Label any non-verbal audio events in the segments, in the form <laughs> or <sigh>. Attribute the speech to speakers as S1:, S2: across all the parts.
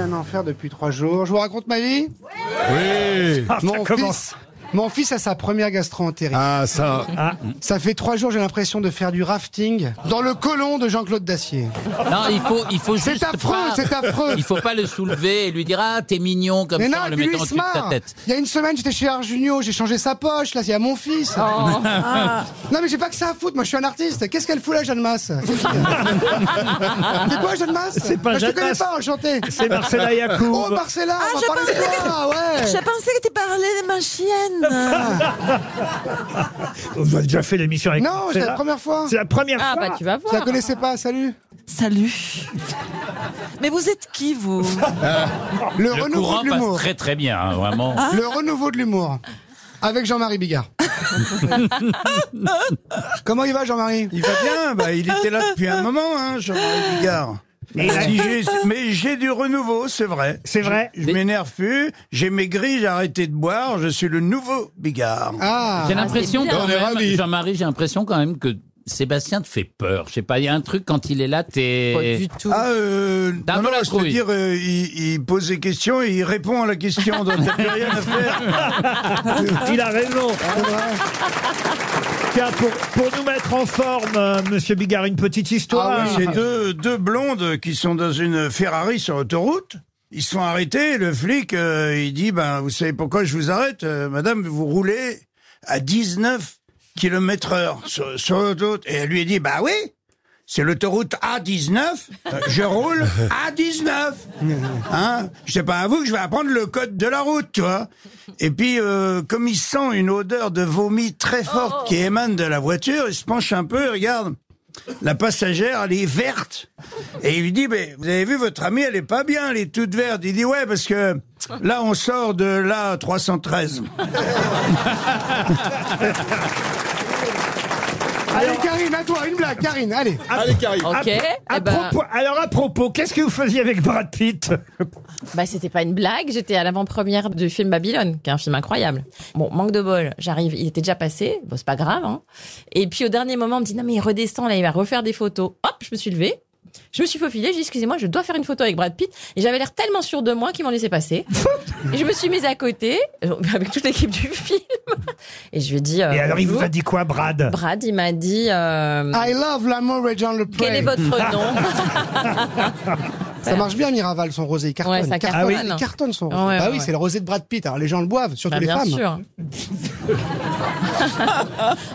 S1: un enfer depuis trois jours. Je vous raconte ma vie
S2: Oui
S1: Mon fils, mon fils a sa première gastro-entérite.
S2: Ah, ça.
S1: Ça fait trois jours, j'ai l'impression de faire du rafting dans le colon de Jean-Claude Dacier.
S3: Non, il faut, il faut
S1: C'est
S3: juste
S1: affreux,
S3: pas-
S1: c'est affreux.
S3: Il faut pas le soulever et lui dire ah t'es mignon comme
S1: Mais
S3: ça
S1: non,
S3: en le
S1: lui,
S3: mettant
S1: il se
S3: au-dessus de sa
S1: marre.
S3: tête.
S1: Il y a une semaine, j'étais chez Arjunio, j'ai changé sa poche, là, il y a mon fils.
S3: Oh.
S1: <laughs>
S3: Ah.
S1: Non, mais j'ai pas que ça à foutre, moi, je suis un artiste. Qu'est-ce qu'elle fout là, Jeanne Masse <laughs> C'est quoi, Jeanne Masse
S4: C'est pas
S1: Bah, Je
S4: Jeanne
S1: te connais
S4: Masse.
S1: pas, enchanté.
S4: C'est Marcella Yacoub.
S1: Oh, Marcella,
S3: Ah,
S1: on va
S5: Ah, je
S1: parler de toi, ouais.
S5: Je pensais que tu parlais de ma chienne.
S4: <laughs> Vous avez déjà fait l'émission avec
S1: Non, c'est la
S4: Marcella
S1: première fois.
S4: C'est la première
S6: Ah
S4: fois.
S6: bah tu vas
S1: Je la
S6: voir.
S1: connaissais pas, salut.
S5: Salut. Mais vous êtes qui, vous
S1: Euh, Le,
S3: Le
S1: renouveau
S3: courant
S1: de
S3: passe
S1: l'humour. Ah.
S3: très très bien, hein, vraiment.
S1: Le renouveau de l'humour. Avec Jean-Marie Bigard.
S3: <laughs>
S1: <laughs> Comment il va, Jean-Marie
S7: Il va bien, bah, il était là depuis un moment, hein, Jean-Marie Bigard. Si j'ai- mais j'ai du renouveau, c'est vrai.
S4: C'est vrai.
S7: Je m'énerve plus, j'ai maigri, j'ai arrêté de boire, je suis le nouveau Bigard.
S1: Ah,
S3: J'ai l'impression
S6: bien.
S3: quand
S2: On est
S3: même,
S2: ravis.
S3: Jean-Marie, j'ai l'impression quand même que Sébastien te fait peur. Je sais pas, il y a un truc quand il est là,
S6: Pas
S3: t'es.
S6: du tout.
S7: Ah, euh,
S3: T'as un
S7: non,
S3: peu
S7: non,
S3: la
S7: je veux
S3: trouille.
S7: dire, euh, il, il pose des questions et il répond à la question, donc t'as plus rien à
S4: <laughs>
S7: faire.
S4: Il a raison. Tiens, pour, pour nous mettre en forme, euh, Monsieur Bigard, une petite histoire.
S7: Ah oui, J'ai deux, deux blondes qui sont dans une Ferrari sur autoroute. Ils sont arrêtés. Le flic, euh, il dit, ben, vous savez pourquoi je vous arrête, euh, madame, vous roulez à 19 km heure sur, sur l'autoroute. Et elle lui dit, bah oui, c'est l'autoroute A19, euh, je roule à 19. Hein je sais pas à vous que je vais apprendre le code de la route, tu vois. Et puis, euh, comme il sent une odeur de vomi très forte qui émane de la voiture, il se penche un peu et regarde. La passagère, elle est verte. Et il lui dit, mais vous avez vu, votre amie, elle est pas bien, elle est toute verte. Il dit, ouais, parce que là, on sort de l'A313. <laughs>
S1: allez, Karine, à toi, une blague, Karine, allez.
S2: Allez, Karine.
S6: Ok.
S4: À
S6: eh ben,
S4: propos- alors à propos, qu'est-ce que vous faisiez avec Brad Pitt
S6: bah, c'était pas une blague. J'étais à l'avant-première du film Babylone, qui est un film incroyable. Bon, manque de bol. J'arrive, il était déjà passé. Bon, c'est pas grave. Hein. Et puis au dernier moment, on me dit non mais il redescend là, il va refaire des photos. Hop, je me suis levée. Je me suis faufilée, j'ai dit excusez-moi, je dois faire une photo avec Brad Pitt. Et j'avais l'air tellement sûre de moi qu'ils m'ont
S1: <laughs>
S6: laissé passer. et je me suis mise à côté, euh, avec toute
S1: <laughs>
S6: l'équipe du film. Et je lui ai dit. euh,
S4: Et alors il vous
S6: bonjour.
S4: a dit quoi, Brad
S6: Brad, il m'a dit. euh,
S1: I love l'amour et Jean Le
S6: Quel est
S1: Prey.
S6: votre nom
S1: Ça marche bien, Miraval, son rosé. Il cartonne.
S6: Ouais, ça
S1: il cartonne,
S6: cartonne. Ah
S1: il cartonne son rosé.
S6: Ouais,
S1: bah
S6: ouais,
S1: oui,
S6: ouais.
S1: c'est le rosé de Brad Pitt. Alors, les gens le boivent, surtout
S6: Bah,
S1: les
S6: Bien
S1: femmes.
S6: sûr.
S1: <laughs> Tu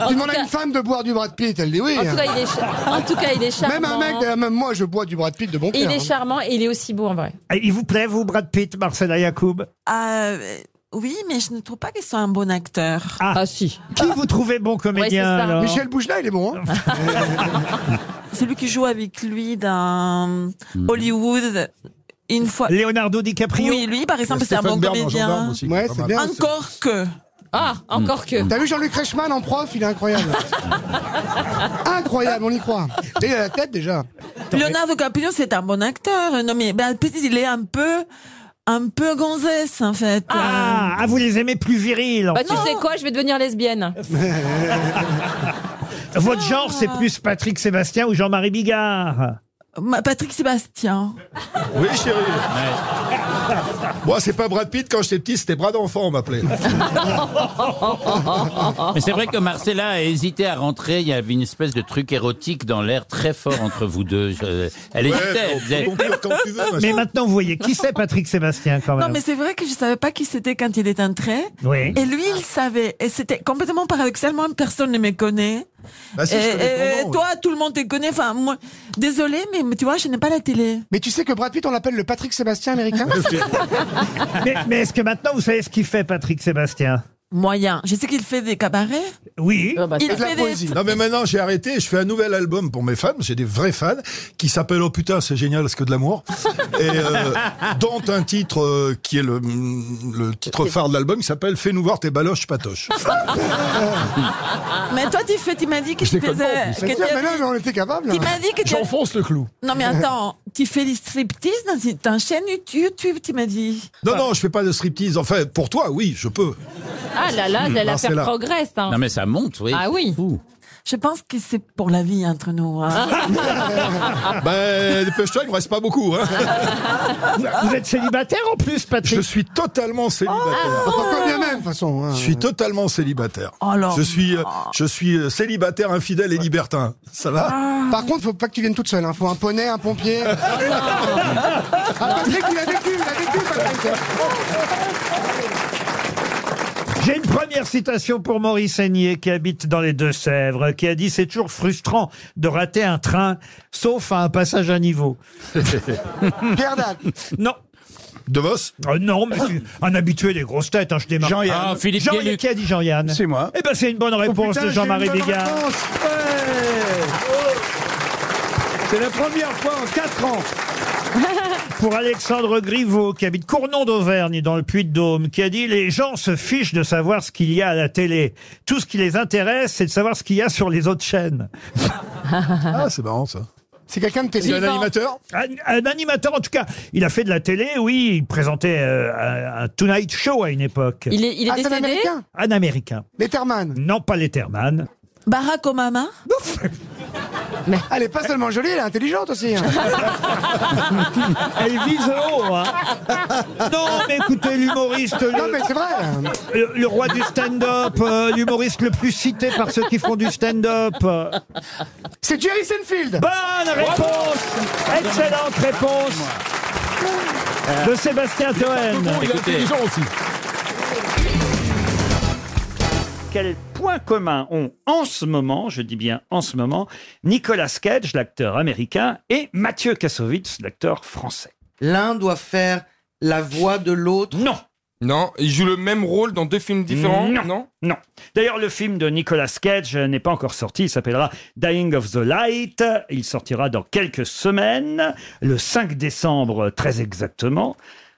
S6: tout
S1: demandes à
S6: cas-
S1: une femme de boire du Brad Pitt, elle dit oui.
S6: En tout, cas, il est cha- en tout cas, il est charmant.
S1: Même un mec, euh, même moi, je bois du Brad Pitt de bon cœur.
S6: Il est
S1: hein.
S6: charmant et il est aussi beau en vrai.
S4: Et Ah, Il vous plaît, vous, Brad Pitt, Marcella Yacoub
S5: Ah, euh, Oui, mais je ne trouve pas qu'ils soient un bon acteur.
S4: Ah.
S6: si.
S4: Qui vous trouvez bon comédien
S6: Ouais, c'est ça.
S4: alors
S1: Michel Bougelin, il est bon. hein.
S5: <laughs> Celui qui joue avec lui dans Hollywood, une fois.
S4: Leonardo DiCaprio
S5: Oui, lui, par exemple, c'est un
S2: Stéphane
S5: bon
S2: Bern en gendarme
S5: comédien.
S2: aussi, qui
S1: Ouais,
S2: est pas
S1: c'est
S2: mal.
S1: bien.
S5: Encore que.
S6: Ah, encore que.
S1: T'as vu Jean-Luc Reichmann en prof Il est incroyable. incroyable, on y croit. Et il a la tête déjà.
S5: Leonardo DiCaprio, c'est un bon acteur. Non, mais ben, petit, il est un peu. Un peu gonzesse, en fait.
S4: ah, ah, vous les aimez plus virils. en
S6: Bah, tu
S4: fait.
S6: sais quoi, je vais devenir lesbienne.
S4: Votre
S6: Ah.
S4: genre, c'est plus Patrick Sébastien ou Jean-Marie Bigard.
S5: Euh, <laughs> ma- Patrick Sébastien.
S2: Oui, chérie. Moi, c'est pas Brad Pitt. Quand j'étais petit, c'était Brad enfant, on m'appelait.
S3: <laughs> Mais c'est vrai que Marcella a hésité à rentrer. Il y avait une espèce de truc érotique dans l'air très fort entre vous deux. Je- Elle
S2: Ouais,
S3: hésitait. elle
S2: on peut
S3: disait,
S2: conclure quand tu veux. ma
S4: Mais
S2: chérie.
S4: maintenant, vous voyez, qui c'est Patrick Sébastien quand même
S5: Non, mais c'est vrai que je savais pas qui c'était quand il est entré.
S4: Oui.
S5: Et lui, il savait. Et c'était complètement paradoxalement, personne ne me connaît.
S2: Bah si, je
S5: et
S2: connais
S5: et-
S2: ton nom,
S5: toi, tout le monde te connaît. Enfin, moi, désolé, mais, mais tu vois, je n'ai pas la télé.
S1: Mais tu sais que Brad Pitt, on l'appelle le Patrick Sébastien américain
S4: Mais, mais est-ce que maintenant, vous savez ce qu'il fait Patrick Sébastien
S5: Moyen. Je sais qu'il fait des cabarets.
S4: Oui.
S6: Ah, bah,
S5: Il
S6: ça-
S1: de la
S5: fait
S1: poésie.
S5: des.
S2: Non mais maintenant j'ai arrêté, je fais un nouvel album pour mes fans, j'ai des vrais fans qui s'appellent Oh putain c'est génial ce que de l'amour et euh, dont un titre euh, qui est le, le titre phare de l'album qui s'appelle Fais-nous voir tes baloches patoches.
S5: <laughs> Mais toi, tu fais, tu m'as dit que
S2: Je
S5: tu
S2: déconne pas, en
S5: faisais.
S2: plus.
S5: que
S1: Mais
S5: tu-
S1: tiens, mais non, mais on était hein. capable.
S5: Tu m'as dit que tu.
S2: J'enfonce le clou.
S5: Non, mais attends, tu fais des striptease dans une- dans une chaîne YouTube, tu m'as dit.
S2: Non non je fais pas de striptease, enfin pour toi oui je peux.
S6: ah là là, la- l'affaire
S2: Hmm, Marcella.
S6: progresse. hein.
S3: Non mais ça monte, oui.
S6: Ah oui.
S3: Fou.
S5: Je pense que c'est pour la vie entre nous.
S2: <laughs>
S5: hein.
S2: Ben, dépêche-toi, il me reste
S4: <laughs>
S2: pas beaucoup. Hein.
S3: Vous, vous êtes célibataire en plus,
S2: Je
S3: Patrick
S2: suis totalement célibataire.
S1: Ah, Pourquoi bien même, de toute façon hein.
S2: Je suis totalement célibataire.
S5: Oh, alors,
S2: je suis, euh, je suis euh, célibataire, infidèle et libertin. Ça va
S1: Ah. Par contre, faut pas que tu viennes toute seule. Hein. Faut un poney, un pompier. ah,
S7: Ah,
S1: Patrick, il a vécu, il a vécu, Patrick.
S3: J'ai une première citation pour Maurice Aignier qui habite dans les Deux-Sèvres, qui a dit C'est toujours frustrant de rater un train, sauf à un passage à niveau.
S1: Pierre Dac.
S3: Non,
S2: De Vos
S3: Euh, non, mais c'est un habitué des grosses têtes, hein, je démarre.
S6: Jean-Yann.
S8: Ah, Philippe
S3: Jean-
S8: Gueluc.
S3: qui a dit Jean-Yann
S6: C'est moi.
S3: Eh ben, c'est une bonne
S7: Oh,
S3: réponse
S6: Putain,
S3: de Jean-Marie
S6: j'ai une bonne
S3: Bigard.
S6: réponse. Ouais. C'est la première fois en 4 ans.
S3: Pour Alexandre Griveau, qui habite Cournon d'Auvergne, dans le Puy-de-Dôme, qui a dit Les gens se fichent de savoir ce qu'il y a à la télé. Tout ce qui les intéresse, c'est de savoir ce qu'il y a sur les autres chaînes.
S2: Ah,
S1: <laughs>
S2: c'est marrant ça.
S1: C'est quelqu'un de
S2: C'est un
S1: télé.
S2: animateur
S3: Un, un animateur, en tout cas, il a fait de la télé, oui, il présentait euh, un, un Tonight Show à une époque.
S9: Il est, il est
S1: Ah, c'est un
S9: décédé
S1: américain.
S3: Un américain.
S1: Letterman.
S3: Non, pas
S1: <laughs>
S3: Letterman.
S5: Barack Obama
S1: Elle est pas seulement jolie, elle est intelligente aussi. hein.
S2: <laughs>
S1: <laughs>
S3: Elle vise haut, hein. Non, mais écoutez, l'humoriste, le,
S1: Non, mais c'est vrai.
S3: le- Euh, le roi du stand-up, euh, l'humoriste le plus cité par ceux qui font du stand-up. <laughs> euh,
S1: C'est Jerry Seinfeld.
S3: Bonne réponse Excellente réponse de Sébastien Toen.
S8: Écoutez,
S4: quel point commun ont en ce moment, je dis bien en ce moment, Nicolas Cage, l'acteur américain, et Mathieu Kassovitz, l'acteur français
S10: L'un doit faire la voix de l'autre.
S4: Non,
S11: Non, il joue le même rôle dans deux films différents,
S4: Non.
S11: non,
S4: non. D'ailleurs, le film de Nicolas Cage n'est pas encore sorti, il s'appellera Dying of the Light, il sortira dans quelques semaines, le 5 décembre très exactement.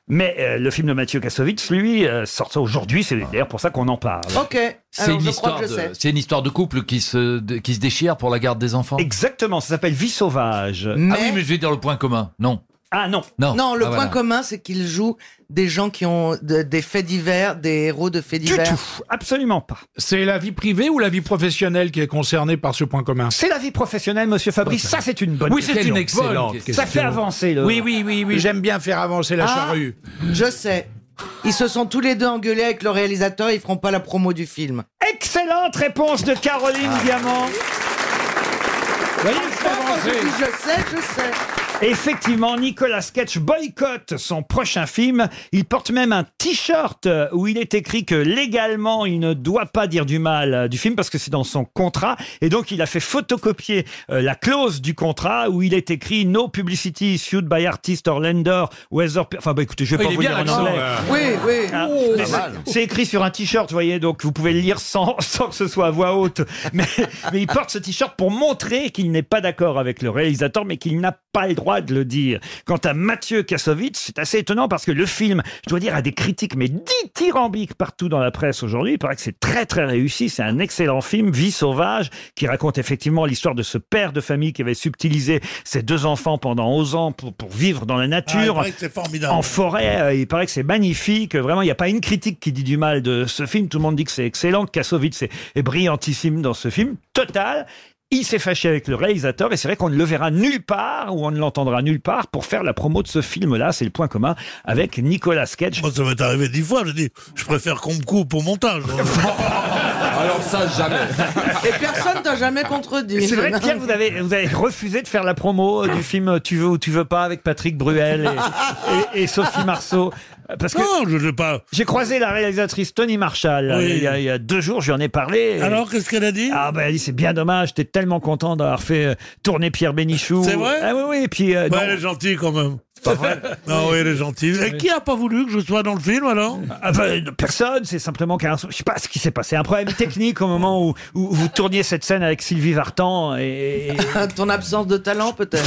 S4: Mais euh, le film de Mathieu Kassovitz, lui, euh, sortira aujourd'hui, c'est d'ailleurs pour ça qu'on en parle.
S10: Ok.
S12: C'est
S10: Alors,
S12: une,
S10: je crois
S12: histoire
S10: que je sais.
S12: de, c'est une histoire de couple qui se, de- qui se déchire pour la garde des enfants.
S4: Exactement, ça s'appelle Vie sauvage.
S12: Ah oui,
S10: Mais
S12: mais je vais dire le point commun. Non.
S4: Ah non,
S12: Non.
S10: non, le
S12: Ah,
S10: point
S12: voilà.
S10: commun, c'est qu'il joue des gens qui ont de- des faits divers, des héros de faits
S4: du
S10: divers.
S4: tout, absolument pas.
S6: C'est la vie privée ou la vie professionnelle qui est concernée par ce point commun
S4: C'est la vie professionnelle, monsieur Fabrice. Ça, c'est une bonne
S12: Oui,
S4: question.
S12: c'est une
S4: Quelle
S12: excellente
S4: bonne
S12: question.
S4: Ça fait avancer le.
S6: Oui, oui, oui, oui, j'aime bien faire avancer la
S10: Ah.
S6: charrue.
S10: Je sais. Ils se sont tous les deux engueulés avec le réalisateur, ils feront pas la promo du film.
S4: Excellente réponse de Caroline Diamant.
S10: Quand
S6: Vous voyez, je fais
S10: je
S6: avancer.
S10: dis je sais, je sais.
S4: Effectivement, Nicolas Ketch boycotte son prochain film. Il porte même un t-shirt où il est écrit que légalement, il ne doit pas dire du mal euh, du film parce que c'est dans son contrat. Et donc, il a fait photocopier euh, la clause du contrat où il est écrit No publicity issued by artist or lender ou other pe- Enfin, bah écoutez, je vais pas
S8: Oh, il est
S4: vous
S8: bien
S4: lire en
S8: l'accent,
S4: anglais.
S10: Oui, Oh, oui.
S4: Ah, mais c'est- <laughs> C'est écrit sur un t-shirt, vous voyez, donc vous pouvez le lire sans, <laughs> sans que ce soit à voix haute. Mais, mais il porte ce t-shirt pour montrer qu'il n'est pas d'accord avec le réalisateur, mais qu'il n'a pas le droit de le dire. Quant à Mathieu Kassovitz, c'est assez étonnant parce que le film, je dois dire, a des critiques, mais dithyrambiques partout dans la presse aujourd'hui. Il paraît que c'est très très réussi, c'est un excellent film, Vie sauvage, qui raconte effectivement l'histoire de ce père de famille qui avait subtilisé ses deux enfants pendant 11 ans pour, pour vivre dans la
S6: Ah,
S4: nature.
S6: c'est formidable.
S4: En forêt, euh, il paraît que c'est magnifique. euh, Vraiment, il n'y a pas une critique qui dit du mal de ce film. Tout le monde dit que c'est excellent. que Kassovitz est, est brillantissime dans ce film. Total. Il s'est fâché avec le réalisateur et c'est vrai qu'on ne le verra nulle part ou on ne l'entendra nulle part pour faire la promo de ce film-là. C'est le point commun avec Nicolas Cage.
S6: ça m'est arrivé dix fois, je dis, je préfère qu'on me coupe au montage. hein.
S4: <laughs>
S11: Alors ça, jamais.
S10: Et personne t'a jamais contredit.
S4: C'est vrai que Pierre, vous avez, vous avez refusé de faire la promo euh, du film Tu veux ou tu veux pas avec Patrick Bruel et, et- et Sophie Marceau. euh, Parce que
S6: Non, je ne pas.
S4: j'ai croisé la réalisatrice Tony Marshall euh,
S6: Oui.
S4: il, y a, il y a deux jours, je lui en ai parlé. et-
S6: Alors, qu'est-ce qu'elle a dit
S4: Ah bah elle dit c'est bien dommage, j'étais tellement content d'avoir fait euh, tourner Pierre Bénichou.
S6: C'est vrai
S4: Ah oui oui, et puis euh,
S6: Bah,
S4: non.
S6: elle est gentille quand même. Non, oui, elle est gentille. Et qui a pas voulu que je sois dans le film alors
S4: Ah bah, personne, c'est simplement qu'un je sais pas ce qui s'est passé, un problème technique au moment où, où vous tourniez cette scène avec Sylvie Vartan et, et-
S6: Ah,
S10: Ton absence de talent,
S4: <laughs>
S10: peut-être.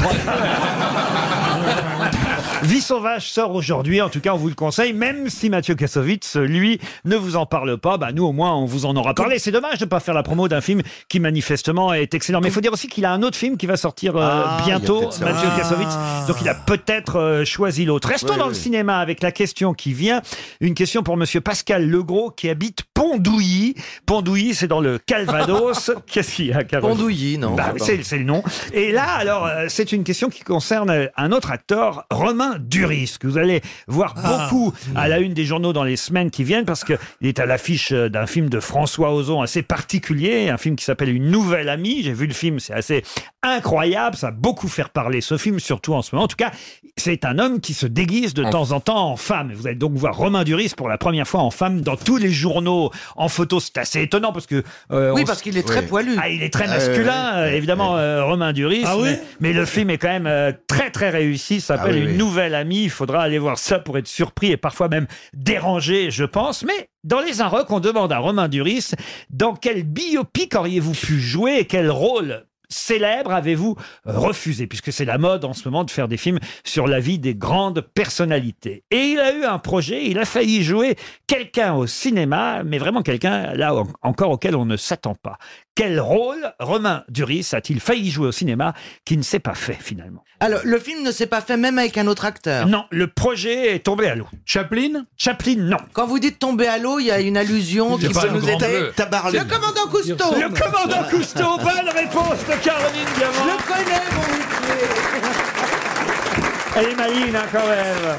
S4: Vie sauvage sort aujourd'hui, en tout cas on vous le conseille même si Mathieu Kassovitz lui ne vous en parle pas, bah nous au moins on vous en aura parlé. C'est dommage de pas faire la promo d'un film qui manifestement est excellent, mais il faut dire aussi qu'il a un autre film qui va sortir euh,
S12: Ah,
S4: bientôt, Mathieu Kassovitz. Donc il a peut-être euh, choisi l'autre. Restons dans le cinéma avec la question qui vient. Une question pour Monsieur Pascal Legros qui habite Pondouilly. Pondouilly, c'est dans le
S12: <laughs>
S4: Calvados. Qu'est-ce qu'il y a, Caroline
S12: Pondouilly, non,
S4: Bah
S12: c'est
S4: oui,
S12: pas.
S4: c'est c'est le nom. Et là, alors, euh, c'est une question qui concerne euh, un autre acteur, Romain Duris, que vous allez voir
S13: Ah.
S4: beaucoup à la une des journaux dans les semaines qui viennent, parce qu'il est à l'affiche euh, d'un film de François Ozon assez particulier, un film qui s'appelle Une nouvelle amie. J'ai vu le film, c'est assez incroyable, ça a beaucoup faire parler ce film, surtout en ce moment. En tout cas, c'est un homme qui se déguise
S10: Ah.
S4: de temps en temps en femme. Vous allez donc voir Romain Duris pour la première fois en femme dans tous les journaux, en photo. C'est assez étonnant parce que... euh,
S10: Oui,
S4: on
S10: parce
S4: s-
S10: qu'il est très Oui. poilu.
S4: Ah, il est très
S10: Ah, oui,
S4: masculin,
S10: oui,
S4: euh, évidemment, euh, Romain Duris.
S10: Ah oui
S4: mais, mais le film est quand même euh, très très réussi. Ça s'appelle
S10: Ah oui,
S4: Une
S10: oui.
S4: nouvelle amie. Il faudra aller voir ça pour être surpris et parfois même dérangé, je pense. Mais dans les Inrocks, on demande à Romain Duris dans quel biopic auriez-vous pu jouer et quel rôle célèbre avez-vous refusé Puisque c'est la mode en ce moment de faire des films sur la vie des grandes personnalités. Et il a eu un projet, il a failli jouer quelqu'un au cinéma, mais vraiment quelqu'un là en- encore auquel on ne s'attend pas. Quel rôle Romain Duris a-t-il failli jouer au cinéma qui ne s'est pas fait finalement
S10: Alors, le film ne s'est pas fait même avec un autre acteur.
S4: Non, le projet est tombé à l'eau. Chaplin Chaplin, non.
S10: Quand vous dites tomber à l'eau, il y a une allusion
S4: Il y a
S10: qui
S4: pas
S10: peut
S4: un
S10: nous
S4: grand
S10: aider.
S4: bleu. Tabarly.
S10: Le commandant Cousteau.
S4: Le commandant
S10: <laughs>
S4: Cousteau,
S6: bah
S4: bonne réponse de Caroline Diamant.
S10: Je connais mon métier.
S4: Elle est maligne hein, quand même.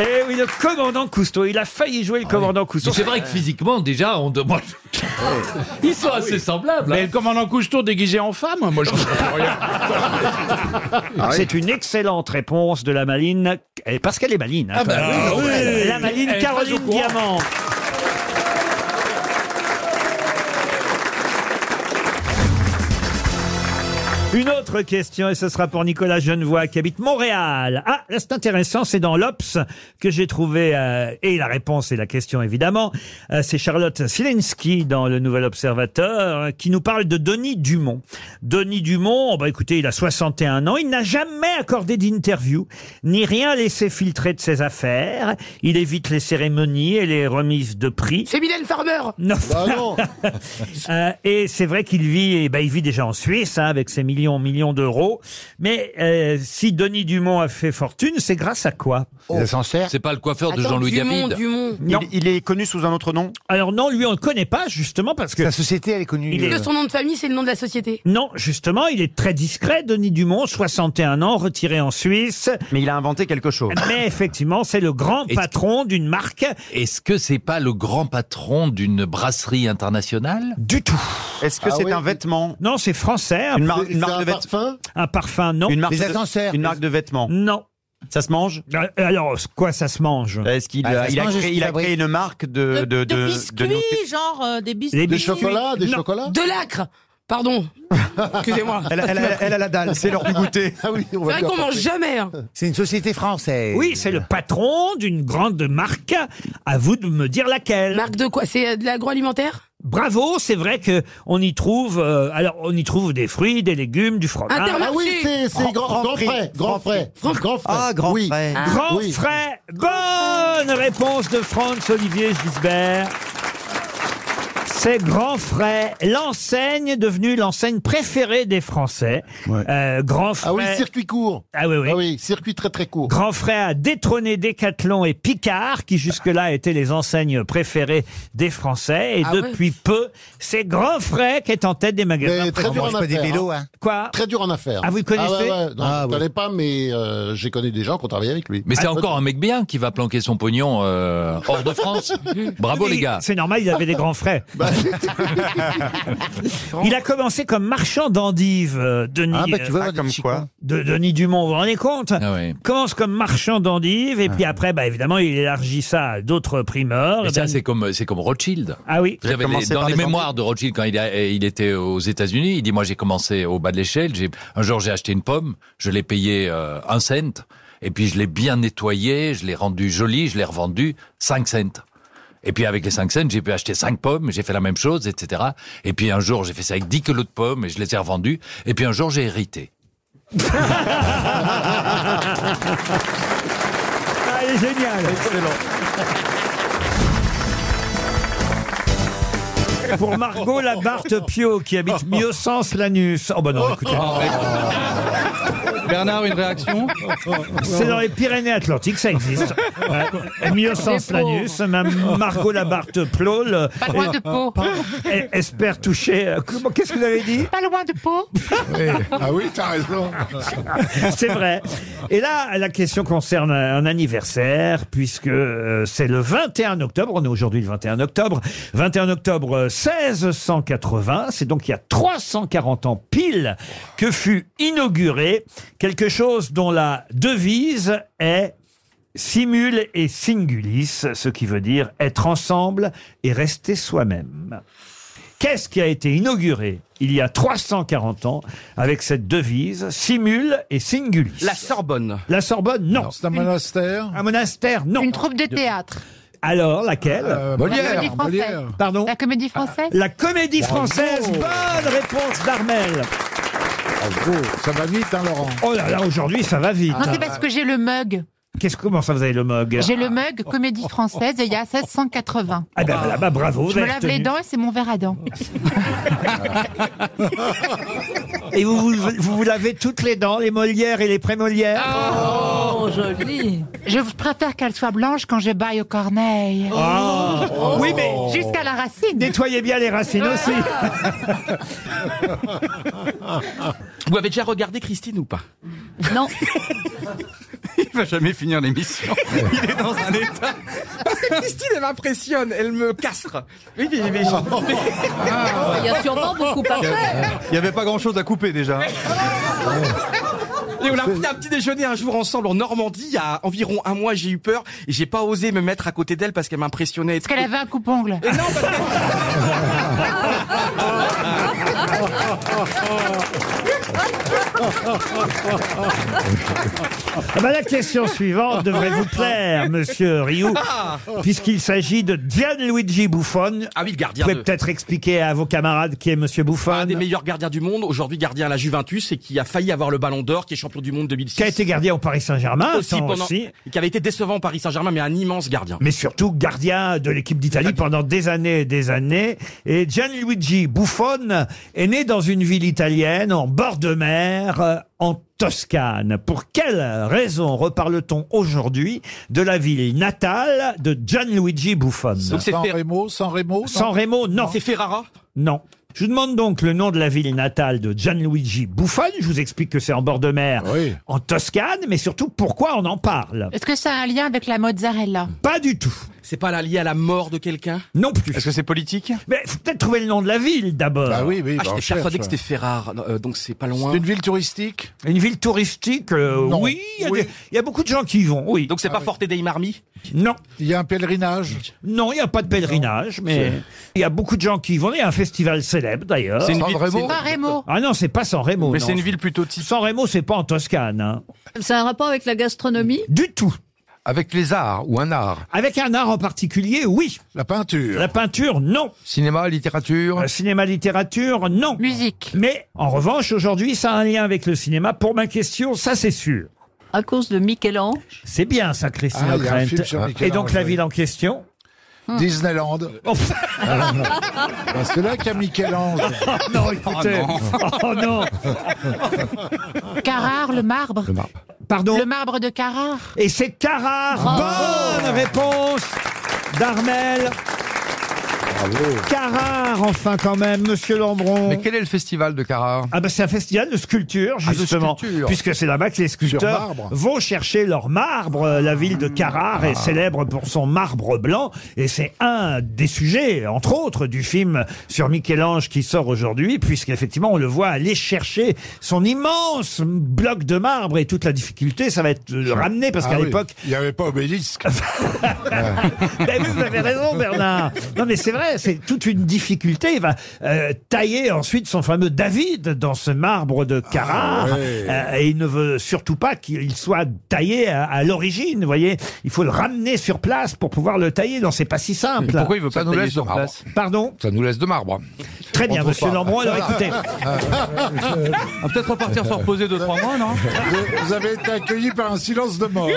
S4: Eh oui, le commandant Cousteau, il a failli jouer le commandant Cousteau.
S12: Ah C'est vrai que physiquement, déjà, on
S4: <laughs>
S12: demande. Ils
S4: Ah
S12: sont assez semblables. hein.
S6: Mais le commandant Cousteau déguisé en femme, moi je
S12: <laughs>
S4: C'est une excellente réponse de la maline, eh, parce qu'elle est maline. hein,
S6: Ah bah
S4: quand même.
S6: oui, oui, oui, oui.
S4: La maline
S6: Elle est très au
S4: Caroline
S6: courant.
S4: Diamant. Une autre question, et ce sera pour Nicolas Genevois qui habite Montréal. Ah, là c'est intéressant, c'est dans l'Obs que j'ai trouvé, euh, et la réponse et la question évidemment, Euh, c'est Charlotte Silenski dans Le Nouvel Observateur euh, qui nous parle de Denis Dumont. Denis Dumont, bah écoutez, il a 61 ans, il n'a jamais accordé d'interview, ni rien laissé filtrer de ses affaires, il évite les cérémonies et les remises de prix.
S6: C'est Mylène Farmer
S4: Non. <laughs> Euh, et c'est vrai qu'il vit, eh ben, il vit déjà en Suisse hein, avec ses millions, millions d'euros. Mais euh, si Denis Dumont a fait fortune, c'est grâce à quoi
S12: C'est pas le coiffeur de Jean-Louis David.
S4: Non.
S14: Il, il est connu sous un autre nom
S4: Alors non, lui on ne connaît pas justement parce que
S14: sa société elle est connue. euh,
S4: Il est-
S5: Que son nom de famille, c'est le nom de la société.
S4: Non, justement, il est très discret, Denis Dumont, 61 ans, retiré en Suisse.
S14: Mais il a inventé quelque chose.
S4: Mais effectivement, c'est le grand patron d'une marque.
S12: Est-ce que c'est pas le grand patron d'une brasserie internationale
S4: Du tout.
S14: Est-ce
S2: Ah
S12: Ah
S14: que c'est un vêtement
S4: Non, c'est français.
S14: Une marque- une C'est marque un de vêt-
S4: parfum Un parfum, non.
S14: Une marque de- Une marque de vêtements.
S4: Non. Bah, euh,
S14: Ça se mange Bah,
S4: Alors, quoi ça se mange
S14: Est-ce qu'il
S4: Ah,
S14: a,
S4: ça se
S14: il a
S4: mange,
S14: créé,
S4: est-ce
S14: il a
S4: qu'il fabrique
S14: créé une marque de... De, de, de
S5: Oui,
S14: nourriture
S5: genre euh, des biscuits.
S14: Des Des biscuits. chocolats, des Non. chocolats
S5: De l'acre
S14: <laughs>
S5: Pardon. Excusez-moi.
S14: Elle, elle- elle- elle a la dalle, c'est l'heure du goûter.
S4: Ah oui,
S5: C'est vrai qu'on mange jamais. hein.
S14: C'est une société française.
S4: Oui, c'est le patron d'une grande marque. À vous de me dire laquelle.
S5: Marque de quoi C'est euh, de l'agroalimentaire
S4: Bravo, c'est vrai que on y trouve. euh, alors, on y trouve des fruits, des légumes, du fromage.
S5: Intermarché. Ah oui, c'est- c'est grand-
S4: Franprix.
S5: grand frais, grand frais,
S4: Franprix.
S5: grand frais. Ah, grand
S4: Oui.
S5: frais.
S4: Grand
S5: Oui.
S4: frais. Bonne réponse de Franz Olivier Gisbert. C'est Grand Frais, l'enseigne devenue l'enseigne préférée des Français. Euh, Grand Frais.
S2: Ah oui, circuit court.
S4: Ah oui, oui.
S2: Ah oui, circuit très très court.
S4: Grand Frère a détrôné Decathlon et Picard, qui jusque-là étaient les enseignes préférées des Français. Et
S2: Ah
S4: depuis peu, c'est Grand Frère qui est en tête des magasins.
S2: Mais très
S4: préférés.
S2: dur en affaires. hein.
S4: Quoi
S2: Très dur en affaires.
S4: Ah, vous le connaissez
S2: ouais, ouais. Non, je ne connais pas, mais euh, j'ai connu des gens qui ont travaillé avec lui.
S12: Mais
S4: Ah,
S12: c'est encore un mec bien qui va planquer son pognon euh, hors
S10: <laughs>
S12: de
S4: <laughs>
S12: France. Bravo
S4: Mais
S12: les gars.
S4: C'est normal, il avait des grands frais. Bah, <laughs>
S10: <laughs>
S4: il a commencé comme marchand d'endives, euh, Denis.
S14: Ah, bah, tu vois, Ah,
S4: comme quoi de Denis Dumont, vous vous rendez compte
S12: Ah,
S4: Commence comme marchand d'endives,
S14: Ah.
S4: et puis après, bah, évidemment, il élargit ça à d'autres primeurs.
S12: Mais
S4: Et
S12: ça,
S4: ben-
S12: c'est comme, c'est comme Rothschild.
S4: Ah oui.
S12: Vous avez les- dans les, mémoires de Rothschild, quand il, a- euh, il était aux États-Unis, il dit Moi, j'ai commencé au bas de l'échelle. J'ai, un jour, j'ai acheté une pomme, je l'ai payée euh, un cent, et puis je l'ai bien nettoyée, je l'ai rendue jolie, je l'ai revendue 5 cents. Et puis avec les 5 cents, j'ai pu acheter 5 pommes, j'ai fait la même chose, etc. Et puis un jour, j'ai fait ça avec 10 kilos de pommes et je les ai revendues. Et puis un jour, j'ai hérité.
S4: Ah, elle est géniale. Pour Margot Labarthe Pio, qui habite Mieux Sens Lanus. Oh, bah non, écoutez.
S5: <laughs> Bernard, une réaction
S4: C'est dans les Pyrénées-Atlantiques, ça existe. Ouais. Mieux sans
S5: Les pauvres.
S4: Lanus, même Margot Labarthe Plaul.
S5: Pas loin de Pau.
S4: Espère toucher. euh, Eh, comment- Qu'est-ce que vous avez dit
S5: Pas loin de Pau.
S4: Ah oui, t'as raison. <laughs> c'est vrai. Et là, la question concerne un anniversaire, puisque euh, c'est le 21 octobre. On est aujourd'hui le 21 octobre. 21 octobre euh, 1680. C'est donc il y a 340 ans pile que fut inauguré quelque chose dont la devise est simul et singulis, ce qui veut dire être ensemble et rester soi-même. Qu'est-ce qui a été inauguré il y a 340 ans avec cette devise simul et singulis La Sorbonne. La Sorbonne, non. C'est un monastère Un monastère, non. Une troupe de
S5: théâtre.
S4: Alors, laquelle
S5: La comédie française.
S4: Pardon
S5: La comédie française
S4: Ah. La comédie française.
S14: Ah.
S4: Bonne réponse d'Armel. Ça va vite, hein, Laurent Oh là là, aujourd'hui, ça va vite.
S5: Non, c'est parce que j'ai le mug.
S4: Qu'est-ce comment ça vous avez le mug
S5: J'ai le mug comédie française et il y a 1680.
S4: Ah ben là-bas, bravo. vous
S5: Je me
S4: avez
S5: lave
S4: retenu.
S5: les dents et c'est mon verre à dents.
S4: Et vous vous, vous vous lavez toutes les dents, les molières et les prémolières.
S5: Oh, joli Je préfère qu'elle soit blanche quand je baille aux corneilles.
S4: Ah. Oui, mais-
S5: Oh. Jusqu'à la racine. Ah.
S4: Nettoyez bien les racines aussi.
S11: <laughs> Vous avez déjà regardé Christine ou pas
S5: Non.
S11: Il va jamais
S4: <laughs>
S11: finir l'émission. Il est dans un état.
S6: Parce que <laughs> Christine, elle m'impressionne, elle me castre. Oui, mais, mais- mais-
S5: Ah,
S15: Il y a sûrement beaucoup à faire.
S6: Il n'y avait pas grand chose à couper déjà. Et on a pris un petit déjeuner un jour ensemble en Normandie. Il y a environ un mois, j'ai eu peur et j'ai pas osé me mettre à côté d'elle parce qu'elle m'impressionnait.
S5: Parce qu'elle avait un
S6: <laughs>
S5: coupe-ongle.
S4: Ah ben, la question suivante devrait vous plaire, monsieur Rioux,
S11: Ah.
S4: puisqu'il s'agit de Gianluigi Buffon.
S11: Ah oui, le
S4: Vous
S11: gardien.
S4: pouvez
S11: de-
S4: peut-être expliquer à vos camarades qui est monsieur Buffon.
S11: Un des meilleurs gardiens du monde, aujourd'hui gardien à la Juventus et qui a failli avoir le ballon d'or, qui est champion du monde 2006.
S4: Qui a été gardien au Paris Saint-Germain,
S11: aussi,
S4: attends,
S11: pendant-
S4: aussi.
S11: et qui avait été décevant au Paris Saint-Germain, mais un immense gardien.
S4: mais surtout gardien de l'équipe d'Italie pendant des années et des années. Et Gianluigi Buffon est né dans une ville italienne, en bord de mer, euh, en Toscane. Pour quelle raison reparle-t-on aujourd'hui de la ville natale de Gianluigi Buffon
S2: Donc c'est San Fer-
S4: Remo, San Remo San Remo, non. C'est Ferrara Non. Je vous demande donc le nom de la ville natale de Gianluigi Buffon. Je vous explique que c'est en bord de mer, en Toscane, mais surtout pourquoi on en parle.
S5: Est-ce que ça a un lien avec la mozzarella
S4: Pas du tout.
S11: C'est pas là lié à la mort de quelqu'un
S4: Non plus.
S11: Est-ce que c'est politique
S4: Mais faut peut-être trouver le nom de la ville d'abord. Ah oui,
S11: Ah, j'étais persuadé que c'était Ferrare, non, euh, donc c'est pas loin.
S4: C'est une ville touristique Une ville touristique, euh,
S11: Non.
S4: oui. Il y a
S11: Oui.
S4: des- il y, a beaucoup de gens qui y vont, oui.
S11: Donc c'est pas Forte dei Marmi
S4: Non. Il y a un pèlerinage Non, il n'y a pas de pèlerinage, mais
S11: C'est-
S4: il y a beaucoup de gens qui y vont. Il y a un festival célèbre d'ailleurs.
S5: Ah,
S11: C'est une San ville- Remo c'est-
S16: San Remo.
S4: Ah non, c'est pas San Remo.
S11: Mais
S4: non.
S11: c'est une ville plutôt type.
S4: San Remo, c'est pas en Toscane. hein.
S16: C'est un rapport avec la gastronomie
S4: Du tout.
S11: Avec les arts ou un art
S4: Avec un art en particulier, oui.
S11: La peinture.
S4: La peinture, non.
S11: Cinéma, littérature.
S4: Euh, Cinéma, littérature, non. Musique. Mais en revanche, aujourd'hui, ça a un lien avec le cinéma. Pour ma question, ça c'est sûr.
S16: À cause de
S5: <laughs>
S16: Michel-Ange
S4: C'est bien ça, Christine
S16: Ah, il y a un
S4: O'Krent.
S16: film sur
S4: Et
S16: Michel-Ange,
S4: donc la
S16: oui.
S4: ville en question <laughs>
S16: Disneyland.
S4: Oh,
S2: Ben, C'est là qu'il y
S4: <laughs>
S2: a Michel-Ange. Ah
S4: non, écoutez. Oh non.
S5: Carrare, le marbre.
S4: Le marbre. Pardon
S5: Le marbre de Carrare.
S4: Et c'est Carrare. Bonne réponse d'Armel. Carrare, enfin quand même, Monsieur Lambron.
S11: Mais quel est le festival de Carrare
S4: Ah ben c'est un festival de sculpture
S11: Ah, de
S4: justement,
S11: sculpture.
S4: puisque c'est là-bas que les sculpteurs
S11: marbre. Ah.
S4: vont chercher leur marbre. Euh, La ville de Carrare est célèbre pour son marbre blanc et c'est un des sujets, entre autres, du film sur Michel-Ange qui sort aujourd'hui, puisqu'effectivement on le voit aller chercher son immense bloc de marbre et toute la difficulté, ça va être de le ramener parce
S17: Ah
S4: qu'à
S17: oui,
S4: l'époque
S17: Il n'y avait pas obélisque.
S4: <laughs> ben oui, vous avez raison, Bernard. Non, mais c'est vrai, c'est toute une difficulté. Il va euh, tailler ensuite son fameux David dans ce marbre de Carrare.
S2: Ah ouais.
S4: Euh, et il ne veut surtout pas qu'il soit taillé à, à l'origine, vous voyez. Il faut le ramener sur place pour pouvoir le tailler. Non, c'est pas si simple.
S11: Pourquoi il veut pas nous laisser de marbre
S4: Pardon
S11: Ça nous laisse de marbre.
S4: Très bien,
S11: On trouve
S4: monsieur
S11: pas.
S4: Lambron.
S2: <laughs>
S4: Alors
S11: <laughs>
S4: écoutez.
S11: On va peut-être repartir se reposer 2-3 mois, non
S2: Vous avez été accueilli par un silence de mort.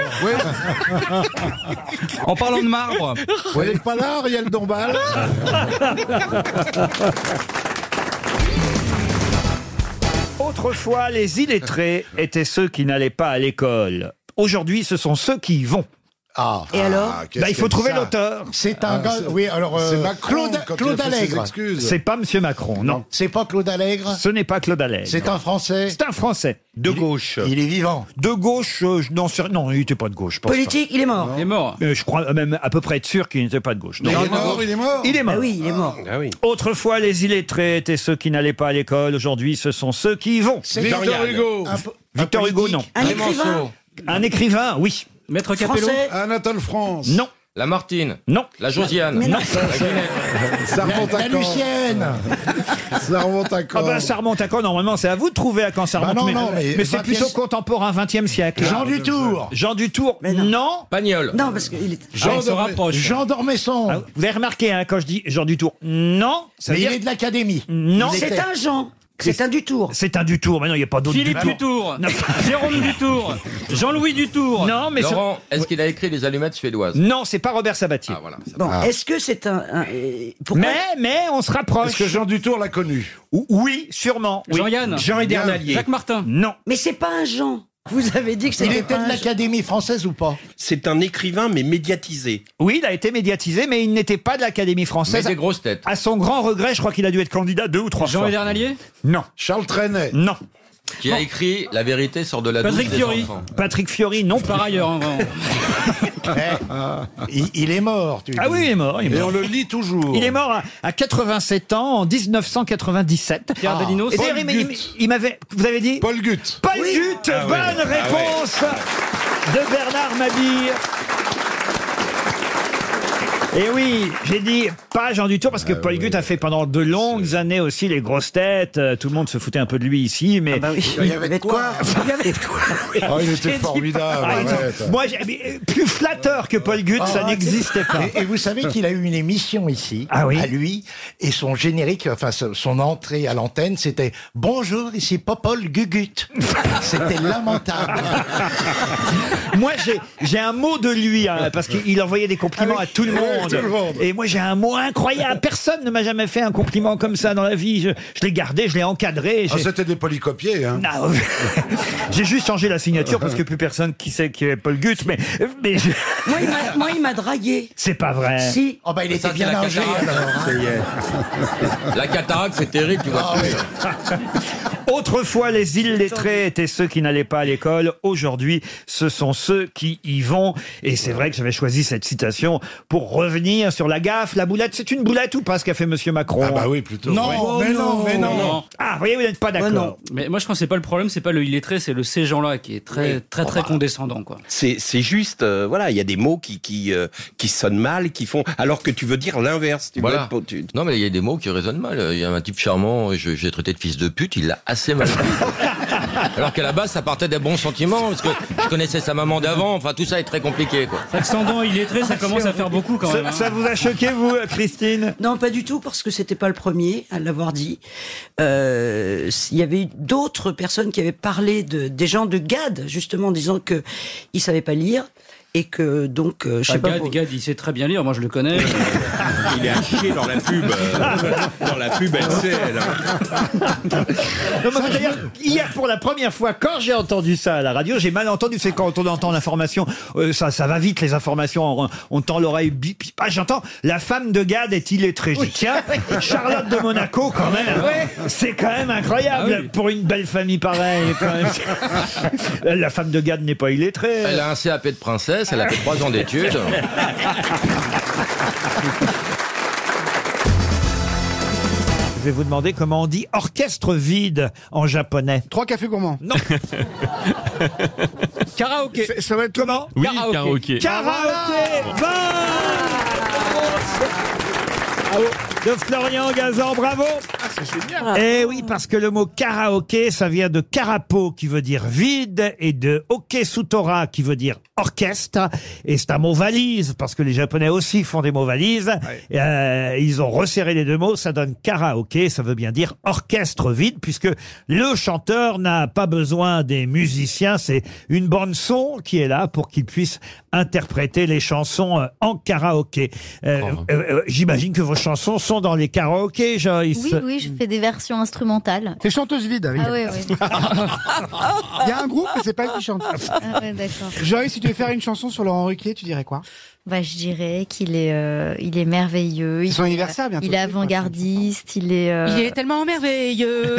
S11: En parlant de marbre.
S2: Vous n'êtes pas là, Ariel Dombal
S4: Au <laughs> Autrefois, les illettrés étaient ceux qui n'allaient pas à l'école. Aujourd'hui, ce sont ceux qui y vont. Ah,
S6: Et alors Ah, qu'est-ce
S4: Bah, Il faut
S6: que
S4: trouver
S6: ça
S4: l'auteur.
S6: C'est un Ah, gars- c'est- oui, alors, euh, c'est Macron Claude- quand il a Claude fait ses Allègre. excuses.
S4: C'est pas Monsieur Macron, non. C'est pas Claude Allègre Ce n'est pas Claude Allègre. C'est un Français C'est un Français. De gauche. Il est vivant. De gauche, euh, je n'en sais- Non, il n'était pas de gauche. je pense pas.
S5: Politique, il est mort. Il est mort.
S4: Euh, je crois même à peu près être sûr qu'il n'était pas de gauche.
S5: Mais
S4: Non.
S5: il est mort, il est mort.
S4: Il est mort.
S5: Ah oui, il est mort.
S4: Autrefois, les illettrés étaient ceux qui n'allaient pas à l'école. Aujourd'hui, ce sont ceux qui y vont.
S5: C'est <laughs> Victor Dorian. Hugo. Un po-
S4: Victor
S5: un
S4: Hugo, non.
S5: politique. Un Clémenceau. écrivain.
S4: Un écrivain, oui. Maître
S5: Capello. Français.
S4: Anatole France. Non. La Martine. Non.
S11: La Josiane.
S4: Mais non. <laughs>
S6: Ça remonte à La- la quand <laughs> Lucienne.
S4: Ça remonte à quand Ah ben, ça remonte à quand Normalement, c'est à vous de trouver à quand ça
S6: Bah
S4: remonte.
S6: non, non, mais
S4: c'est
S6: 20e
S4: plutôt contemporain, 20e siècle.
S6: Jean Dutour.
S4: Jean Dutour. Ah, non.
S11: Pagnol.
S5: Non, parce qu'il est.
S4: Jean
S6: se rapproche. Jean
S4: Dormesson. vous avez remarqué hein, quand je dis Jean Dutour. Non. Ça
S6: Mais
S4: veut
S6: il
S4: dire-
S6: est de
S4: l'Académie. Non.
S6: Il était. C'est un
S5: Jean.
S4: C'est un Dutour. C'est un Dutour. Mais non, il n'y a pas d'autre
S18: Philippe
S4: Dutour.
S18: Dutour, Jérôme Dutour, Jean-Louis Dutour.
S4: Non, mais
S18: Laurent,
S11: est-ce qu'il a écrit les allumettes suédoises Ah,
S4: Non, c'est pas Robert Sabatier.
S5: Bon,
S6: Ah.
S5: est-ce que c'est un. un- euh, pourquoi-
S4: Mais, mais on se rapproche.
S5: Est-ce que Jean
S4: Dutour l'a connu Oui, sûrement. oui.
S5: Jean-Yann.
S4: Jean Edernalier.
S5: Jacques
S4: Martin Non.
S5: Mais c'est pas un Jean. Vous avez dit que c'était.
S7: Il était
S5: pas
S7: de
S5: un Jean.
S7: l'Académie française ou pas
S11: C'est un écrivain, mais médiatisé.
S4: Oui, il a été médiatisé, mais il n'était pas de l'Académie française.
S11: Mais des grosses têtes.
S4: À son grand regret, je crois qu'il a dû être candidat deux ou trois fois.
S11: Edernalier
S4: Non. Charles Trenet Non.
S11: Qui a écrit La vérité sort de la
S4: Patrick
S11: douche des
S4: Fiori.
S11: enfants.
S4: Patrick Fiori, non. Par ailleurs,
S6: Eh,
S4: il, est mort. ah oui, il est mort. il est
S6: Et
S4: mort.
S6: on le lit toujours.
S4: Il est mort à, à 87 ans en 1997.
S6: Pierre Béninos.
S4: Et d'ailleurs,
S6: Paul
S4: Eh il m'a- il m'a- il m'avait. Vous avez dit Paul Gut. Paul Gut.
S6: Ah oui.
S4: Bonne
S6: Ah oui.
S4: réponse de Bernard Mabille. Et oui, j'ai dit pas Jean Dutour
S6: Ah
S4: parce que Paul Gut a fait pendant de longues années aussi les grosses têtes. Euh, Tout le monde se foutait un peu de lui ici, mais
S6: Ah bah Il y avait de quoi
S5: Il y avait de quoi
S6: Oh, il était
S4: J'ai dit pas.
S6: formidable,
S4: Ah, il-
S6: arrête.
S4: Moi, j'ai- mais, euh, plus flatteur que Paul Gut, ça
S7: Ah,
S4: n'existait pas.
S7: Et, et vous savez qu'il a eu une émission ici,
S4: Ah oui
S7: à lui, et son générique, enfin son- son entrée à l'antenne, c'était Bonjour, ici Popol Gugut. <laughs> c'était lamentable.
S4: <laughs> Moi, j'ai- j'ai un mot de lui, hein, parce qu'il envoyait des compliments à tout le,
S6: Ouais,
S4: monde.
S6: Ah tout le monde.
S4: Et moi, j'ai un mot incroyable. Personne ne m'a jamais fait un compliment comme ça dans la vie. Je, je l'ai gardé, je l'ai encadré.
S6: Ah,
S4: j'ai-
S6: c'était des polycopiés, hein.
S4: Ah, ouais. J'ai juste changé la signature parce
S7: <laughs>
S4: que plus personne qui sait qui est Paul Gut,
S6: <laughs>
S4: mais, mais je-
S5: Moi, il m'a- Moi, il m'a dragué.
S4: c'est pas vrai.
S5: Si.
S7: Oh, bah, il
S11: Ça,
S7: était
S11: c'est
S7: bien
S11: la
S7: âgé
S11: cataracte.
S7: alors. hein.
S11: <laughs> La cataracte, c'est terrible, tu vois.
S14: Ah,
S4: <laughs> Autrefois, les illettrés étaient ceux qui n'allaient pas à l'école. Aujourd'hui, ce sont ceux qui y vont. Et c'est vrai que j'avais choisi cette citation pour revenir sur la gaffe, la boulette. C'est une boulette ou pas ce qu'a fait Monsieur Macron
S6: Ah bah oui, plutôt.
S4: Oui.
S6: Non, mais non, mais non.
S4: Ah, vous voyez, vous n'êtes pas d'accord.
S18: Mais moi, je pense que c'est pas le problème, c'est pas le illettré, c'est le ces gens-là qui est très, très, très
S4: bah.
S18: condescendant, quoi.
S14: C'est c'est juste, euh, voilà, il y a des mots qui qui euh, qui sonnent mal, qui font, alors que tu veux dire l'inverse. tu veux
S11: Voilà.
S14: être pour- tu-
S11: Non, mais il y a des mots qui résonnent mal. Il y a un type charmant, je- j'ai traité de fils de pute, il l'a assez mal
S4: <laughs>
S11: pris. Alors qu'à la base, ça partait des bons sentiments, parce que je connaissais sa maman d'avant, enfin, tout ça est très compliqué, quoi.
S18: Accendant illettré, ça commence à faire beaucoup quand même. hein.
S4: vous a choqué, vous, Christine
S5: Non, pas du tout, parce que c'était pas le premier à l'avoir dit. Euh, Il y avait eu d'autres personnes qui avaient parlé de, des gens de GAD, justement, en disant que ils savaient pas lire et que donc, euh, je
S18: Ah,
S5: sais pas.
S18: Gad,
S5: pour-
S18: Gad, il sait très bien lire, moi je le connais.
S14: <laughs> Il est à chier dans la pub, euh, dans la pub LCL.
S4: Non, mais d'ailleurs, hier, pour la première fois, quand j'ai entendu ça à la radio, j'ai mal entendu. C'est quand on entend l'information, euh, ça, ça va vite, les informations. On, on tend l'oreille. bip, bip. Ah, j'entends, la femme de Gad est illettrée. Je dis, <laughs> Tiens, Charlotte de Monaco, quand même. C'est quand même incroyable
S18: Ah oui.
S4: pour une belle famille pareille. quand même. <laughs> la femme de Gad n'est pas illettrée.
S11: Elle a un CAP de princesse, elle a fait trois ans d'études.
S4: Je vais vous demander comment on dit orchestre vide en japonais. Trois cafés gourmands. <laughs> Non.
S18: Karaoké.
S4: Ça va être comment
S18: Oui, karaoké.
S4: Karaoké. Bravo de Florian Gazan, bravo Eh oui, parce que le mot karaoké, ça vient de carapo, qui veut dire vide, et de hoke sutora, qui veut dire orchestre. Et c'est un mot valise, parce que les Japonais aussi font des mots valises. Euh, ils ont resserré les deux mots, ça donne karaoké, ça veut bien dire orchestre vide, puisque le chanteur n'a pas besoin des musiciens, c'est une bande son qui est là pour qu'il puisse interpréter les chansons euh, en karaoké. Euh, euh, euh, J'imagine que vos chansons sont chansons dans les karaokés, Joyce.
S15: Oui, oui, je fais des versions instrumentales.
S1: T'es chanteuse vide, avec.
S15: Ah oui, oui.
S1: Il
S5: Ah,
S1: y a un groupe, mais c'est pas elle qui chante.
S15: Ah ouais, d'accord.
S1: Joyce, si tu devais faire une chanson sur Laurent Ruquier, tu dirais quoi
S15: Bah, je dirais qu'il est, euh, il est merveilleux. Il
S1: son anniversaire, bientôt.
S15: Il est avant-gardiste, il est. euh,
S19: Il est tellement merveilleux.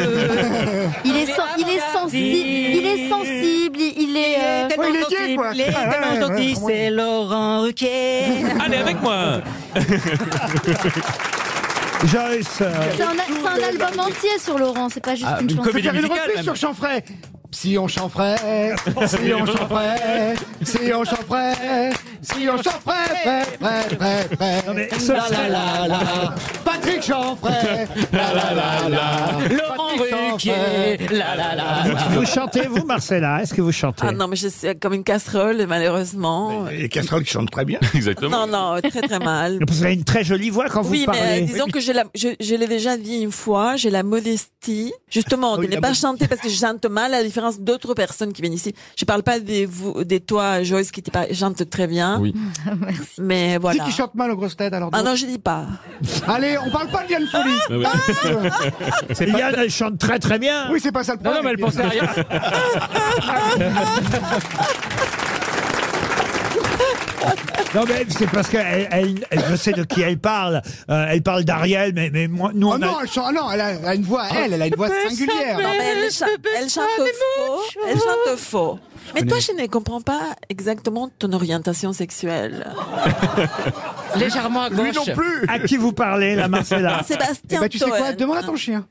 S15: il est, sen- il est sensible, il est sensible, il, il est. euh,
S1: Oh,
S19: tellement gentil, il
S1: Ah,
S19: est tellement gentil, c'est Laurent Ruquier.
S18: Allez avec moi
S4: <laughs> Joyce. euh,
S15: C'est un, c'est un album entier sur Laurent, c'est pas juste
S1: Ah,
S15: une chanson.
S1: Faut faire une reprise sur Chanfray. Si on chanfrait, si on chanfrait, si on chanfrait, si on chanfrait, frais, frais, frais, frais.
S19: ce
S1: La,
S19: serait-
S1: la, la, la. Patrick chanfrait, la, la, la,
S5: Ah
S1: la.
S19: Laurent
S1: Patrick Chanfray.
S19: Ruquier, la, la, la.
S4: vous, vous chantez, vous, Marcella Est-ce que vous chantez
S5: Ah non, mais je suis comme une casserole, et malheureusement.
S20: Les casseroles qui chantent très bien.
S5: Non, non, très très mal.
S4: Parce que vous avez une très jolie voix quand
S5: oui,
S4: vous parlez.
S5: mais euh, disons que j'ai la- je, je l'ai déjà dit une fois, j'ai la modestie,
S1: Ah
S5: justement, de
S4: Oui,
S5: ne
S4: la
S5: pas
S4: modestie.
S5: chanter parce que je chante mal, à la différence d'autres personnes qui viennent ici. Je parle pas des, vous, des toi, Joyce, qui t'es pas- chante très bien.
S19: <laughs>
S21: Oui.
S5: Mais voilà.
S1: Qui chante mal aux grosses têtes alors
S5: Ah
S1: donc
S5: non, je dis pas.
S1: Allez, on parle pas de Yann Folie.
S4: C'est pas- Yann, elle chante très très bien.
S1: Oui, c'est pas ça le problème.
S4: non, mais elle pensait à rien. Non mais c'est parce que elle, elle- elle- je sais de qui elle parle. Euh, elle parle d'Ariel, mais, mais moi, nous
S1: Oh
S4: on a-
S1: non, elle, chante- ah non, elle a, elle a une voix,
S18: Ah.
S1: elle, elle a une voix singulière.
S5: Non, mais elle, chante, elle chante faux. Elle chante faux. Mais toi, je ne comprends pas exactement ton orientation sexuelle.
S1: <laughs>
S19: Légèrement
S4: Ah,
S19: à gauche.
S4: À qui vous parlez, la Marcella
S5: Ah, Sébastien
S1: Eh ben, tu sais quoi
S5: Toen.
S1: Demande à ton chien.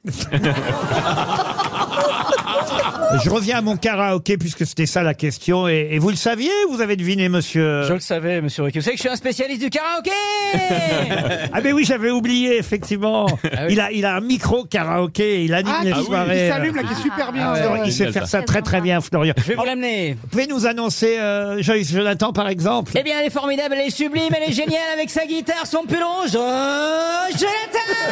S4: Je reviens à mon karaoké puisque c'était ça la question. Et, et vous le saviez Vous avez deviné, monsieur
S6: Je le savais, monsieur Riquet. Vous savez que je suis un spécialiste du karaoké
S4: <laughs> Ah mais oui, j'avais oublié effectivement.
S6: Ah
S4: Il a, il a un micro karaoké. Il anime
S1: Ah,
S4: les
S1: qui-
S4: soirées. euh,
S18: euh,
S1: qui s'allume là, qui est super bien. euh.
S4: Ah,
S1: c'est vrai.
S4: il sait faire ça très très bien, Florian.
S6: Je vais vous l'amener.
S4: Vous pouvez nous annoncer euh, Joyce Jonathan par exemple
S6: Eh bien, elle est formidable, elle est sublime, elle est géniale avec sa guitare, son pull rouge. Oh, Jonathan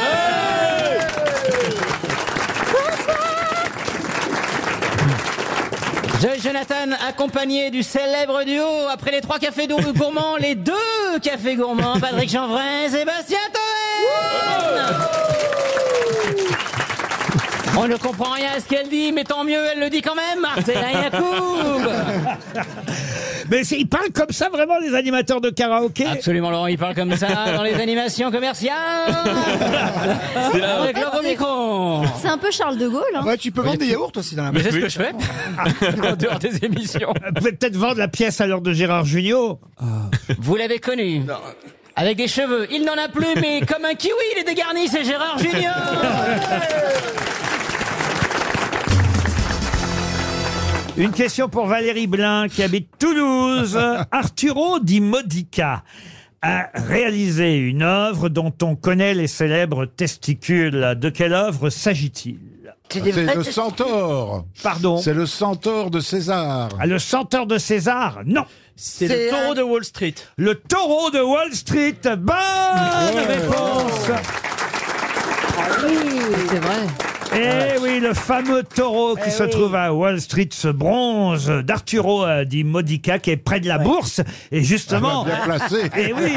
S6: Joyce Jonathan, accompagné du célèbre duo, après les trois cafés dou- gourmands, les deux cafés gourmands, Patrick Chanvrin, Sébastien Toen On ne comprend rien à ce qu'elle dit, mais tant mieux, elle le dit quand même, Marcela Yacoub
S4: <laughs> Mais c'est- ils parlent comme ça vraiment les animateurs de karaoké
S6: Absolument, Laurent, il parle
S4: <laughs>
S6: comme ça dans les animations commerciales. Avec
S15: En fait,
S6: Laurent
S15: c'est-
S6: Micron.
S15: C'est un peu Charles de Gaulle. hein.
S1: Ouais, tu peux vendre des yaourts aussi dans la
S6: Mais c'est ce que je fais en dehors des émissions. Ah.
S4: Vous pouvez peut-être vendre la pièce à l'heure de Gérard Junior.
S6: Vous l'avez connu. Avec des cheveux. Il n'en a plus, mais comme un kiwi, il est dégarni, c'est Gérard Junior. <laughs>
S4: Ah, Une question pour Valérie Blin qui habite
S6: <laughs>
S4: Toulouse. Arturo Di Modica a réalisé une œuvre dont on connaît les célèbres testicules. De quelle œuvre s'agit-il
S1: C'est
S2: vrais
S1: des
S2: testes-
S1: centaure.
S4: Pardon
S1: le centaure de César.
S4: Ah, Le centaure de César Non
S6: C'est le taureau de Wall Street.
S4: Le taureau de Wall Street Bonne réponse
S2: Ah
S19: C'est vrai.
S4: Eh oui, le fameux taureau
S2: Eh
S4: qui se trouve à Wall Street, ce bronze d'Arturo euh, di Modica, qui est près de la bourse. Et <laughs> justement,
S1: Ah, bien placé.
S4: <laughs> Eh
S2: <laughs>
S4: oui,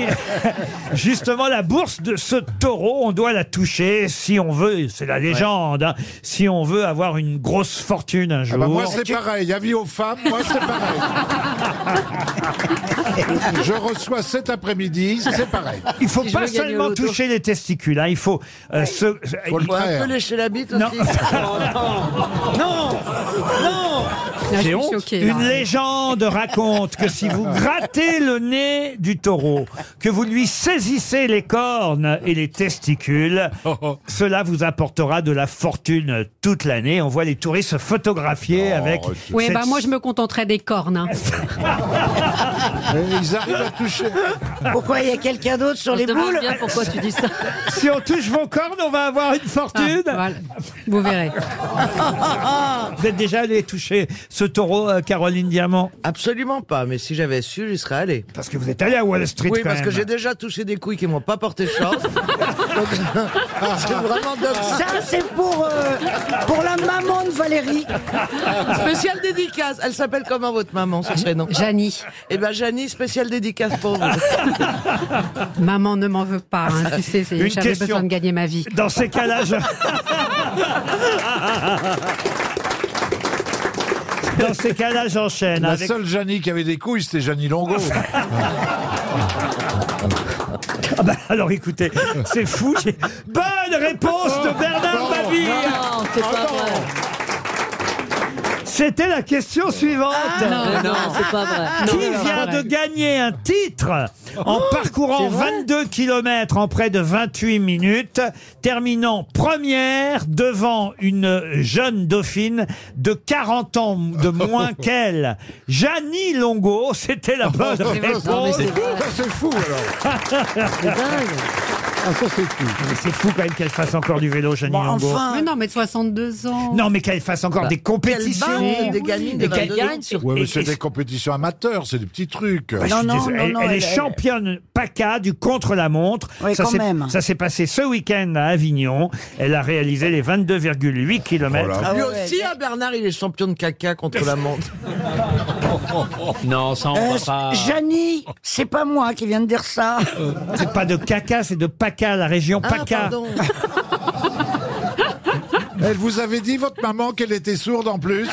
S4: justement, la bourse de ce taureau, on doit la toucher si on veut, c'est la légende, hein, si on veut avoir une grosse fortune un jour.
S2: bah, moi, c'est pareil. Avis aux femmes, moi, c'est pareil. Je reçois cet après-midi, c'est pareil.
S4: il faut
S2: Si je
S4: pas
S2: veux gagner au
S4: seulement
S2: loto.
S4: toucher les testicules, hein, il faut euh, se-
S2: Faut le
S4: il-
S2: faire.
S10: lécher la
S4: <laughs>
S10: bite
S4: Non.
S6: Non Non
S4: Ah,
S19: J'ai honte. choquée, là.
S4: Une légende raconte que si
S19: <laughs>
S4: vous grattez le nez du taureau, que vous lui saisissez les cornes et les testicules, cela vous apportera de la fortune toute l'année. On voit les touristes se photographier avec.
S19: Oui,
S4: cette-
S19: bah
S4: <laughs>
S19: moi je me contenterai des cornes. hein.
S2: Euh,
S1: Ils arrivent à toucher.
S10: Pourquoi il y a quelqu'un d'autre sur
S19: On
S10: les
S19: se demande
S10: boules
S19: bien pourquoi tu dis ça.
S4: <laughs> Si on touche vos cornes, on va avoir une
S19: Ah,
S4: fortune.
S19: voilà. Vous verrez.
S4: Vous êtes déjà allé toucher ce ce taureau, euh, Caroline Diamant <laughs>
S1: Absolument pas, mais si j'avais su, j'y serais allé.
S4: Parce que vous êtes allé à Wall Street,
S1: Oui,
S4: quand
S1: parce que
S4: même.
S1: j'ai déjà touché des couilles qui m'ont pas porté
S4: <laughs>
S1: chance. Donc, <laughs> c'est vraiment dommage.
S10: Ça, c'est pour, euh, pour la maman de Valérie.
S1: Spéciale dédicace. Elle s'appelle comment votre maman, son prénom Janie. Eh ben Janie, spéciale dédicace pour vous.
S19: Maman ne m'en veut pas, hein, tu sais, c'est-
S1: Une
S19: j'avais
S1: question.
S19: besoin de gagner ma vie.
S4: Dans ces cas-là,
S19: <laughs>
S4: je- Dans ces cas-là, j'enchaîne.
S2: La
S4: avec-
S2: seule Janie qui avait des couilles, c'était Janie Longo.
S4: <laughs> Ah bah, alors écoutez, c'est fou. j'ai- Bonne réponse de Bernard Mabille C'était la question suivante.
S7: Ah, non, non, c'est pas vrai. Oh,
S4: Qui
S7: Non, non,
S4: vient
S7: non,
S4: de
S7: non.
S4: gagner un titre en parcourant 22 km en près de 28 minutes, terminant première devant une jeune dauphine de 40 ans de
S7: <laughs>
S4: moins qu'elle, Janie Longo. C'était
S7: Oh,
S4: la bonne
S2: Non, mais
S4: réponse.
S2: c'est- Ça, c'est fou, alors.
S4: C'est fou. Ah, C'est fou quand même qu'elle fasse encore du vélo, Janine
S19: Bah,
S4: Longo.
S19: Mais non, mais de 62 ans.
S4: Non, mais qu'elle fasse encore
S19: Bah,
S4: des compétitions.
S19: quelle barbe,
S4: Et
S19: des gamines
S4: qu'elle-
S19: de 22 ans.
S4: et-
S2: Ouais, mais
S4: et-
S2: c'est des compétitions amateurs, c'est des petits trucs.
S4: Bah, je suis désolé, elle, elle est championne PACA du contre-la-montre.
S2: Oui,
S4: ça
S2: quand
S4: s'est-
S2: même.
S4: Ça s'est passé ce week-end à Avignon. Elle a réalisé les 22,8 km.
S10: Oh
S1: Lui
S10: Ah
S7: Ah
S1: aussi, hein, Bernard, il est champion de caca contre la montre.
S7: <laughs> Non, ça on
S10: Euh,
S7: va pas.
S10: Janie, c'est pas moi qui viens de dire ça.
S4: C'est pas de caca, c'est de PACA, la région
S6: Ah,
S4: Ah, PACA.
S2: <laughs> Elle vous avait dit, votre maman, qu'elle était sourde en plus.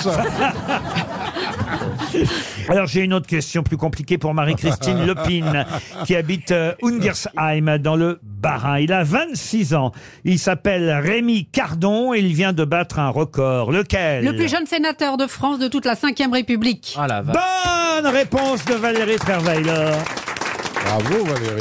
S4: Alors j'ai une autre question plus compliquée pour
S2: <laughs>
S4: Marie-Christine Lepine qui habite euh, Ungersheim dans le Bas-Rhin. Il a 26 ans. Il s'appelle Rémi Cardon et il vient de battre un record. Lequel
S19: Le plus jeune sénateur de France de toute la Ve République.
S4: Bonne réponse de Valérie Trierweiler.
S2: Bravo, Valérie.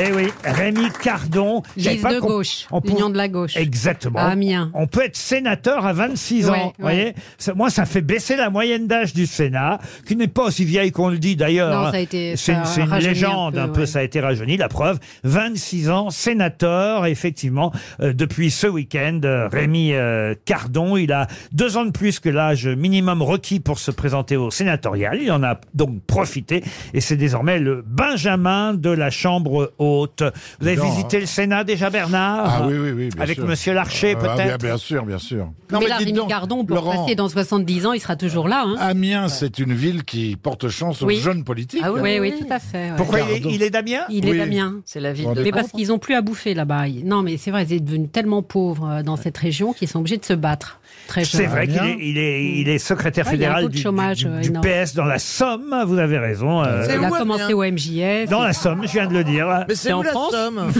S4: Eh oui, Rémi Cardon. Je savais
S19: Lise
S4: pas
S19: de
S4: qu'on-
S19: gauche,
S4: on peut-
S19: union de la gauche.
S4: Exactement.
S19: À Amiens.
S4: On peut être sénateur à 26 ans.
S19: Ouais,
S4: vous
S19: ouais.
S4: voyez Ça- Moi, ça fait baisser la moyenne d'âge du Sénat, qui n'est pas aussi vieille qu'on le dit d'ailleurs.
S19: Non,
S4: hein.
S19: ça a été-
S4: C'est
S19: ça
S4: une,
S19: a
S4: c'est une
S19: rajeuni un
S4: légende,
S19: peu,
S4: un peu,
S19: ouais.
S4: ça a été rajeuni. La preuve, 26 ans, sénateur, effectivement, euh, depuis ce week-end, euh, Rémi euh, Cardon, il a deux ans de plus que l'âge minimum requis pour se présenter au sénatorial. Il en a donc profité et c'est désormais le Benjamin de la Chambre haute. Vous avez
S2: Non,
S4: visité le Sénat déjà, Bernard
S2: hein. Ah oui, oui, oui. bien
S4: Avec
S2: sûr.
S4: Monsieur Larcher,
S2: Ah, bien,
S4: peut-être
S2: Bien sûr, bien sûr.
S19: mais,
S2: mais
S19: là,
S2: dites
S19: Rémi
S2: donc,
S19: Cardon, pour
S2: Laurent,
S19: passer dans 70 ans, il sera toujours là. Hein.
S2: Amiens, c'est une ville qui porte chance aux
S19: Oui.
S2: jeunes politiques. hein.
S19: Ah oui, oui, oui, tout à fait. ouais.
S2: Pourquoi il est- Cardon. il est
S4: d'Amiens
S19: Il est
S2: Oui.
S19: d'Amiens.
S2: C'est la ville de
S19: Mais
S2: Caen.
S19: parce qu'ils n'ont plus à bouffer là-bas. Ils- Non, mais c'est vrai, ils sont devenus tellement pauvres euh, dans cette région qu'ils sont obligés de se battre. Très Ah,
S4: C'est
S19: jeunes.
S4: vrai qu'il est, il est, Ah, il est secrétaire
S19: Ouais, il y a un
S4: fédéral
S19: taux de
S4: du, du-
S19: chômage,
S4: du-
S19: euh,
S4: du
S19: énorme.
S4: PS dans la Somme, vous avez raison. euh,
S19: Il a commencé euh, au MJS.
S4: dans la Somme, je viens de le dire.
S1: Mais c'est où la Somme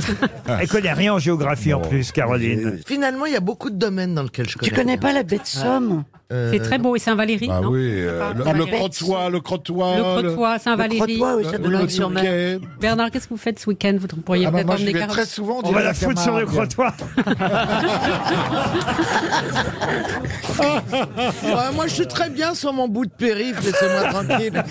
S4: Elle connaît rien en géographie en plus, Caroline.
S1: Finalement, il y a beaucoup de domaines dans lesquels je connais. Ah. Euh,
S10: connais pas la baie
S1: bête
S10: de Somme
S19: C'est très beau. Et Saint-Valéry,
S2: Bah
S19: non
S1: <laughs>
S2: oui, euh,
S19: Ah,
S2: le, le
S19: bah,
S2: Crotoy, le Crotoy.
S19: Le Crotoy, Saint-Valéry. Euh,
S2: le- le Touquet.
S19: Bernard, qu'est-ce que vous faites ce week-end Vous pourriez
S2: Ah bah,
S19: peut-être
S2: moi, j'y
S19: emmener
S2: vais
S19: Caroline.
S2: très souvent, On dirait va la la foutre sur le Camargue.
S1: Ouais, Ah, moi, je suis très bien sur mon bout de périph', laissez-moi
S10: <laughs>
S1: tranquille.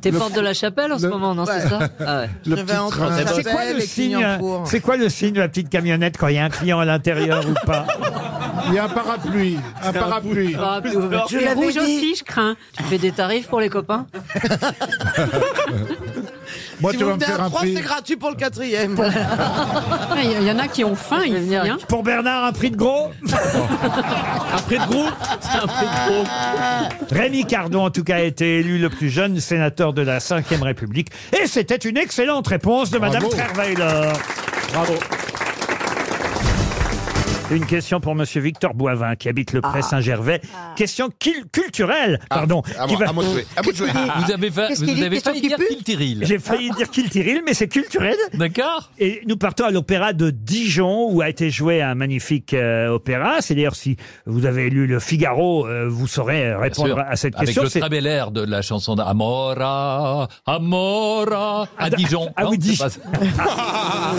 S7: T'es porte de la chapelle en ce
S1: Le-
S7: moment, non, c'est
S1: Ouais. <laughs>
S7: ça Ah ouais.
S1: Le Je vais petit en train.
S4: C'est quoi le
S1: Avec
S4: signe
S1: Clignancourt.
S4: euh, C'est quoi le signe de la petite camionnette quand il y a un client à l'intérieur ou
S1: <laughs>
S4: pas
S2: Il y a un parapluie. Un parapluie.
S7: Je
S19: Ah, l'avais
S7: rouge
S19: dit.
S7: aussi, je crains. Tu fais des tarifs pour les copains
S2: Moi,
S1: si
S2: tu
S1: vous
S2: vas me
S1: venez
S2: faire
S1: à
S2: un
S1: 3,
S2: prix.
S1: c'est gratuit pour le quatrième.
S3: <laughs>
S19: Ouais, Il y- il y en a qui ont faim ici. hein.
S4: Pour Bernard, un prix de gros
S7: Un prix de groupe <laughs> C'est un prix de groupe.
S4: Rémi Cardon, en tout cas, a été élu le plus jeune sénateur de la Ve République. Et c'était une excellente réponse <laughs> de Madame
S2: Bravo.
S4: Trerweiler. Bravo. Une question pour Monsieur Victor Boivin, qui habite le
S22: Ah.
S4: Pré Saint-Gervais. Question cul- culturelle, pardon.
S22: à
S4: qui
S22: moi- à moi de jouer, à moi de jouer.
S12: Vous avez, fa-
S22: Qu'est-ce
S12: vous
S22: qu'il dit,
S12: avez
S22: question
S12: failli
S22: qui
S12: dire
S22: pue
S12: Kiltiril.
S4: J'ai failli dire Kiltiril, mais c'est culturel.
S12: D'accord.
S4: Et nous partons à l'opéra de Dijon, où a été joué un magnifique euh, opéra. C'est d'ailleurs, si vous avez lu Le Figaro, euh, vous saurez
S12: Bien sûr.
S4: répondre à cette
S12: Avec
S4: question.
S12: le
S4: C'est-
S12: très bel air de la chanson d'Amora, Amora, à Dijon.
S4: Ah
S12: Non,
S4: oui,
S12: c'est
S4: Dijon.
S12: pas ça.
S4: <laughs>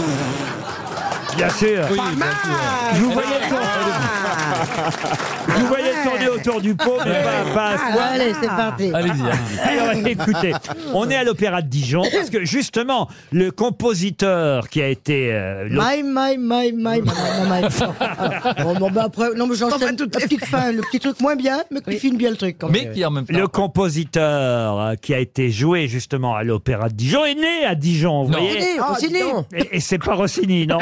S4: Bien sûr.
S12: Oui, bien sûr.
S4: Je vous voyais le Vous voyez tourner autour du pot, mais pas, pas à ce point.
S22: Ah,
S10: Allez, c'est parti.
S4: <laughs> Alors Ah, écoutez, on est à l'Opéra de Dijon parce que justement, le compositeur qui a été. euh, l'au-
S10: My, my, my, my, my, my, my.
S1: <laughs>
S10: Ah, Bon, bon, ben après, non, mais j'enchaîne la petite fin, le petit truc moins bien, mais qui finit bien le truc. quand même.
S4: Le compositeur euh, qui a été joué justement à l'Opéra de Dijon est né à Dijon, vous
S10: Non.
S4: voyez.
S3: Oh,
S10: Il est né, Ah, Rossini. dis donc.
S4: Et, et c'est pas Rossini, non.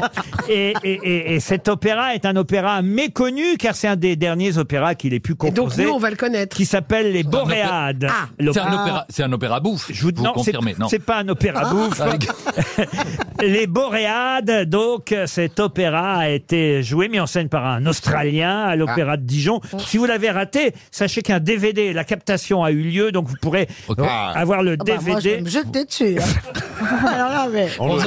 S4: et, et, et- et cet opéra est un opéra méconnu car c'est un des derniers opéras qu'il ait pu composer.
S3: donc, nous, on va le connaître.
S4: Qui s'appelle Les
S3: opé-
S4: Boréades.
S3: Ah,
S12: C'est un
S4: L'opéra-
S12: opéra, c'est un opéra bouffe. Je
S4: vous,
S12: vous
S4: non, c'est-
S12: confirmez, non.
S4: C'est pas un opéra
S12: Ah.
S4: bouffe.
S12: Ah, les
S4: Les Boréades, donc euh, cet opéra a été joué, mis en scène par un Australien à l'opéra
S23: Ah.
S4: de Dijon. Si vous l'avez raté, sachez qu'un DVD, la captation a eu lieu, donc vous pourrez euh, avoir le
S10: Ah bah, moi, je vais
S4: DVD.
S10: me jeter dessus. hein. <laughs> Alors là, mais...
S12: On,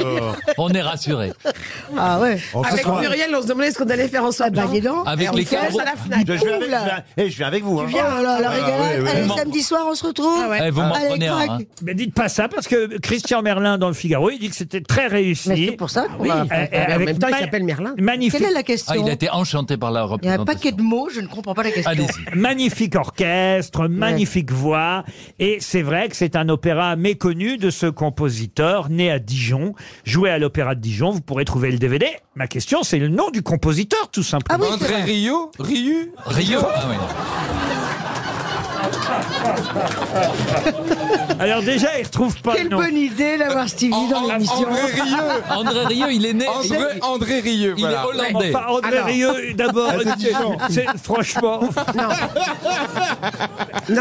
S12: on est rassuré.
S10: <laughs> Ah ouais.
S12: On se
S3: Avec
S12: croit-
S3: Muriel, on se demandait ce qu'on allait faire ensemble.
S10: Bah, dis donc.
S12: Avec
S3: On
S12: les
S3: fait
S12: carreaux.
S3: ça à la FNAC.
S12: Je vais avec-
S10: Oula.
S12: je vais-
S10: eh,
S12: je vais avec vous. hein. Ah,
S10: Tu viens, oh
S4: Ah,
S10: là, la régalade. Allez,
S12: Vous m'en-
S10: samedi soir, on se retrouve.
S3: Ah
S12: Eh, vous m'en
S10: Allez,
S12: prenez un,
S10: crac.
S12: hein.
S4: Mais dites pas ça parce que Christian Merlin dans le Figaro, il dit que c'était très réussi.
S10: Mais c'est pour ça qu'on va-
S4: Euh, euh,
S10: En
S4: avec
S10: même temps, il
S4: ma-
S10: s'appelle Merlin.
S4: Magnifique.
S10: Quelle est la question
S12: Ah, il a été enchanté par la
S10: Il y a un
S12: représentation.
S10: paquet de mots, je ne comprends pas la question.
S4: Magnifique orchestre, magnifique voix. Et c'est vrai que c'est un opéra méconnu de ce compositeur, né à Dijon, joué à l'opéra de Dijon. Vous pourrez trouver le DVD. Ma question, c'est le nom du compositeur, tout simplement.
S10: Ah oui, c'est André vrai.
S4: Rio Riu
S12: Rio
S4: <laughs> Alors déjà, il ne retrouve pas
S10: Quelle
S4: le nom.
S10: bonne idée d'avoir Stevie dans l'émission. <laughs>
S12: André Rieu, il est né.
S10: André-
S12: André
S4: Rieu,
S12: il
S4: voilà.
S12: est hollandais.
S4: Enfin, André
S3: Alors.
S4: Rieu, d'abord,
S3: Ah, c'est différent.
S4: c'est franchement.
S3: Non,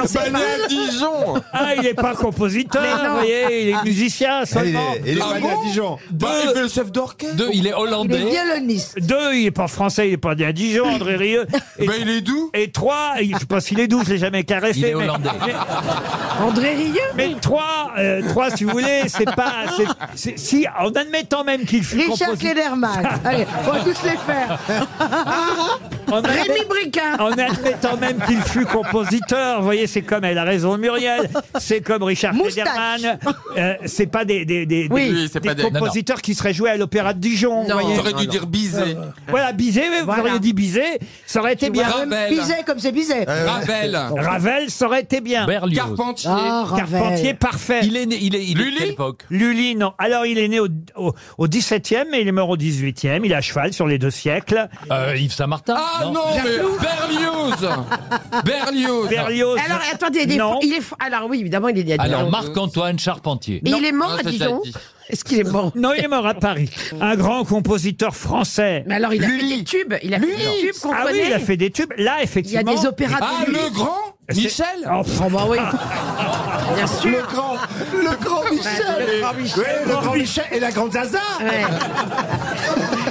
S2: Eh
S3: c'est
S2: ben,
S3: pas-
S4: Ah, il n'est pas
S3: Mais
S4: compositeur,
S3: non.
S4: vous voyez, il est musicien seulement.
S12: Ah,
S4: Ah
S12: il est-
S6: Ah
S12: il est pas né à
S4: Dijon.
S12: il Bah, fait le
S4: chef d'orchestre.
S12: Deux, il est hollandais. Il est
S10: violoniste.
S4: Deux, il n'est pas français, il n'est pas né à Dijon, André Rieu. Et
S12: Ben,
S4: il est doux. Et trois, il- je sais pas s'il est doux, je l'ai jamais caressé.
S12: Il est
S4: mais-
S12: hollandais.
S4: André Rieu Mais trois, euh, trois, si vous voulez, c'est pas. c'est- c'est- si, en admettant même qu'il fut
S10: Richard
S4: compositeur-
S10: <laughs> Klederman. Allez, on va tous les <laughs> faire.
S4: En
S10: Rémi
S4: admet- En admettant même qu'il fut compositeur, vous voyez, c'est comme elle a raison, Muriel. C'est comme Richard Lederman. c'est pas des, des, des,
S3: Oui.
S4: des-
S3: Oui, c'est
S4: des
S3: pas des- non, non.
S4: compositeurs qui seraient joués à l'Opéra de Dijon. vous
S3: Non.
S4: voyez.
S3: T'aurais dû dire Bizet.
S4: Euh, Voilà, Bizet, oui, vous auriez dit Bizet, ça aurait été bien.
S10: Bizet comme c'est Bizet.
S3: Euh,
S4: Ravel, ça aurait été bien.
S12: Berlioz.
S10: Carpentier. Ah, Ravel.
S4: Carpentier, parfait.
S12: Il est né. Il est, il est de quelle époque
S4: Lully, non. Alors, il est né au, au, au 17e, mais il est mort au 18e. Il est à cheval sur les deux siècles.
S12: Euh, Yves Saint-Martin
S3: Ah non, mais Berlioz
S12: <laughs> Berlioz.
S4: Berlioz.
S3: Alors attendez, il est,
S12: Non.
S3: il est alors oui évidemment il est né à Dijon.
S12: Alors, Marc-Antoine Charpentier.
S3: Et il est mort à Dijon Est-ce qu'il est mort
S4: <laughs> Non, il est mort à Paris. Un grand compositeur français.
S3: Mais alors il a fait des tubes, il a fait des tubes qu'on
S4: Ah oui,
S3: connaît.
S4: il a fait des tubes. Là,
S3: Il y a
S4: effectivement. Ah,
S3: des opéras de lui.
S4: C'est- Oh, pff,
S3: Oh, bah
S6: <laughs>
S3: oui. Bien sûr. Bah,
S6: Le grand, le grand Michel.
S3: Le grand Michel.
S6: Ouais, le grand Michel et la grande Zaza. <laughs>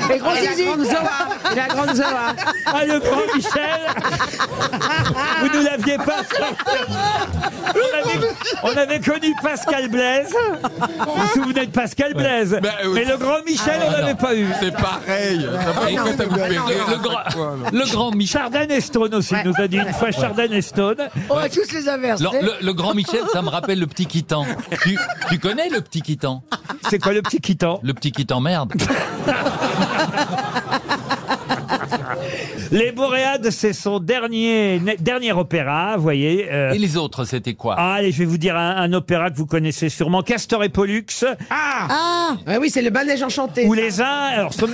S3: Et la grande Zoa. Et la grande Zoa.
S4: Ah, le grand Michel Vous ne l'aviez
S3: Ah.
S4: pas on avait, on avait connu Pascal Blaise. Vous vous souvenez de Pascal Blaise
S15: Bah,
S4: Mais le grand Michel, on l'avait pas eu.
S15: Ah, C'est pareil. Ça
S10: Ah,
S15: va, pourquoi ça vous fait rire à chaque fois, là
S4: Le grand Michel. Chardin Estone aussi, il nous a dit une fois Chardin Estone.
S10: On va tous les inverser.
S12: Le, le- le grand Michel, ça me rappelle le petit Quitan. Tu, tu connais le petit Quitan
S4: C'est quoi le petit Quitan
S12: Le petit Quitan merde.
S4: Les Boréades, c'est son dernier, ne- dernier opéra, vous voyez. euh,
S12: Et les autres, c'était quoi
S4: Ah, allez, je vais vous dire un, un opéra que vous connaissez sûrement, Castor et Pollux.
S3: Ah, Ouais, oui, c'est le manège enchanté.
S4: Ou les Indes. Alors, son,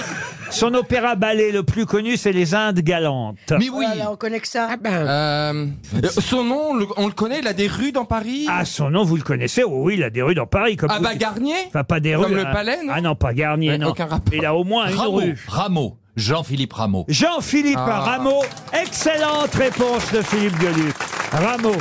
S4: son opéra ballet le plus connu, c'est Les Indes galantes.
S10: Voilà, Oh on connaît que ça.
S4: <laughs>
S15: Euh, son nom, on le, on le connaît, il a des rues dans Paris.
S4: Ah, son nom, vous le connaissez Oh oui, il a des rues dans Paris. Comme
S15: Ah
S4: vous
S15: bah,
S4: dites.
S15: Garnier
S4: Enfin, pas des rues.
S15: Comme le
S4: hein.
S15: Palais,
S4: Ah non, pas Garnier, non. Il a au moins une
S12: Rameau.
S4: rue.
S12: Rameau. Jean-Philippe Rameau.
S4: Jean-Philippe
S12: Ah.
S4: Rameau. Excellente réponse de Philippe Gueluc. Rameau.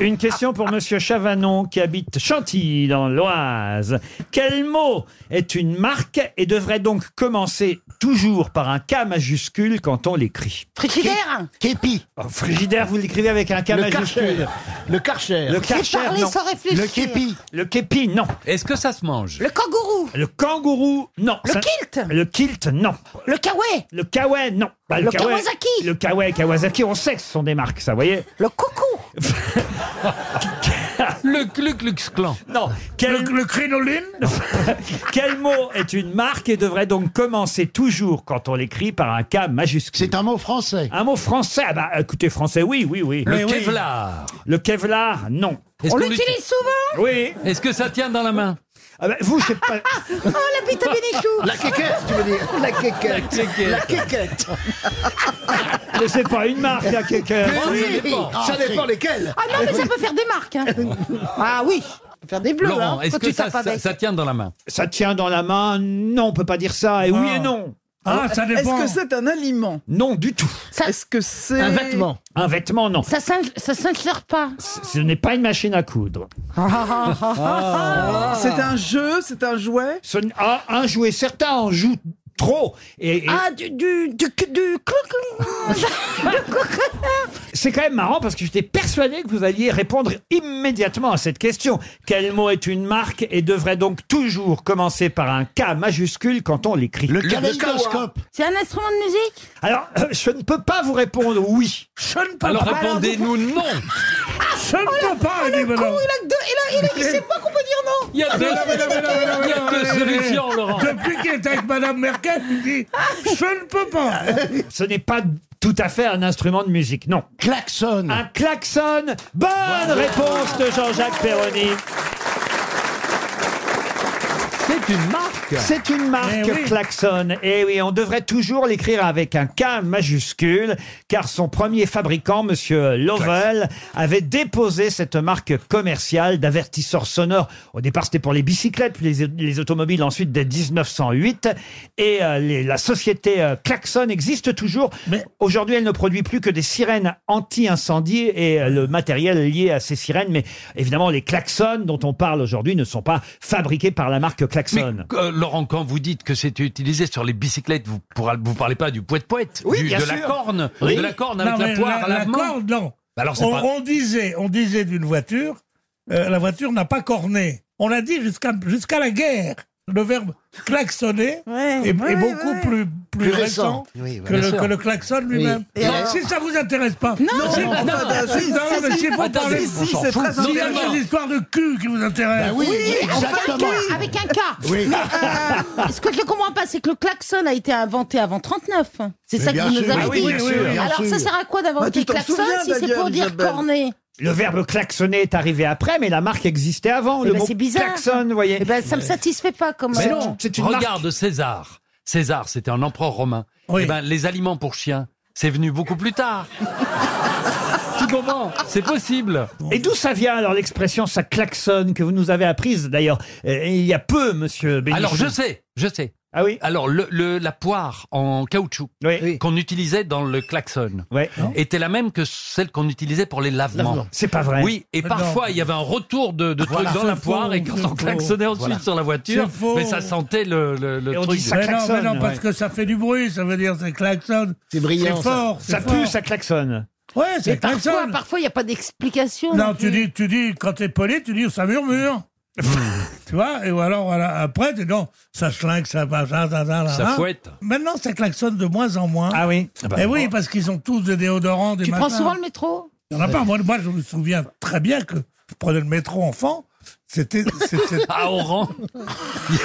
S4: Une question pour Monsieur Chavanon qui habite Chantilly dans l'Oise. Quel mot est une marque et devrait donc commencer toujours par un K majuscule quand on l'écrit
S24: Frigidaire
S4: Képi. frigidaire, vous l'écrivez avec un K
S24: Le
S4: majuscule.
S24: Karcher.
S4: Le karcher. Le
S24: C'est
S4: karcher,
S24: parler
S4: non.
S24: sans réfléchir. Le képi.
S4: Le képi, non.
S12: Est-ce que ça se mange
S24: Le
S4: <laughs>
S24: kangourou.
S4: Le kangourou, non.
S24: Le
S4: Ça-
S24: kilt.
S4: Le kilt, non.
S24: Le kawaii.
S4: Le kawaii, non. Bah,
S24: Le
S4: kawaii-
S24: Kawasaki.
S4: Le kawaii, Kawasaki, on sait que ce sont des marques, ça, vous voyez
S24: Le coucou.
S23: Le Cluc Lux Clan. Non. Le, crinoline
S4: <laughs> Quel mot est une marque et devrait donc commencer toujours quand on l'écrit par un K majuscule C'est un mot français. Un mot français Ah bah écoutez, français, oui, oui, oui.
S12: Le
S4: Mais oui.
S12: Kevlar.
S4: Le Kevlar, non.
S12: Est-ce On qu'on l'utilise l'utilise
S4: souvent Oui.
S12: Est-ce que ça tient dans la main
S4: ah bah, Vous, je
S24: <laughs>
S4: sais pas.
S12: oh, la
S6: La quéquette, tu veux dire La quéquette.
S12: La quéquette.
S6: La quéquette.
S4: Mais c'est pas une marque, la quéquette.
S6: Mais oui, ça dépend,
S4: Ah, si.
S6: lesquelles.
S25: Ah non, mais ça peut faire des marques.
S12: <laughs>
S25: hein. Ah oui, ça peut faire des bleus.
S12: Laurent,
S25: hein,
S12: est-ce
S25: quand
S12: que
S25: tu
S12: ça,
S25: tapes
S12: ça,
S25: avec.
S12: ça tient dans la main
S4: Ça tient dans la main Non, on peut pas dire ça. Et oui et non.
S12: Ah, ça dépend.
S26: Est-ce que c'est un aliment
S4: Non, du tout.
S26: Est-ce que c'est
S4: Un vêtement, non.
S25: Ça s'in- ça s'insère pas.
S4: Ce n'est pas une machine à coudre.
S6: ah,
S26: Ah. C'est un jeu, c'est un jouet
S4: ah, Un jouet, certains en jouent trop. Oh, Et,
S25: Ah, du, du, du, du
S4: <laughs> C'est quand même marrant parce que j'étais persuadé que vous alliez répondre immédiatement à cette question. Quel mot est une marque et devrait donc toujours commencer par un K majuscule quand on l'écrit Le
S25: C'est un instrument de musique
S4: Alors, euh, je ne peux pas vous répondre oui.
S25: Je ne
S4: peux Alors, pas. répondez-nous
S12: non.
S6: Ah,
S4: Je ne peux pas,
S25: con, il a- il a- il sait pas qu'on peut dire non.
S12: Il y a deux-
S25: il y a deux
S12: Euh, solutions, Laurent.
S4: Depuis qu'il est avec Madame Merkel, il dit Je ne peux pas. Ce n'est pas tout à fait un instrument de musique, non. Klaxon. Un klaxon. Bonne réponse de Jean-Jacques Perroni. C'est une marque. C'est une marque,
S23: Mais oui.
S4: Klaxon. Et oui, on devrait toujours l'écrire avec un K majuscule, car son premier fabricant, Monsieur Lovell, avait déposé cette marque commerciale d'avertisseurs sonores. Au départ, c'était pour les bicyclettes, puis les, les automobiles ensuite dès 1908. Et euh, les- la société euh, Klaxon existe toujours. Mais aujourd'hui, elle ne produit plus que des sirènes anti-incendie et euh, le matériel lié à ces sirènes. Mais évidemment, les klaxons dont on parle aujourd'hui ne sont pas fabriqués par la marque Klaxon.
S12: Euh, Laurent, quand vous dites que c'est utilisé sur les bicyclettes, vous ne vous parlez pas du poète-poète,
S18: Oui,
S12: du-
S18: bien
S12: de la
S18: sûr.
S12: corne,
S18: Oui.
S12: de la corne
S18: Non,
S12: avec
S18: mais
S12: la poire
S18: la,
S12: à la,
S18: la
S12: main.
S18: corne, non.
S12: Bah alors, c'est
S18: on,
S12: pas-
S18: on disait, on disait d'une voiture, euh, la voiture n'a pas corné. On l'a dit jusqu'à jusqu'à la guerre. Le verbe klaxonner est, est ouais, beaucoup ouais. plus, plus, Plus récent, récent. Oui, que, bien le, sûr. que le klaxon Oui. lui-même. Et Non, alors Si ça vous intéresse pas. Non, Non, c'est- non, non, enfin, mais si, s'il si, si, si, faut si, parler. si, si, c'est très Il y a intéressant. des histoires de cul qui vous intéressent.
S25: Euh,
S18: Bah oui,
S25: avec un K, avec un K.
S18: Oui.
S25: Mais, euh, ce que je ne comprends pas, c'est que le klaxon a été inventé avant 39. C'est
S4: Mais
S25: ça que
S4: bien
S25: vous nous
S4: sûr.
S25: avez
S4: Ah oui,
S25: dit.
S4: bien sûr, bien
S25: Alors ça
S4: sûr.
S25: sert à quoi
S4: Bah,
S25: d'inventer
S4: tu t'en
S25: klaxon
S4: souviens,
S25: si c'est
S4: Daniel,
S25: pour dire
S4: Isabelle.
S25: corner
S4: Le verbe klaxonner est arrivé après, mais la marque existait avant. le
S25: Eh ben,
S4: mot
S25: c'est bizarre.
S4: klaxon, vous voyez.
S25: Eh ben, ça me satisfait pas comme. euh,
S12: Mais non, regarde César. César, c'était un empereur romain. Eh ben, les aliments pour chiens, c'est venu beaucoup plus tard. tu comprends C'est possible.
S4: Et d'où ça vient alors l'expression ça klaxonne que vous nous avez apprise d'ailleurs euh, il y a peu, monsieur Bénichou.
S12: Alors je sais, je sais.
S4: Ah oui.
S12: Alors le, le- la poire en caoutchouc qu'on utilisait dans le klaxon était la même que celle qu'on utilisait pour les lavements.
S4: Lavement. C'est pas vrai.
S12: Oui, et
S4: Mais
S12: parfois
S4: non.
S12: il y avait un retour de, de
S4: Voilà.
S12: trucs dans
S4: C'est
S12: la
S4: faux,
S12: poire et quand
S4: c'est
S12: on
S4: faux.
S12: klaxonnait ensuite
S4: Voilà.
S12: sur la voiture,
S18: C'est faux.
S12: mais ça sentait le, le, le
S18: Mais non,
S12: truc.
S18: mais non, parce que ça fait du bruit, ça veut dire c'est klaxon. C'est fort.
S4: Ça,
S18: c'est
S4: pue,
S18: fort.
S4: ça klaxonne.
S18: Ouais,
S25: Mais
S18: c'est
S25: parfois,
S18: klaxon.
S25: parfois, il n'y a pas d'explication.
S18: Non,
S25: plus.
S18: tu dis, tu dis, quand t'es poli, tu dis ça murmure. tu vois, et ou alors voilà, après, tu dis non, ça schlingue, ça machin, ça, ça,
S12: Ça
S18: hein.
S12: fouette.
S18: Maintenant, ça klaxonne de moins en moins.
S4: Ah oui
S12: Ah bah,
S18: Et oui, parce qu'ils ont tous des déodorants, des
S25: Tu prends
S18: machins.
S25: souvent le métro
S18: Il y en a pas. Moi, moi, je me souviens très bien que je prenais le métro enfant. C'était. c'était-
S12: À Oran.
S18: <laughs>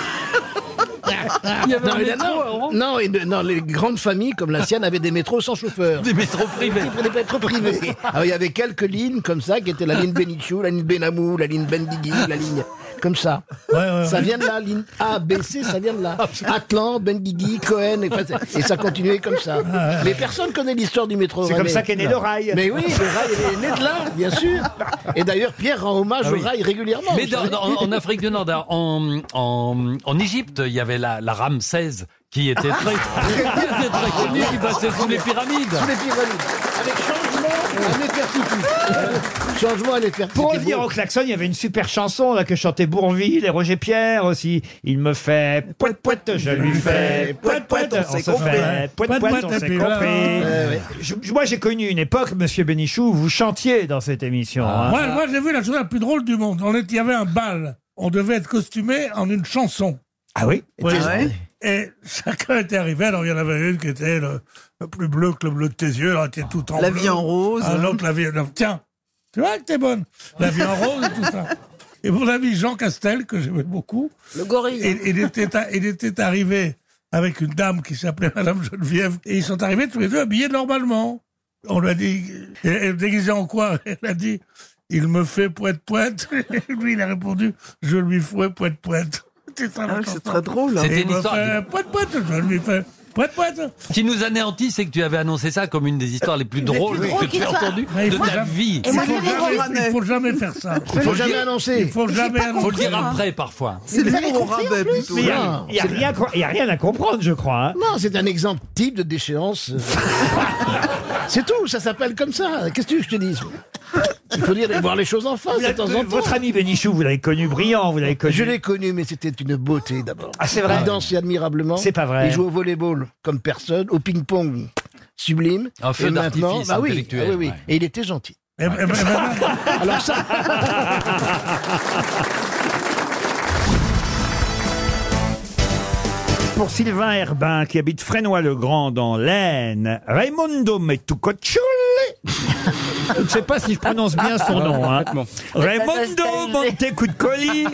S18: Il y avait un
S6: Ah, mais là,
S18: métro à Oran
S6: non, et de- non, les grandes familles comme la sienne avaient des métros sans chauffeur.
S12: Des métros privés.
S6: Des métros privés. Alors, il y avait quelques lignes comme ça, qui étaient la ligne Benichou, la ligne Benamou, la ligne Bendigui, la ligne comme ça. ça vient de là, ligne A, B, C, ça vient de là. Atlan, Bendigui, Cohen, et, enfin, c'est- et ça continuait comme ça. Mais personne connaît l'histoire du métro.
S4: C'est comme
S6: rennais.
S4: ça qu'est né le rail.
S6: Mais oui, le rail il est né de là, bien sûr. Et d'ailleurs, Pierre rend hommage
S12: Ah oui.
S6: au rail régulièrement.
S12: Mais
S6: vous
S12: dans-
S6: savez.
S12: dans-
S6: <laughs>
S12: en Afrique du Nord, dans- en, en, en Égypte, il y avait la, la rame 16 qui était très, <laughs> qui était très connue, qui passait sous les pyramides.
S6: Sous les pyramides. Avec changement à l'effertitude. Changement à l'effertitude.
S4: Pour revenir au klaxon, il y avait une super chanson là, que chantait Bourville et Roger Pierre aussi. Il me fait poète poète, je lui fais poète poète, on
S23: s'est
S4: se
S23: compris.
S4: fait poète
S23: Poète,
S4: poète,
S23: poète,
S4: on
S23: et
S4: s'est
S23: puis voilà.
S18: hein.
S23: Ouais,
S4: compris.
S23: ouais.
S4: Je- je- Moi j'ai connu une époque, monsieur Bénichou, où vous chantiez dans cette émission. hein.
S18: Moi, moi, j'ai vu la chose la plus drôle du monde. On est- il y avait un bal. On devait être costumé en une chanson.
S4: Ah oui
S18: Oui.
S4: Ouais.
S18: Et chacun était arrivé. Alors, il y en avait une qui était le, le plus bleu que le bleu de tes yeux. Alors, elle était tout en
S26: La
S18: bleu.
S26: vie en rose,
S18: Ah,
S26: hein.
S18: L'autre, la vie. non, Tiens, Tu vois que t'es bonne. La vie en rose et tout ça. Et mon ami Jean Castel, que j'aimais beaucoup. Le gorille. Il, était, a- il était arrivé avec une dame qui s'appelait <laughs> Madame Geneviève. Et ils sont arrivés tous les deux habillés normalement. On lui a dit, et- et déguisé en quoi <laughs> Elle a dit, il me fait poète poète. Et <laughs> lui, il a répondu, je lui fais poète poète. <laughs> C'est ça, la
S26: Ah, c'est
S18: chanson.
S26: très drôle, hein. C'était
S18: Il me
S12: une histoire
S18: fait poète poète, je lui fais poète poète.
S12: Ce qui nous anéantit, c'est que tu avais annoncé ça comme une des histoires les plus
S18: Les plus
S12: drôles
S18: drôles
S12: que
S18: qu'il
S12: tu as
S18: soit.
S12: entendues
S18: Mais il
S12: de
S18: faut
S12: ta
S18: jamais-
S12: vie.
S18: Et moi, Il faut je l'ai jamais- jamais- il faut jamais faire ça.
S12: Il faut
S18: jamais annoncer. Il faut jamais
S12: Faut le
S18: annoncer.
S12: dire après, parfois.
S18: C'est
S12: le
S18: Vous avez
S12: mot
S18: compris, en plus
S12: plutôt.
S18: Mais il
S12: Il n'y
S18: y a-
S12: a,
S18: il y a rien
S12: rien,
S18: à co- il y a rien
S12: à comprendre, je crois.
S6: Non, c'est un exemple type de déchéance. c'est tout, ça s'appelle comme ça. Qu'est-ce que tu veux que je te dise Il faut dire, voir les choses en face de temps en temps.
S4: Votre ami Bénichou, vous l'avez connu brillant, vous l'avez connu.
S6: Je l'ai connu, mais c'était une beauté d'abord.
S4: Ah, c'est vrai
S6: Il dansait admirablement.
S4: C'est pas vrai.
S6: Il jouait au volleyball comme personne, au ping-pong sublime.
S12: Un feu
S6: Et
S12: d'artifice
S6: maintenant- bah oui, ah
S12: intellectuel,
S6: oui, oui.
S12: ouais.
S6: Et il était gentil.
S12: Alors ça.
S6: <laughs>
S4: Pour Sylvain Herbin, qui habite Frénois-le-Grand dans l'Aisne, Raimundo Metucoccioli. Je ne sais pas si je prononce bien son nom. hein. Raimundo Montecuccoli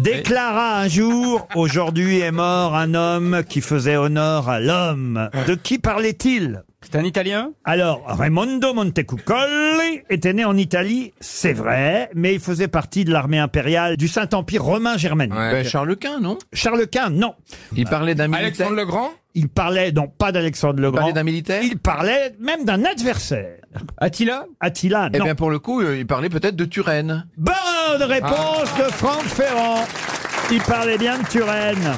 S4: déclara un jour Aujourd'hui est mort un homme qui faisait honneur à l'homme. De qui parlait-il C'est un Italien Alors, Raimondo Montecuccoli était né en Italie, c'est vrai, mais il faisait partie de l'armée impériale du Saint-Empire romain germanique. Ben, Charles Quint, non Charles Quint, non. Il parlait d'un militaire. Alexandre le Grand Il parlait, non, pas d'Alexandre le Grand. Il parlait d'un militaire Il parlait même d'un adversaire. Attila Attila, non.
S27: Eh bien, pour le coup, euh, il parlait peut-être de Turenne.
S4: Bonne réponse de Franck Ferrand. Il parlait bien de Turenne.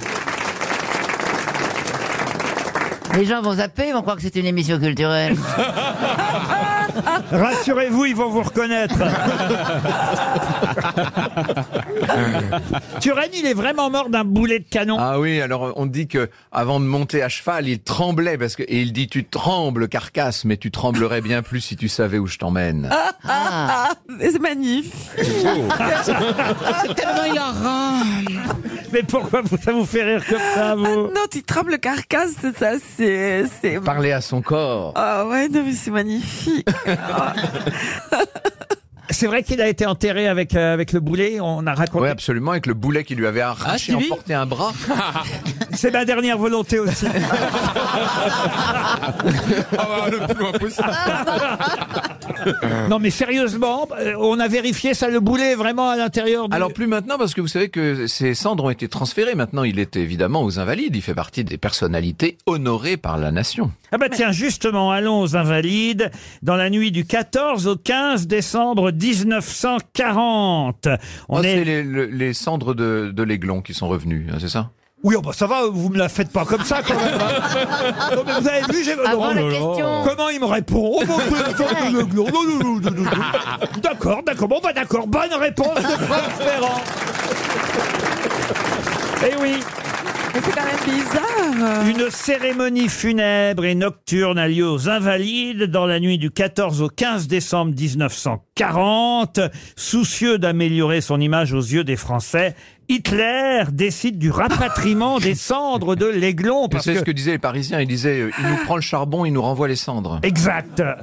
S28: Les gens vont zapper, ils vont croire que c'est une émission
S25: <laughs>
S28: culturelle.
S12: <laughs>
S18: <laughs>
S4: Rassurez-vous, ils vont vous reconnaître. <laughs> Turenne, il est vraiment mort d'un boulet de canon.
S27: Ah oui, alors euh, on dit que avant de monter à cheval, il tremblait parce que et il dit tu trembles carcasse, mais tu tremblerais bien plus si tu savais où je t'emmène.
S5: Ah, ah, ah, c'est magnifique.
S27: C'est
S5: tellement hilarant.
S4: Mais pourquoi vous- ça vous fait rire comme ça,
S25: Ah,
S4: vous
S5: Non, tu trembles le carcasse, c'est ça, c'est... c'est-
S27: Parler à son corps.
S5: Ah ouais, non, mais c'est magnifique.
S4: <laughs> C'est vrai qu'il a été enterré avec, euh, avec le boulet, on a raconté.
S27: Oui, absolument, avec le boulet qui lui avait arraché,
S4: Stevie
S27: emporté un bras.
S4: <laughs> C'est ma dernière volonté
S27: <laughs>
S4: aussi.
S27: le plus loin possible.
S4: <laughs>
S19: Ah,
S4: non mais sérieusement, euh, on a vérifié ça, le boulet vraiment à l'intérieur. du-
S27: Alors plus maintenant parce que vous savez que ses cendres ont été transférées. Maintenant, il est évidemment aux invalides. Il fait partie des personnalités honorées par la nation.
S4: Ah bah tiens, justement, allons aux Invalides. Dans la nuit du 14 au 15 décembre 1940.
S27: Oh, C'est les, le- les cendres de, de l'aiglon qui sont revenues, hein, c'est ça
S4: Oui, oh bah ça va, vous me la faites pas comme ça quand même.
S27: <laughs>
S4: hein. Non, mais vous avez vu, j'ai...
S27: Avant
S4: non,
S27: la
S4: non,
S27: question.
S4: non. Comment il me répond <laughs> Oh, mon Dieu, attends, le gland, <laughs> non, non, non, non, non, non. D'accord, d'accord, bon bah d'accord, bonne réponse de Franck Ferrand. Eh oui
S5: Mais c'est quand même bizarre.
S4: Une cérémonie funèbre et nocturne a lieu aux Invalides dans la nuit du 14 au 15 décembre 1940. Soucieux d'améliorer son image aux yeux des Français, Hitler décide du rapatriement des cendres de l'aiglon.
S27: Et
S4: parce
S27: C'est ce
S4: que-
S27: que disaient les Parisiens. Ils disaient, euh, il nous prend le charbon, il nous renvoie les cendres.
S4: Exact. Euh,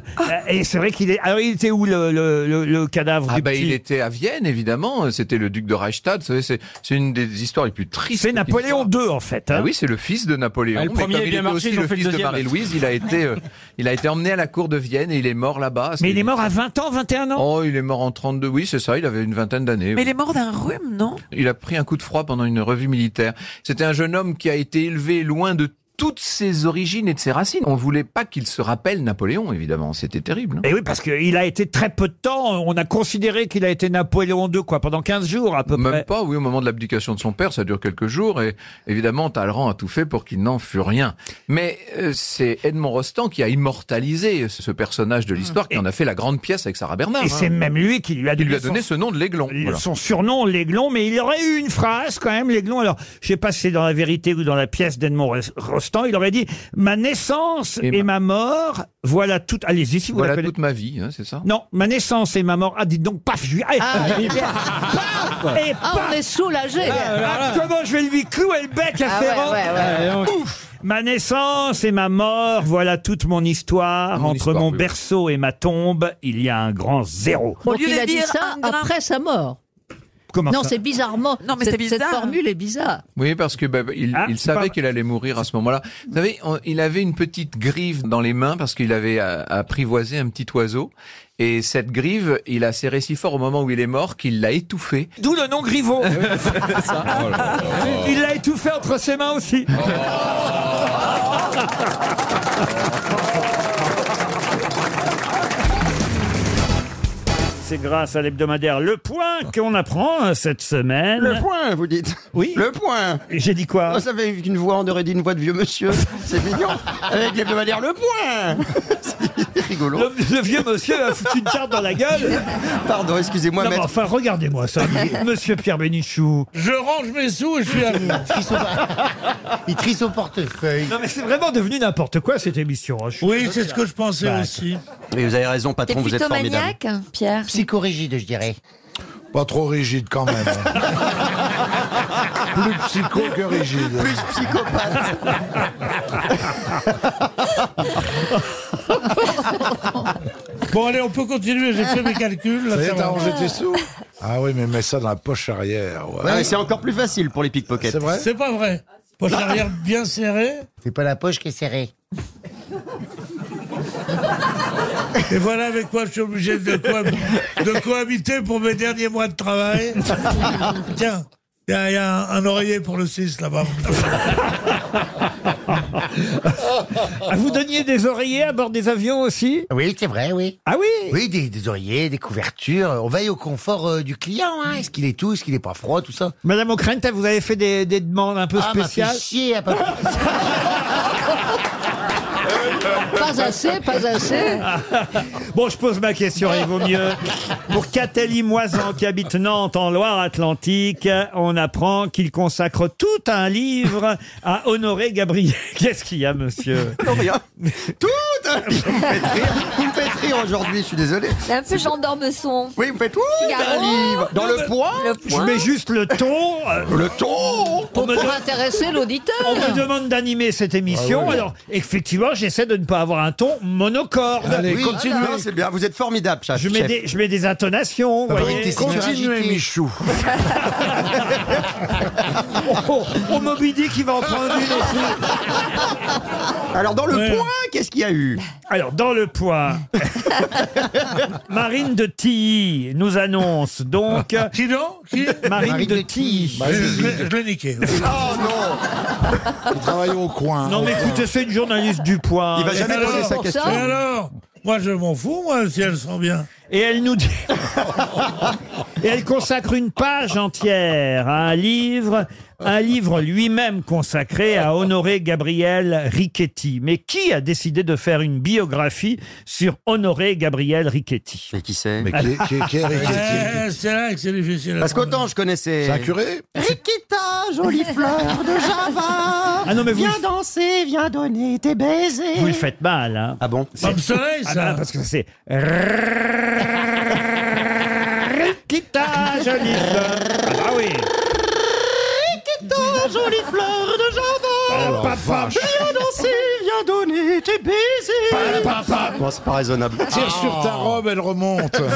S4: Et c'est vrai qu'il est. Alors, il était où le, le- le- le cadavre
S27: Ah
S4: du
S27: bah,
S4: petit
S27: il était à Vienne, évidemment. C'était le duc de Reichstadt. Vous savez, C'est c'est une des histoires les plus tristes. C'est
S4: Napoléon II, en fait. hein.
S27: Ah oui, c'est le fils de Napoléon.
S4: Ah, le
S27: mais
S4: premier
S27: comme
S4: a
S27: il
S4: bien
S27: était
S4: marché,
S27: aussi
S4: ils ont
S27: le
S4: fait le
S27: fils de
S4: deuxième.
S27: Marie-Louise. Il a été, euh, il a été emmené à la cour de Vienne et il est mort là-bas.
S4: Mais il est mort à 20 ans, 21 ans
S27: Oh, il est mort en 32. Oui, c'est ça. Il avait une vingtaine d'années.
S4: Eh
S5: Mais
S27: oui.
S5: il est mort d'un rhume, non
S27: Il a pris un coup de froid pendant une revue militaire. C'était un jeune homme qui a été élevé loin de toutes ses origines et de ses racines. On voulait pas qu'il se rappelle Napoléon, évidemment. C'était terrible. hein.
S4: Et oui, parce qu'il a été très peu de temps. On a considéré qu'il a été Napoléon II, quoi, pendant 15 jours à peu près.
S27: Même pas, oui, au moment de l'abdication de son père, ça dure quelques jours, et évidemment, Talleyrand a tout fait pour qu'il n'en fût rien. Mais euh, c'est Edmond Rostand qui a immortalisé ce personnage de l'histoire, qui en a fait la grande pièce avec Sarah Bernard.
S4: Et c'est même lui qui lui a
S27: Qui
S4: donné,
S27: lui a donné ce nom de l'aiglon. voilà.
S4: Son surnom, l'aiglon, mais il aurait eu une phrase quand même, l'aiglon. Alors, je sais pas si c'est dans la vérité ou dans la pièce d'Edmond Ros- Rostand, il aurait dit Ma naissance et, ma... mort, voilà tout. Allez-y si vous
S27: Voilà
S4: la connaissez.
S27: toute ma vie, hein, c'est ça
S4: Non, ma naissance et ma mort. Ah, dites donc, paf, je lui. Ah, <laughs> et paf, et
S28: Ah, on est soulagés.
S4: Ah, Comment je vais lui clouer le bec à
S28: Ah ouais,
S4: Ferrand
S28: ouais, ouais.
S4: Ouf Ma naissance et ma mort, voilà toute mon histoire. Entre
S5: histoire,
S4: mon
S5: oui.
S4: berceau et ma tombe, il y a un grand zéro.
S5: Donc il a dit ça après sa mort.
S4: Comment
S5: non,
S4: ça
S5: c'est bizarrement.
S29: Non, mais
S5: cette,
S29: c'est bizarre.
S5: Cette formule est bizarre.
S27: Oui, parce que bah, il, il savait qu'il allait mourir à ce moment-là. Vous savez, on- il avait une petite grive dans les mains parce qu'il avait euh, apprivoisé un petit oiseau. Et cette grive, il a serré si fort au moment où il est mort qu'il l'a étouffé.
S4: D'où le
S28: <laughs>
S4: nom Griveau. Il l'a étouffé entre ses mains aussi.
S6: Oh.
S4: C'est grâce à l'hebdomadaire Le Point qu'on apprend euh, cette semaine.
S6: Le point, vous dites
S4: Oui.
S6: Le point
S4: J'ai dit quoi
S6: Vous savez, une voix, on aurait dit une voix de vieux monsieur. C'est mignon. Avec l'hebdomadaire, le point C'est rigolo.
S4: Le, vieux monsieur a foutu une tarte dans la gueule.
S6: <laughs> Pardon, excusez-moi,
S4: Non, mais
S6: maître.
S4: enfin, regardez-moi
S6: <laughs>
S4: ça, monsieur Pierre Bénichou.
S18: Je range mes sous et je suis à vous.
S6: Il trie son portefeuille.
S4: Non, mais c'est vraiment devenu n'importe quoi
S5: <laughs>
S4: cette émission. hein,
S18: Oui, c'est ce que je pensais
S4: Bah,
S18: aussi.
S6: Mais vous avez raison, patron, vous êtes formidable.
S5: maniaque, Pierre
S6: Psychorigide, je dirais.
S2: Pas trop rigide quand même. Plus psycho que rigide.
S6: Plus psychopathe.
S18: Bon, allez, on peut continuer. J'ai fait mes calculs. là,
S2: Ça y
S18: ça
S2: est,
S18: va.
S2: t'as rangé tes sous Ah oui, mais mets ça dans la poche arrière. ouais.
S6: Ouais, mais c'est encore plus facile pour les pickpockets.
S2: C'est vrai
S18: C'est pas vrai. Poche arrière bien serrée.
S6: C'est pas la poche qui est serrée.
S18: Et voilà avec quoi je suis obligé de, co- de cohabiter pour mes derniers mois de travail. Tiens, il y a, il y a un, un oreiller pour le 6 là-bas.
S4: Ah, Vous donniez des oreillers à bord des avions aussi
S6: Oui, c'est vrai, oui.
S4: Ah oui
S6: Oui, des, des oreillers, des couvertures. On veille au confort euh, du client. Hein. Est-ce qu'il est tout, est-ce qu'il est pas froid, tout ça.
S4: Madame O'Krent, vous avez fait des, des demandes un peu
S6: Ah, m'a fait
S4: spéciales
S6: chier, ah, pas-
S5: <laughs> Pas assez, pas assez.
S4: Bon, je pose ma question, il vaut mieux. Pour Catherine Moisan, qui habite Nantes, en Loire-Atlantique, on apprend qu'il consacre tout un livre à honorer Gabriel. <laughs> Qu'est-ce qu'il y a, monsieur
S6: Non, rien. Tout hein. Vous me faites rire, Vous me faites rire aujourd'hui, je suis désolé.
S15: C'est un peu j'endorme son.
S6: Oui, vous me faites tout un
S15: Figaro.
S6: livre Dans le poids
S4: Je mets juste le ton. euh,
S6: Le ton
S4: on
S5: Pour,
S4: me
S5: pour
S4: donne-
S5: intéresser l'auditeur.
S4: On me demande d'animer cette émission.
S6: Ah oui.
S4: Alors, effectivement, j'essaie de ne pas avoir un ton monocorde.
S6: Oui, voilà, C'est bien, vous êtes formidable, chef.
S4: Je mets,
S6: chef.
S4: des, je mets des intonations.
S6: Ah,
S4: voyez.
S6: oui, t'es
S2: Continuez, <laughs>
S6: suragité.
S2: Michou.
S4: Oh, oh, oh, Moby Dick, il va en prendre une aussi.
S6: Alors, dans le point, qu'est-ce qu'il y a eu
S4: Alors, dans le
S6: <laughs>
S4: poids, Marine de Tilly nous annonce donc.
S18: Qui non Qui Bah,
S4: Marine,
S2: Marine
S4: de
S2: de
S4: Tilly.
S18: Je- Je l'ai- je
S4: <laughs>
S18: l'ai niqué.
S6: Oh non
S2: Nous travaillons au coin.
S4: Non, mais écoutez, c'est une journaliste du poids.
S6: Il va jamais
S18: alors,
S6: poser sa
S5: pour
S6: question.
S18: Et alors Moi, je m'en fous, moi, si elles sont bien.
S4: Et elle nous dit. Et elle consacre une page entière à un livre, un livre lui-même consacré à honorer Gabriel Riquetti. Mais qui a décidé de faire une biographie sur honorer Gabriel Riquetti
S6: Mais qui c'est
S2: Mais qui, est- qui est- qui est
S18: Eh,
S2: Riquetti
S18: c'est là que c'est difficile. à
S6: Parce
S18: prendre.
S6: qu'autant je connaissais.
S2: C'est un curé
S6: Rikita,
S5: <laughs>
S6: jolie fleur de Java.
S4: Ah non, mais vous-
S6: Viens danser, viens donner tes baisers.
S4: Vous le faites mal, hein
S6: Ah bon
S4: C'est-
S18: Comme soleil,
S4: Ah
S18: ça.
S4: non, parce que c'est. Riquita, jolie fleur. Ah oui.
S6: Rikita, jolie fleur de Java.
S2: Oh la vache.
S6: Viens danser, viens donner tes baisers.
S2: Ah,
S6: Bon, c'est pas raisonnable.
S14: Ah.
S2: Tire sur ta robe, elle remonte.
S6: <laughs>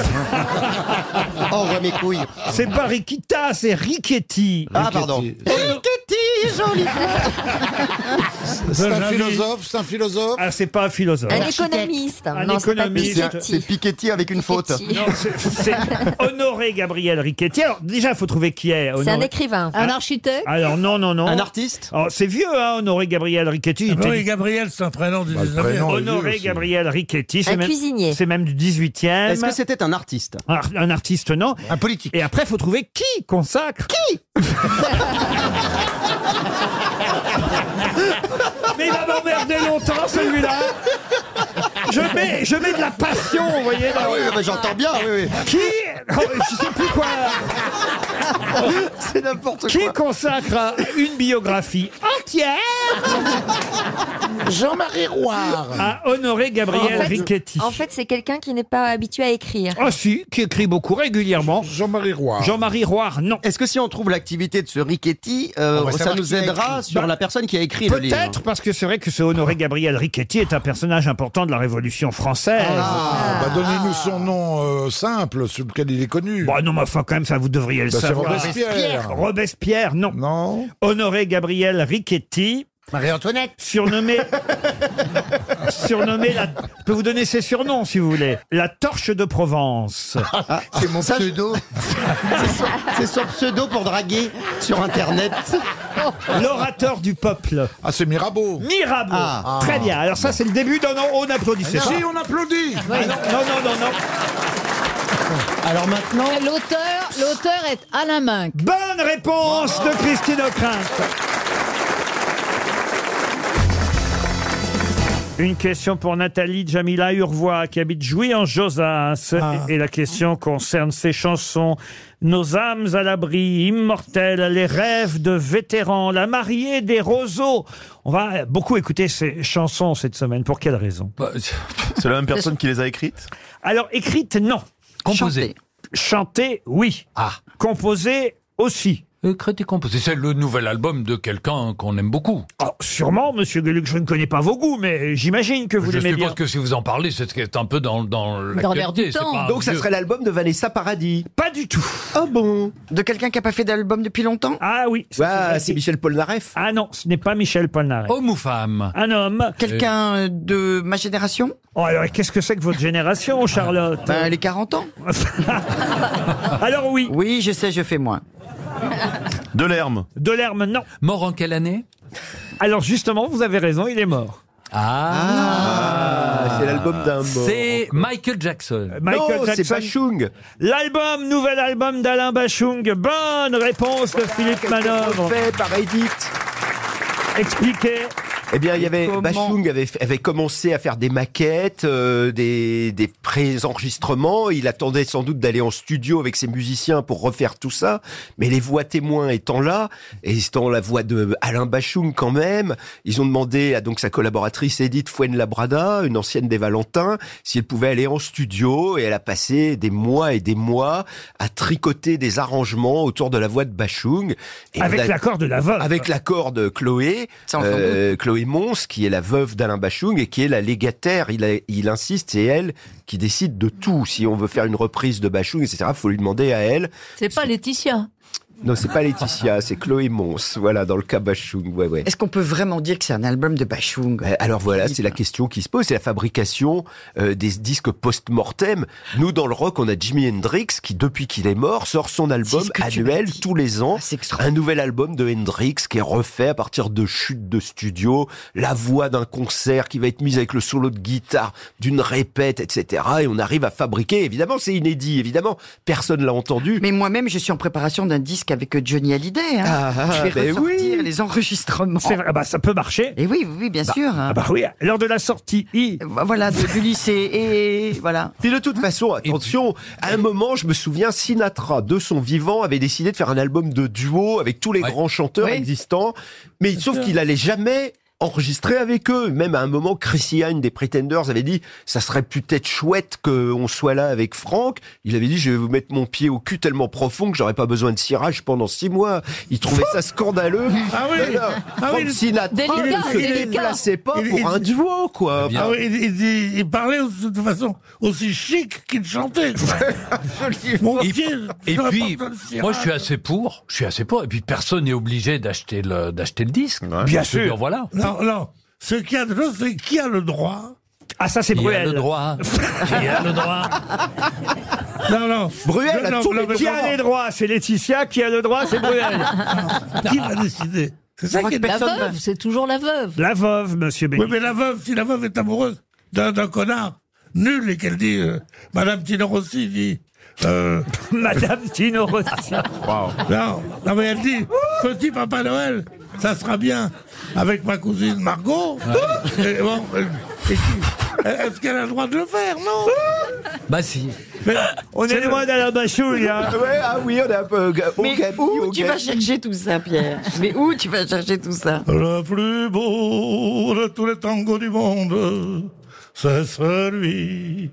S6: Oh, on voit mes couilles.
S4: C'est pas Riquita, c'est Riquetti.
S6: Ah, pardon. Rikiti,
S2: <laughs>
S6: jolie fleur.
S2: C'est un
S18: Jamais.
S2: philosophe, c'est un philosophe.
S4: Ah, c'est pas un philosophe.
S15: Un économiste.
S4: Un
S15: Non, c'est pas
S4: économiste.
S15: Piketty.
S4: C'est-
S6: C'est Piketty avec une faute.
S15: Piketty.
S4: Non, c'est- c'est honorer Gabriel Riquetti. Alors, déjà, il faut trouver qui est
S15: C'est un
S4: honoré.
S15: écrivain.
S5: Un architecte.
S4: Alors, non, non, non.
S6: Un artiste
S4: Alors, c'est vieux, hein, honoré Gabriel Riquetti. Il
S18: Ah
S4: était
S18: Oui, Gabriel, c'est un prénom du
S2: Bah, le
S18: 19e.
S2: prénom. vieux
S4: honoré
S2: aussi.
S4: Gabriel Riquetti. c'est
S15: Un
S4: même-
S15: cuisinier.
S4: C'est même du 18e.
S6: Est-ce que c'était un artiste
S4: Ar- un artiste, non.
S6: Un politique
S4: Et après, il faut trouver qui consacre. Qui <laughs> Mais il va m'emmerder longtemps, celui-là. Je mets, je mets de la passion, vous voyez. dans- Oh,
S6: Ah oui, bah, j'entends bien, oui, oui.
S4: Qui Oh, Je sais plus quoi.
S14: <laughs> C'est n'importe quoi.
S4: Qui consacre à une biographie entière Ah.
S6: Jean-Marie Roire.
S4: à Honoré Gabriel
S30: en fait,
S4: Riquetti.
S30: En fait, c'est quelqu'un qui n'est pas habitué à écrire.
S4: Ah si, qui écrit beaucoup régulièrement.
S14: Jean-Marie Roire.
S4: Jean-Marie Roire, non.
S14: Est-ce que si on trouve l'activité de ce Riquetti, euh,
S2: Ah
S4: On
S2: bah,
S4: va
S14: ça
S4: savoir
S14: nous
S4: qui a
S14: aidera
S4: écrit.
S14: sur
S4: Bah,
S14: la personne qui a écrit le livre
S4: Peut-être parce que c'est vrai que ce Honoré Gabriel Riquetti est un personnage important de la Révolution française.
S2: Ah, bah, Donnez-nous son nom euh, simple, sur lequel il est connu.
S4: Bah non, mais enfin, quand même, ça, vous devriez le
S2: Bah, c'est
S4: savoir.
S2: Robespierre.
S4: Robespierre, non.
S2: Non.
S4: Honoré Gabriel Riquetti.
S6: Marie-Antoinette.
S4: Surnommé.
S2: <laughs>
S4: surnommé la. Je peux vous donner ses surnoms, si vous voulez. La torche de Provence.
S2: Ah,
S14: C'est mon pseudo. C'est son pseudo pour draguer sur Internet.
S4: <laughs> L'orateur du peuple.
S2: Ah, c'est Mirabeau.
S4: Mirabeau.
S2: Ah.
S4: Très bien. Alors, ça, c'est le début. Non, non, on applaudit. c'est ça.
S2: Si, on applaudit.
S4: Ah, non, non, non, non, non.
S14: Alors maintenant.
S8: L'auteur, l'auteur est Alain Minck.
S4: Bonne réponse de Christine O'Krent. Une question pour Nathalie Jamila Urvois qui habite Jouy en Josas. Et la question concerne ses chansons. Nos âmes à l'abri, immortelles, les rêves de vétérans, la mariée des roseaux. On va beaucoup écouter ces chansons cette semaine. Pour quelle raison
S1: Bah, <laughs> C'est la même personne qui les a écrites
S4: Alors, écrites, non.
S12: Composées.
S4: Chantées, oui.
S12: Ah.
S4: Composées aussi.
S12: Écrites et composées. C'est le nouvel album de quelqu'un qu'on aime beaucoup.
S4: Ah, Sûrement, monsieur Gueluc, je ne connais pas vos goûts, mais j'imagine que vous
S12: je
S4: l'aimez
S12: suppose
S4: bien.
S12: que si vous en parlez, c'est ce qui est un peu dans, dans l'actualité, c'est pas un
S14: Donc ça
S12: vieux-
S14: serait l'album de Vanessa Paradis.
S4: Pas du tout.
S14: Oh bon.
S24: De quelqu'un qui a pas fait d'album depuis longtemps
S4: Ah oui.
S14: Ouais, c'est Michel Polnareff.
S4: Ah non, ce n'est pas Michel
S24: Oh,
S4: Polnareff.
S12: Homme ou femme
S4: Un homme.
S24: Quelqu'un euh, de ma génération
S4: Oh, alors, et qu'est-ce que c'est que votre génération, Charlotte
S24: Ben, les 40 ans.
S4: <laughs> Alors oui.
S24: Oui, je sais, je fais moins.
S1: De l'herme.
S4: De l'herme, non.
S12: Mort en quelle année
S4: Alors justement, vous avez raison, il est mort.
S12: Ah,
S1: c'est l'album d'un mort. euh.
S12: C'est Michael Jackson.
S4: Euh, Michael
S1: Non, c'est
S4: Jackson.
S1: Bachung.
S4: L'album, nouvel album d'Alain Bachung. Bonne réponse
S1: Ah,
S4: de Philippe Manœuvre.
S1: Fait par Edith.
S4: Expliquez.
S14: Eh bien, il y avait
S1: Comment
S14: Bachung avait, f- avait commencé à faire des maquettes, euh, des, des pré-enregistrements. Il attendait sans doute d'aller en studio avec ses musiciens pour refaire tout ça. Mais les voix témoins étant là, et étant la voix de Alain Bachung quand même, ils ont demandé à donc sa collaboratrice Edith Fuenlabrada, une ancienne des Valentins, si elle pouvait aller en studio. Et elle a passé des mois et des mois à tricoter des arrangements autour de la voix de Bachung. Et
S4: Avec
S14: on a-
S4: l'accord de la veuve.
S14: Avec l'accord de euh, Chloé,
S24: Ça, on s'en
S14: euh, Chloé Mons, qui est la veuve d'Alain Bachung et qui est la légataire. Il, a- il insiste, c'est elle qui décide de tout. Si on veut faire une reprise de Bachung, etc., faut lui demander à elle.
S8: C'est pas Laetitia.
S14: Non, c'est pas
S24: <laughs>
S14: Laetitia, c'est Chloé Mons. Voilà, dans le cas Bachung, ouais, ouais.
S24: Est-ce qu'on peut vraiment dire que c'est un album de Bachung
S14: Euh, Alors voilà, c'est la question qui se pose, c'est la fabrication euh, des disques post-mortem. Nous, dans le rock, on a Jimi Hendrix qui, depuis qu'il est mort, sort son album
S24: ce que tu
S14: annuel tous les
S24: Ah,
S14: ans. un nouvel album de Hendrix qui est refait à partir de chutes de studio, la voix d'un concert qui va être mise avec le solo de guitare, d'une répète, etc. Et on arrive à fabriquer. Évidemment, c'est inédit. Évidemment, personne l'a entendu.
S24: Mais moi-même, je suis en préparation d'un disque avec euh, Johnny Hallyday. hein.
S14: Ah, ah,
S24: je vais
S14: ben
S24: ressortir
S14: oui.
S24: les enregistrements.
S4: C'est vrai, ah bah, ça peut marcher.
S24: Et oui, oui, oui, bien sûr.
S4: Ah bah oui, lors de la sortie I.
S24: Voilà, de- du lycée et voilà.
S14: Puis de toute façon, attention, à un moment, je me souviens, Sinatra, de son vivant, avait décidé de faire un album de duo avec tous les grands chanteurs existants, mais sauf qu'il allait jamais enregistrer avec eux. Même à un moment, Chrissy Hine des Pretenders avait dit, ça serait peut-être chouette qu'on soit là avec Franck. Il avait dit, je vais vous mettre mon pied au cul tellement profond que j'aurais pas besoin de cirage pendant six mois. Il trouvait ça scandaleux.
S18: Ah oui.
S14: Non, non.
S18: Ah
S14: Frank
S18: oui, il-
S14: Sinatra,
S18: Délicat,
S14: Oh, il ne
S18: délicat.
S14: plaçait pas
S18: Il-
S14: pour
S18: il-
S14: un duo, quoi.
S18: Ah oui, il, il- il parlait de toute façon aussi chic qu'il chantait.
S12: <laughs>
S18: Mon
S12: Et,
S18: Dieu,
S12: et
S18: sur la
S12: puis,
S18: porte de Sierra.
S12: moi, je suis assez pour. Je suis assez pour. Et puis, personne n'est obligé d'acheter le, d'acheter le disque.
S4: Bien
S12: Je veux
S4: sûr.
S12: dire, Voilà.
S18: Non, non. Ce qu'il y a de chose, c'est qui a le droit.
S4: Ah, ça, c'est
S12: Il
S4: Bruel.
S12: a
S4: <laughs>
S12: le droit. Il a le droit.
S18: Non, non.
S14: Bruel
S18: Non,
S14: a
S18: non,
S14: tous
S18: non,
S14: les
S18: mais
S4: Qui a
S18: vraiment.
S4: les droits C'est Laetitia. Qui a le droit C'est
S5: <laughs>
S4: Bruel.
S18: Qui va décider C'est ça qui est
S8: La veuve, c'est toujours la veuve.
S4: La veuve, monsieur
S18: Oui,
S4: Bénichou.
S18: mais la veuve, si la veuve est amoureuse d'un d'un connard nul et qu'elle dit, euh, Madame Tino Rossi dit, euh,
S4: <laughs> Madame Tino Rossi.
S18: non, non, mais elle dit, petit Papa Noël, ça sera bien avec ma cousine Margot. euh, Et bon, euh, et qui- Est-ce qu'elle a le droit de le faire Non
S12: Bah si.
S4: On est loin d'Alain Bachouille, hein.
S14: <laughs> Ouais, ah oui, on est un peu. ga- au
S5: Mais
S14: gabi,
S5: où
S14: au
S5: tu vas
S14: gabi.
S5: chercher tout ça, Pierre Mais où tu vas chercher tout ça
S18: Le plus beau de tous les tangos du monde, c'est celui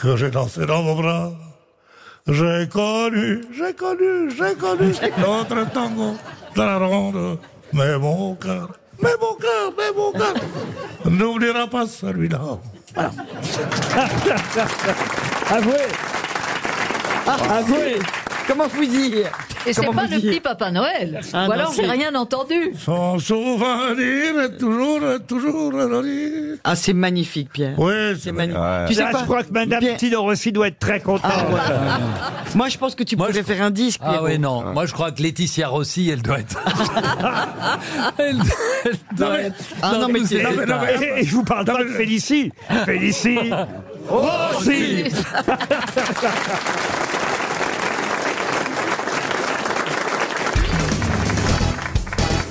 S18: que j'ai dansé dans vos bras. J'ai connu, j'ai connu, j'ai
S1: <laughs>
S18: connu l'autre tango dans la ronde, mais mon cœur, mais mon cœur, mais mon cœur n'oubliera pas celui-là.
S4: Avouez
S18: Avouez
S8: Ah, Comment vous dire Et c'est
S18: Comment
S8: pas
S18: vous
S8: le
S18: dire
S8: petit Papa Noël.
S18: Ah,
S8: Ou
S18: non,
S8: alors j'ai
S18: c'est-
S8: rien entendu.
S18: Son souvenir est toujours, est toujours. est-
S5: Ah, c'est magnifique, Pierre.
S18: Oui,
S5: c'est magnifique.
S18: Tu sais
S4: Là,
S7: Ah.
S18: quoi
S4: je crois que Madame
S5: Bien.
S4: Tino Rossi doit être très contente.
S6: Ah,
S2: Ah,
S5: Ah, Moi, je pense que tu pourrais faire un disque.
S12: Ah
S5: Pierrot.
S12: oui, non. Moi, je crois que Laetitia Rossi, elle doit être. elle, elle doit être.
S5: Ah non, mais c'est-
S12: Non, mais- non, mais-
S4: Et je vous parle pas de Félicie. Félicie. Rossi
S2: Ah,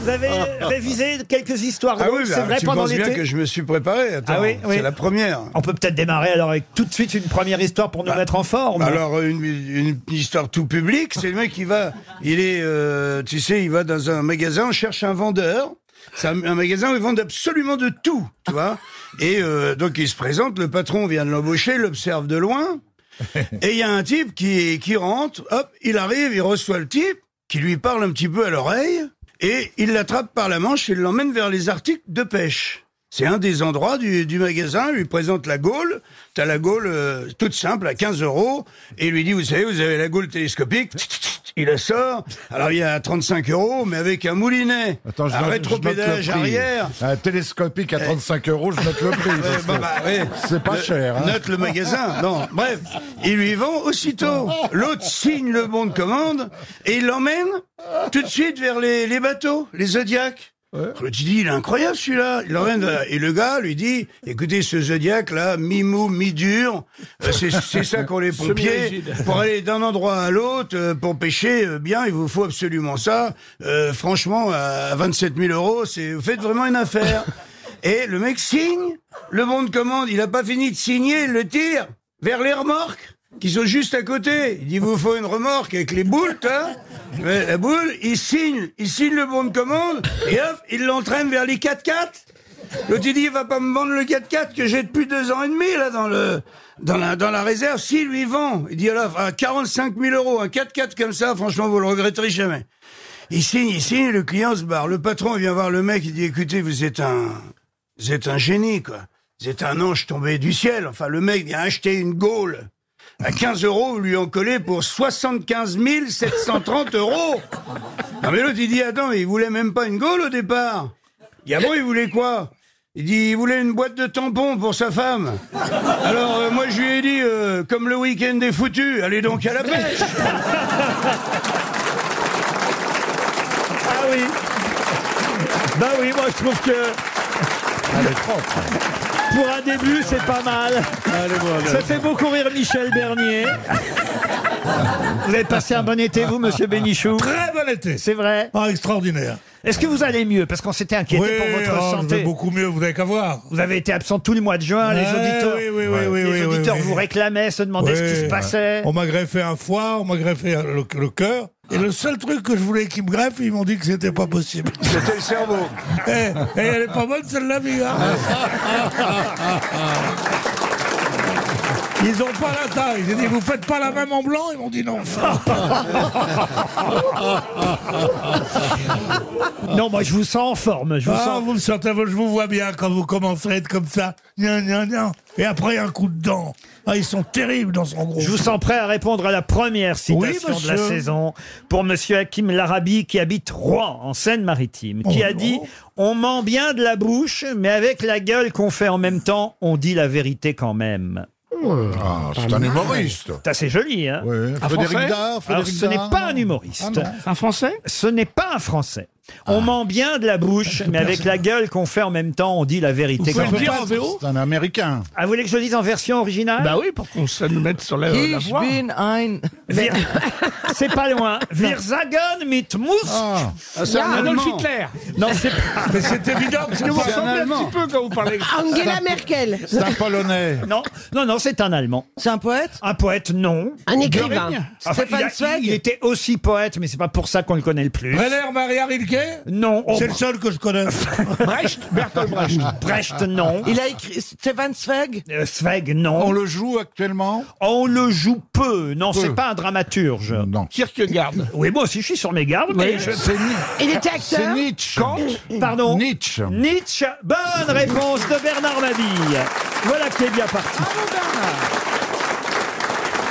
S4: Vous avez révisé quelques histoires
S7: Ah
S4: drôles,
S7: oui,
S4: c'est
S7: bah,
S4: vrai,
S7: tu
S4: pendant
S7: penses bien
S4: l'été
S7: que je me suis préparé. Attends,
S4: Ah oui, oui.
S7: c'est la première. Bah,
S4: On peut peut-être démarrer alors avec tout de suite une première histoire pour nous mettre en forme.
S7: Alors une, une histoire tout public, c'est le mec qui va, il est, euh, tu sais, il va dans un magasin, on cherche un vendeur. C'est un, un magasin où ils vendent absolument de tout, tu vois. Et euh, donc il se présente, le patron vient de l'embaucher, l'observe
S4: <laughs>
S7: de loin. Et il y a un type qui, qui rentre, hop, il arrive, il reçoit le type, qui lui parle un petit peu à l'oreille, et il l'attrape par la manche et l'emmène vers les articles de pêche. C'est un des endroits du, du magasin, il lui présente la gaule, t'as la gaule euh, toute simple à 15 euros, et il lui dit, vous savez, vous avez la gaule télescopique, il la sort, alors il y a 35 euros, mais avec un moulinet,
S2: Attends, je
S7: un
S2: note- je note
S7: rétropédage
S2: le prix.
S7: arrière,
S2: Un télescopique à 35 euros, je note le prix. parce que
S7: bah, bah, ouais.
S2: C'est pas
S7: Le-
S2: cher. hein.
S7: Note le magasin. Non, bref, il lui vend aussitôt. L'autre signe le bon de commande et il l'emmène tout de suite vers les, les bateaux, les Zodiacs. L'autre, il dit, il est incroyable celui-là. Il l'emmène vers- et le gars lui dit, écoutez ce Zodiac là, mi-mou, mi-dur, euh, c'est c'est ça qu'ont les
S2: <laughs>
S7: pompiers.
S2: Semi-rigide.
S7: Pour aller d'un endroit à l'autre, euh, pour pêcher, euh, bien, il vous faut absolument ça. Euh, franchement, à 27 000 euros, c'est, vous faites vraiment une affaire. Et le mec signe, le bon de commande, il n'a pas fini de signer, il le tire vers les remorques qui sont juste à côté. Il dit, vous faut une remorque avec les boules, hein Mais La boule, il signe, il signe le bon de commande, et hop, il l'entraîne vers les 4x4. L'autre, il dit, il va pas me vendre le 4x4 que j'ai depuis deux ans et demi, là, dans le, dans la, dans la réserve. S'il lui vend, il dit, alors, à 45 000 euros, un 4x4 comme ça, franchement, vous le regretterez jamais. Il signe, il signe, le client se barre. Le patron vient voir le mec, il dit, écoutez, vous êtes un, vous êtes un génie, quoi. Vous êtes un ange tombé du ciel. Enfin, le mec vient acheter une gaule. À 15 euros, vous lui en collez pour 75 730 euros. Non, mais l'autre, il dit, attends, il voulait même pas une gaule au départ. Il dit, ah bon, il voulait quoi? Il dit, il voulait une boîte de tampons pour sa femme. Alors, euh, moi, je lui ai dit, euh, comme le week-end est foutu, allez donc à la pêche.
S8: <laughs>
S4: Ah oui Bah oui, moi je trouve que.
S18: Ah, hein.
S4: Pour un début, c'est pas mal. Ça fait beaucoup rire Michel Bernier. Vous avez passé un bon été, vous, monsieur Bénichou
S18: Très bon été.
S4: C'est vrai.
S18: Ah, extraordinaire.
S4: Est-ce que vous allez mieux Parce qu'on s'était inquiété
S18: Oui,
S4: pour votre
S18: ah, je vais
S4: santé.
S18: beaucoup mieux, vous n'avez qu'à voir.
S4: Vous avez été absent tout le mois de juin, les
S18: Ouais,
S4: auditeurs,
S18: oui, oui, oui, oui,
S4: les
S18: oui,
S4: auditeurs
S18: oui, oui.
S4: vous réclamaient, se demandaient ce qui
S18: Ouais,
S4: se passait.
S18: On m'a greffé un foie, on m'a greffé le, le cœur. Et le seul truc que je voulais qu'ils me greffent, ils m'ont dit que c'était pas possible.
S7: <laughs> C'était le cerveau.
S18: Eh, eh, elle est pas bonne celle-là,
S7: <laughs>
S18: Bigard. Ils ont pas la taille. J'ai dit, vous faites pas la même en blanc Ils m'ont dit
S7: <laughs>
S18: non.
S4: Non, moi je vous sens en forme. Je vous
S18: ah,
S4: sens.
S18: vous me sentez, je vous vois bien quand vous commencez à être comme ça. Gna, gna, gna. Et après, un coup de dent. Ah, ils sont terribles dans son groupe.
S4: Je vous sens prêt à répondre à la première citation
S18: Oui,
S4: de
S18: monsieur.
S4: la saison pour Monsieur Hakim Larabi qui habite Rouen en Seine-Maritime, qui
S2: Oh,
S4: a dit on ment bien de la bouche, mais avec la gueule qu'on fait en même temps, on dit la vérité quand même.
S2: Ah, c'est un humoriste.
S4: C'est assez joli, hein
S2: Un Frédéric Français Dard,
S4: Alors,
S2: Frédéric
S4: ce n'est
S2: Dard,
S4: pas un
S2: non.
S4: humoriste.
S2: Ah non.
S4: un Français Ce n'est pas un Français. On ment bien de la
S2: Ah,
S4: bouche, mais avec la gueule qu'on fait en même temps, on dit la vérité.
S2: Vous pouvez
S4: Quand-
S2: le dire en VO C'est un américain.
S4: Ah, vous voulez que je le dise en version originale
S2: Bah oui, pour qu'on se le mette sur la, la
S4: Ich
S2: voix.
S4: bin ein- Wir- C'est pas loin. Wir sagen mit Mousse.
S2: Ah, c'est un Allemand.
S4: Non, c'est pas.
S2: <laughs> Mais c'est évident, parce que vous C'est un ressemblez un Allemand. petit
S4: peu quand vous parlez.
S2: Angela Merkel. c'est un Polonais.
S4: Non, non, non, c'est un Allemand. C'est un poète Un poète, non.
S18: Un écrivain. Göring
S4: Enfin,
S18: Stéphane
S4: il a-
S18: Zweig
S4: Il était aussi poète, mais c'est pas pour ça qu'on le connaît le plus.
S18: Reller Maria Rilke
S4: Non. oh,
S18: C'est le seul que je connais. Brecht Bertolt
S4: Brecht. Brecht, non.
S18: Il a écrit Stefan Zweig
S4: Euh, Zweig, non.
S2: On le joue actuellement
S4: On le joue peu. Non,
S2: Peu.
S4: c'est pas un dramaturge. Non.
S2: Kierkegaard.
S4: Oui, moi aussi, je suis sur mes gardes.
S2: Oui,
S4: mais je-
S2: c'est Ni- Il était acteur c'est Nietzsche.
S4: Kant Pardon
S2: Nietzsche.
S4: Nietzsche. Bonne réponse de Bernard Mabille. Voilà qui est bien parti.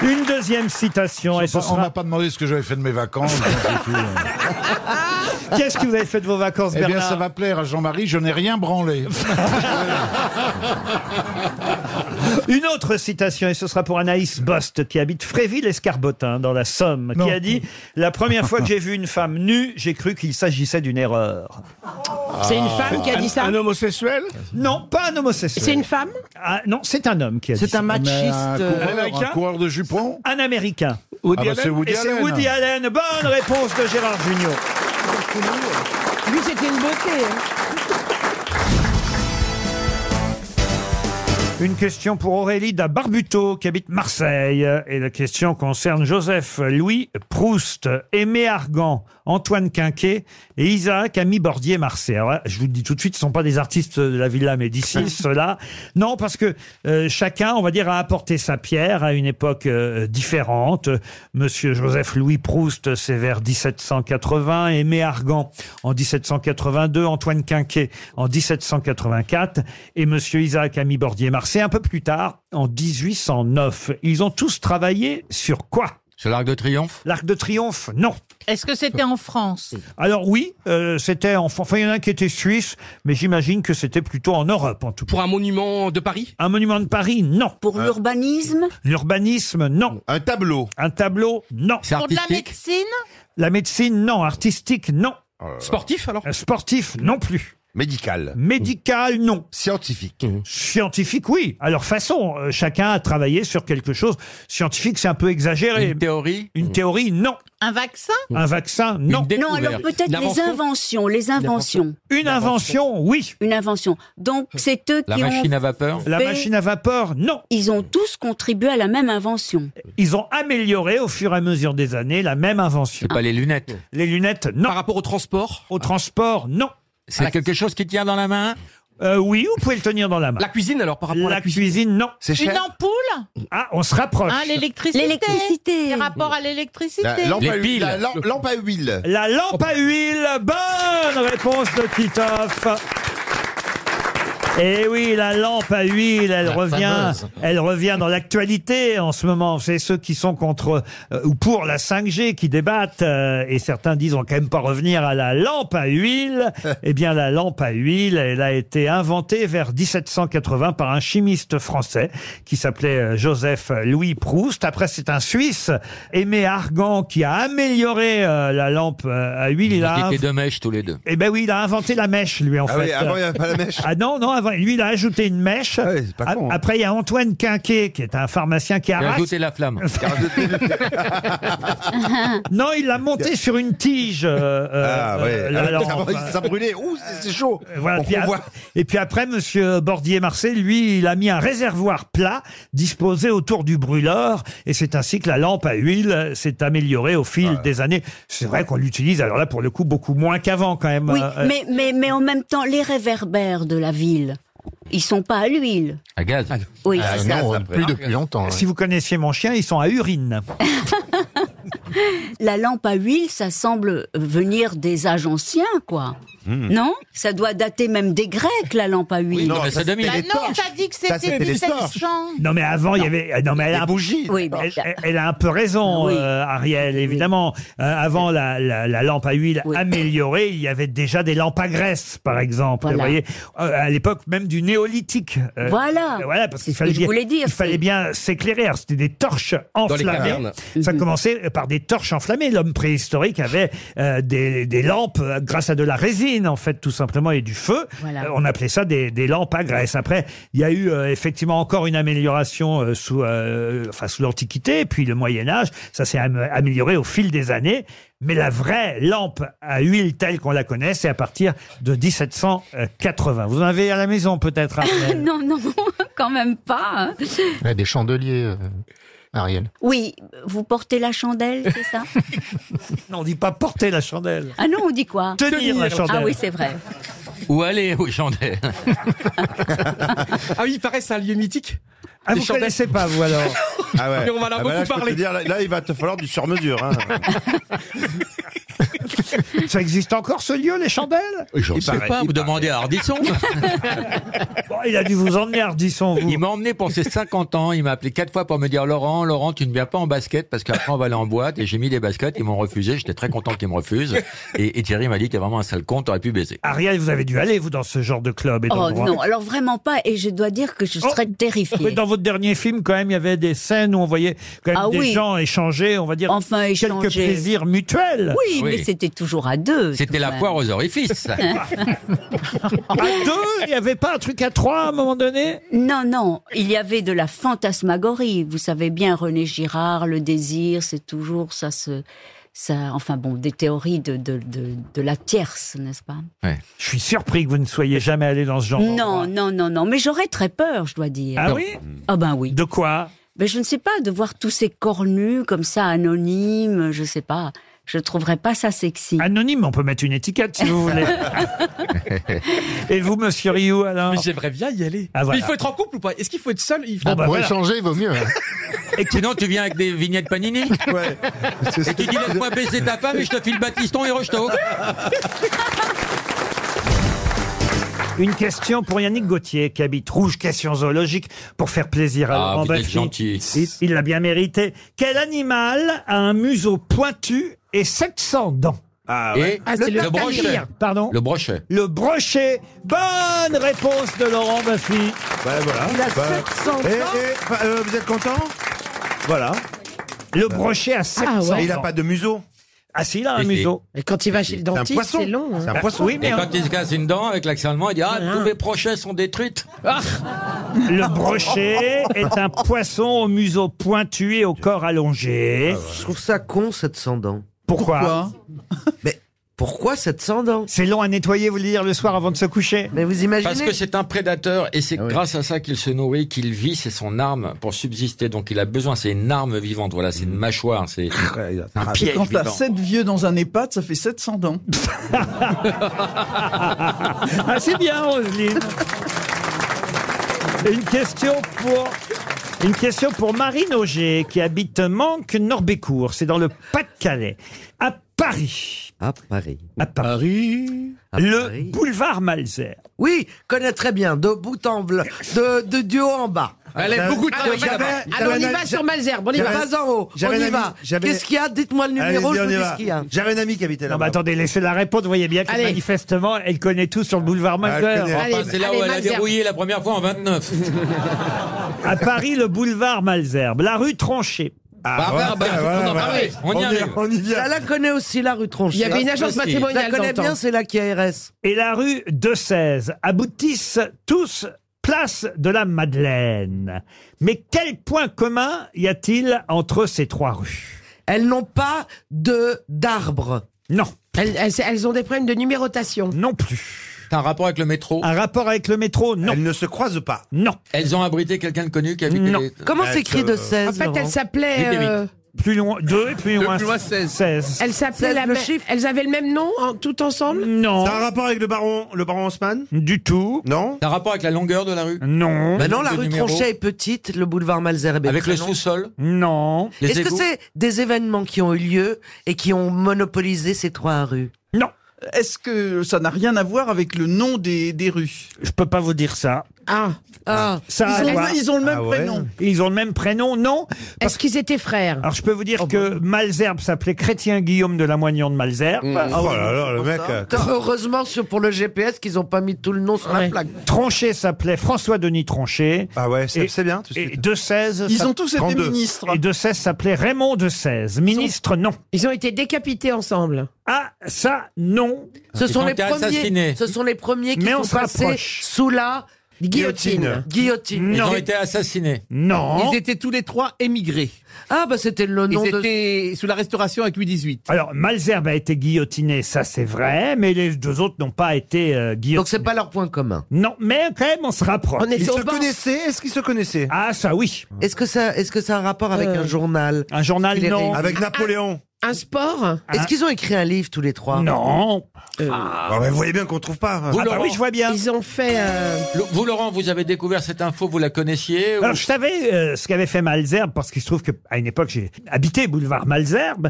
S4: Une deuxième citation. Et ce
S2: On
S4: sera...
S2: m'a pas demandé ce que j'avais fait de mes vacances.
S4: <laughs> Qu'est-ce que vous avez fait de vos vacances,
S2: Eh bien,
S4: Bernard
S2: ça va plaire à Jean-Marie, je n'ai
S4: <laughs>
S2: rien branlé.
S4: Une autre citation, et ce sera pour Anaïs Bost, qui habite Fréville-Escarbotin, dans la Somme, qui a dit « La première fois que j'ai vu une femme nue, j'ai cru qu'il s'agissait d'une erreur. »
S3: Ah. C'est une femme qui a dit ça Un- un
S4: homosexuel Non, pas un homosexuel.
S3: C'est une femme
S4: Ah, Non, c'est un homme qui a dit
S3: C'est
S4: ça.
S3: un machiste, Mais un coureur, euh,
S2: un coureur de jupons
S4: Un Américain.
S2: Woody Ah bah, Allen c'est Woody
S4: Et c'est
S2: Allen.
S4: Woody Allen. Bonne réponse de Gérard Junior.
S3: Lui, c'était une beauté.
S10: hein.
S4: Une question pour Aurélie da Barbuto qui habite Marseille. Et la question concerne Joseph Louis Proust, Aimé Argan, Antoine Quinquet et Isaac Ami Bordier Marseille. Alors là, je vous le dis tout de suite, ce ne sont pas des artistes de la Villa Médicis, ceux-là. Non, parce que euh, chacun, on va dire, a apporté sa pierre à une époque euh, différente. Monsieur Joseph Louis Proust, c'est vers 1780. Aimé Argan en 1782. Antoine Quinquet en 1784. Et Monsieur Isaac Ami Bordier Marseille un peu plus tard, en 1809. Ils ont tous travaillé sur quoi
S22: Sur l'Arc de Triomphe
S4: L'Arc de Triomphe, non.
S19: Est-ce que c'était en France
S4: Alors oui, euh, c'était en... Enfin, il y en a un qui était suisse, mais j'imagine que c'était plutôt en Europe, en tout cas.
S22: Pour un monument de Paris Euh,
S4: Un monument de Paris, non.
S19: Pour l'urbanisme
S4: L'urbanisme, non. Un tableau Un tableau, non.
S19: Pour de la médecine
S4: La médecine, non. Artistique, non.
S22: Sportif, alors
S4: Sportif, non plus.
S14: Médical.
S4: Euh, Médical, non. Mmh.
S14: Scientifique.
S4: Scientifique, oui. Alors, façon, euh, chacun a travaillé sur quelque chose. Scientifique, c'est un peu exagéré. Une théorie Mmh. Une théorie, non.
S19: Un vaccin
S4: Un vaccin, non.
S19: Non, alors peut-être les inventions, les inventions.
S4: Une invention, oui.
S19: Une invention. Donc c'est eux qui ont...
S22: vapeur
S4: La
S19: fait-
S4: machine à vapeur, non.
S19: Ils ont tous contribué à la même invention.
S4: Ils ont amélioré au fur et à mesure des années la même invention. Ah.
S22: Pas les lunettes.
S4: Les lunettes, non.
S22: Par rapport au transport
S4: Au transport, non. Ah.
S22: C'est quelque chose qui tient dans la main
S4: Euh, oui, vous pouvez le tenir dans la main.
S22: La cuisine, alors, par rapport à
S4: La
S22: la
S4: cuisine, non.
S22: C'est
S19: Une ampoule
S4: Ah, on se rapproche.
S19: Hein, L'électricité L'électricité rapport à l'électricité
S4: lampe à huile. La lampe à huile. Bonne réponse de Titoff. Et oui, la lampe à huile, elle
S11: La
S4: revient,
S11: fameuse.
S4: Hein. elle revient dans l'actualité en ce moment. C'est ceux qui sont contre euh, ou pour la 5G qui débattent euh, et certains disent on va quand même pas revenir à la lampe à huile. eh bien, la lampe à huile, elle a été inventée vers 1780 par un chimiste français qui s'appelait euh, Joseph Louis Proust. Après, c'est un Suisse, Aimé Argan, qui a amélioré euh, la lampe euh, à huile. Il a
S22: Ils
S4: inv-
S22: étaient deux mèches tous les deux.
S4: eh ben oui, il a inventé la mèche, lui, en
S22: Ah
S4: fait.
S22: oui, avant, il y avait pas la mèche.
S4: Ah non, non, avant, lui, il a ajouté une mèche.
S14: Ah
S4: A-
S14: hein.
S4: Après, il y a Antoine Quinquet, qui est un pharmacien qui
S22: J'ai
S4: a
S22: rajouté la flamme.
S4: <laughs> Non, il l'a monté sur une tige. euh, euh,
S14: Ah, ouais.
S4: la
S14: Ah,
S4: lampe. Euh,
S14: ça- ça brûlait. Ouh, c'est- c'est chaud.
S4: Voilà,
S14: On
S4: puis
S14: voit.
S4: ap- et puis après, Monsieur Bordier-Marcel, lui, il a mis un réservoir plat disposé autour du brûleur, et c'est ainsi que la lampe à huile euh, s'est améliorée au
S14: Ah
S4: fil des années. C'est vrai qu'on l'utilise, alors là, pour le coup, beaucoup moins qu'avant, quand même.
S19: Oui,
S4: euh, euh,
S19: mais, mais, mais en même temps, les réverbères de la ville, ils sont pas à l'huile.
S22: À gaz
S19: Oui, Ah, c'est ça. non,
S22: plus depuis longtemps. hein.
S4: Si vous connaissiez mon chien, ils sont à urine.
S19: La lampe à huile, ça semble venir des âges anciens, quoi.
S22: Hmm.
S19: Non Ça doit dater même des Grecs, la lampe à huile.
S22: Oui, non, mais ça domine.
S19: Bah
S22: Les
S19: non,
S22: torches.
S19: t'as dit que
S22: Ça, c'était
S19: c'était
S22: les
S19: 1700.
S4: Non mais avant il y avait ah, non mais elle a bougie. elle, elle- elle a un peu raison euh, Ariel évidemment Euh, avant la, la- la lampe à huile améliorée il y avait déjà des lampes à graisse par exemple vous voyez Euh, à l'époque même du néolithique Euh,
S19: Voilà.
S4: euh, voilà parce qu'il
S19: ce que
S4: fallait
S19: je
S4: bien,
S19: voulais dire,
S4: il fallait bien s'éclairer Alors, c'était des torches
S19: les
S4: enflammées
S19: cavernes.
S4: ça commençait par des des torches enflammées. L'homme préhistorique avait euh, des, des lampes euh, grâce à de la résine, en fait, tout simplement, et du feu.
S15: Voilà.
S4: Euh, on appelait ça des, des lampes à graisse. Après, il y a eu euh, effectivement encore une amélioration euh, sous, euh, enfin, sous l'Antiquité, puis le Moyen Âge. Ça s'est am- amélioré au fil des années. Mais la vraie lampe à huile telle qu'on la connaît, c'est à partir de 1780. Vous en avez à la maison peut-être.
S15: <laughs>
S4: Ariel
S22: <laughs>
S15: non, non, quand même pas. hein.
S22: des chandeliers, euh, Ariel.
S15: Oui, vous portez la chandelle, c'est ça
S4: Non, on dit pas porter la chandelle.
S15: Ah non, on dit quoi
S4: Tenir Tenir. la chandelle.
S15: Ah oui, c'est vrai.
S11: Ou aller aux
S4: <laughs>
S11: chandelles. ah oui, il paraît, c'est un lieu mythique.
S4: Ah,
S11: Les
S4: vous
S11: chandelles.
S4: connaissez pas, vous alors <laughs>
S1: Ah ouais.
S11: Mais on va
S1: Ah
S11: en
S1: bah
S11: beaucoup
S1: là, je peux te
S11: parler.
S1: dire, là, là, il va te falloir du sur-mesure. hein.
S4: Ça existe encore ce lieu, les chandelles
S11: Je
S1: Il
S11: sais
S1: paraît,
S11: pas,
S1: il
S11: vous demandez à Ardisson.
S4: <laughs> Bon, il a dû vous emmener, Ardisson, vous.
S11: Il m'a emmené pour ses 50 ans. Il m'a appelé quatre fois pour me dire Laurent, Laurent, tu ne viens pas en basket parce qu'après on va aller en boîte. Et j'ai mis des baskets. Ils m'ont refusé. J'étais très content qu'ils me refusent. Et, et Thierry m'a dit T'es vraiment un sale con, t'aurais pu baiser.
S4: Ariel, vous avez dû aller, vous, dans ce genre de club et
S15: Oh
S4: d'endroit.
S15: non, alors vraiment pas, et je dois dire que je serais
S4: Oui,
S15: terrifiée.
S4: dans votre dernier film, quand même, il y avait des scènes où on voyait quand même
S15: Ah
S4: des
S15: oui.
S4: gens échanger, on va dire,
S15: Enfin,
S4: quelques
S15: échanger.
S4: plaisirs mutuels.
S15: Oui, mais c'était toujours à deux.
S11: C'était la
S15: <laughs>
S11: poire aux orifices.
S4: À deux, il n'y avait pas un truc à trois à un moment donné
S15: Non, non, il y avait de la fantasmagorie. Vous savez bien, René Girard, le désir, c'est toujours ça se... Ça, enfin bon, des théories de, de, de, de la tierce, n'est-ce pas
S4: Je suis surpris que vous ne soyez jamais allé dans ce genre.
S15: Non, non, non, non, mais j'aurais très peur, je dois dire.
S4: Ah oui
S15: Ah ben oui.
S4: De quoi
S15: Mais je ne sais pas, de voir tous ces corps nus comme ça, anonymes, je sais pas. Je trouverais pas ça sexy.
S4: Anonyme, on peut mettre une étiquette si vous voulez.
S15: <laughs>
S4: Et vous, monsieur Rioux, alors
S11: Mais j'aimerais bien y aller.
S4: Ah, voilà.
S11: Mais il faut être en couple ou pas Est-ce qu'il faut être seul Il faut-
S4: Ah, bah, Pour voilà. échanger,
S11: il vaut mieux. Et que- sinon, tu viens avec des vignettes panini <laughs> Ouais. Et tu dis laisse-moi baiser ta femme et je te file Baptiston et Rocheteau.
S4: Une question pour Yannick Gauthier qui habite Rouge, question zoologique, pour faire plaisir à
S11: Ah,
S4: Laurent
S11: vous êtes
S4: Baffy.
S11: gentil.
S4: Il- Il l'a bien mérité. Quel animal a un museau pointu et 700 dents
S11: Ah, ouais. Et le
S4: tartamir.
S11: brochet.
S4: Pardon
S11: Le brochet.
S4: Le brochet. Bonne réponse de Laurent Baffy.
S1: voilà.
S4: Il a
S1: Bah,
S4: 700
S1: eh,
S4: dents.
S1: eh, bah, euh, vous êtes content Voilà.
S4: Le brochet
S3: Ah,
S4: à
S6: Ah,
S4: 700
S1: Et Bah. Il n'a
S4: dents.
S1: pas de museau
S4: Ah si, il a un
S11: Et-
S4: museau.
S11: et-
S4: Et quand il va chez le
S11: un dentiste, poisson. c'est long, hein.
S4: C'est un poisson. Oui, mais
S11: et
S4: un-
S11: quand il se casse une dent avec l'accent allemand, il dit Ah, tous mes prochets sont détruites. Ah
S4: Le brochet est un poisson au museau pointu et au corps allongé.
S10: Ah, Je trouve ça con, 700 dents.
S4: Pourquoi,
S10: <laughs> Mais pourquoi 700 dents
S4: C'est long à nettoyer, vous le dire, le soir avant de se coucher.
S10: Mais vous imaginez
S11: <laughs> Parce que c'est un prédateur et c'est grâce à ça qu'il se nourrit, qu'il vit, c'est son arme pour subsister. Donc il a besoin, c'est une arme vivante. Voilà, c'est une mâchoire, c'est c'est un
S26: Et
S11: piège
S26: quand t'as
S11: vivant.
S26: 7 vieux dans un EHPAD, ça fait 700 dents.
S4: <laughs> Ah, c'est bien, Roselyne. Une question pour. Une question pour Marine Auger, qui habite Manque, Norbécourt. C'est dans le Pas-de-Calais. À Paris.
S10: À Paris.
S4: À Paris. Le boulevard Malzer.
S10: Oui, connais très bien, de bout en blanc, de, de du haut en bas. Euh,
S11: Elle a beaucoup de travail
S10: J'avais-
S11: là-bas.
S10: j'avais
S3: on y
S10: un-
S3: va sur Malzerbe, on y
S10: j'avais-
S3: va.
S10: Pas en haut, on J'avais un y ami- va. j'avais- Qu'est-ce qu'il y a Dites-moi le numéro, Allez-y, je on vous y dis va. ce qu'il y a.
S1: J'avais un ami qui habitait
S4: Non,
S1: là-bas.
S4: mais attendez, laissez la réponse. Vous voyez bien que
S10: Allez.
S4: manifestement, elle connaît tout sur le
S11: Ah,
S4: boulevard Malzer.
S11: Enfin, c'est là où elle a dérouillé la première fois
S4: <laughs>
S11: en 29.
S4: À Paris, le boulevard Malzerbe, la rue Tranchée.
S11: Ah, voilà, bah, on en parlait. On y arrive.
S10: Je la connais aussi, la rue Tronchet. Hein.
S4: Il y avait une agence
S10: Je sais.
S4: matrimoniale
S10: Je la connais
S4: dans le
S10: bien,
S4: temps.
S10: c'est la qui ARS.
S4: Et la rue de 16 aboutissent tous place de la Madeleine. Mais quel point commun y a-t-il entre ces trois rues
S10: Elles n'ont pas de d'arbres.
S4: Non.
S3: Elles, elles- elles ont des problèmes de numérotation.
S4: Non plus.
S11: T'as un rapport avec le métro
S4: Un rapport avec le métro Non.
S1: Elles ne se croisent pas.
S4: Non.
S11: Elles ont abrité quelqu'un de connu qui a habité. les-
S1: Elles se-
S3: En fait, elles s'appelaient. euh,
S4: euh, Plus loin, deux et plus
S11: Deux
S4: loin.
S11: plus loin,
S4: 16.
S3: elles s'appelaient la même- Elles avaient le même nom, en- tout ensemble
S4: Non.
S1: T'as un rapport avec le baron, le baron Haussmann
S4: Du tout.
S1: Non
S11: T'as un rapport avec la longueur de la rue Euh,
S4: Non.
S10: Maintenant, la rue Tronchet est petite, le boulevard Malzerbe est
S11: Avec le
S10: très long.
S11: sous-sol
S4: Non.
S11: Les
S10: Est-ce que
S11: égouts
S10: c'est des événements qui ont eu lieu et qui ont monopolisé ces trois rues
S4: Non.
S10: Est-ce que ça n'a rien à voir avec le nom des, rues
S4: Je peux pas vous dire ça.
S3: Ah.
S4: Ça a à
S3: Ils ont-
S4: voir.
S3: ils ont le même Ah ouais. prénom.
S4: Ils ont le même prénom, non
S3: Est-ce qu'ils étaient frères Oh,
S4: Alors je peux vous dire que Malzerbe s'appelait Chrétien Guillaume de la Moignon de Malzerbe.
S24: Ah ouais, c'est pour ça. Tant Heureusement sur- pour le GPS qu'ils n'ont pas mis tout le nom sur la plaque.
S4: Tronchet s'appelait François Denis Tronchet. Ah ouais,
S1: c'est- c'est bien, tout ce
S4: Et de 16.
S1: Ils ont tous été
S4: ministres. Et de 16 s'appelait Raymond de 16. Ministre, non.
S3: Ils ont été décapités ensemble.
S4: Ah, ça, non.
S24: Ce
S4: Ils
S24: sont
S4: ont
S24: les
S4: été
S24: premiers.
S4: assassinés.
S24: Ce sont les premiers qui
S4: Mais on se
S24: sont passés
S4: rapproche.
S24: sous la
S4: Guillotine.
S24: Guillotine.
S11: Ils ont été assassinés.
S4: Non.
S24: Ils étaient tous les trois émigrés. Ah bah c'était le nom
S11: Ils
S24: de.
S11: étaient
S24: sous la restauration avec Louis XVIII.
S4: Alors, Malzerbe a été guillotiné, ça c'est vrai, mais les deux autres n'ont pas été euh, guillotinés. Donc c'est pas leur point commun. Non, mais quand même on se rapproche.
S1: On est Ils au se bord. connaissaient Est-ce qu'ils se connaissaient
S4: Ah ça oui.
S24: Est-ce que ça, est-ce que ça a un rapport avec
S1: Euh,
S24: un journal
S4: Un journal Hein
S24: Qu'il est
S1: non.
S24: réuni
S6: Ah,
S1: Avec Napoléon.
S3: Un sport
S24: Est-ce qu'ils ont écrit un livre tous les trois
S4: Non.
S6: euh,
S1: Ah, bah, vous voyez bien qu'on trouve pas.
S4: Ah,
S11: Vous, Laurent,
S4: bah vois bien.
S3: Ils ont fait. euh,
S11: Le- vous, Laurent, vous avez découvert cette info, vous la connaissiez ou-
S4: Alors, je savais euh, ce qu'avait fait Malzerbe, parce qu'il se trouve qu'à une époque, j'ai habité boulevard Malzerbe.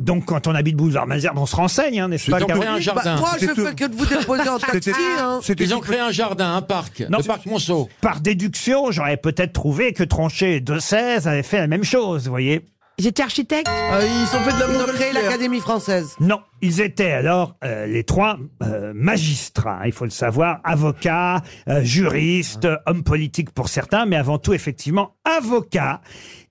S4: Donc, quand on habite boulevard Malzerbe, on se renseigne, hein, n'est-ce
S11: Ils
S4: pas
S11: ont créé
S4: Caroline
S11: un jardin.
S4: Bah,
S24: vous déposer
S4: <laughs>
S11: <laughs>
S24: en
S4: taxi, hein. c'était-
S11: Ils ont créé un jardin, un parc,
S4: Non.
S11: le parc Monceau.
S4: Par déduction, j'aurais peut-être trouvé que Tronchet et De 16 avaient fait la même chose, vous voyez
S3: Ils étaient architectes
S24: Ah, Ils ont fait de la Ils ont créé l'Académie française.
S4: Non, ils étaient alors euh, les trois euh, magistrats, hein, il faut le savoir, avocats, euh, juristes, euh, hommes politiques pour certains, mais avant tout effectivement avocats.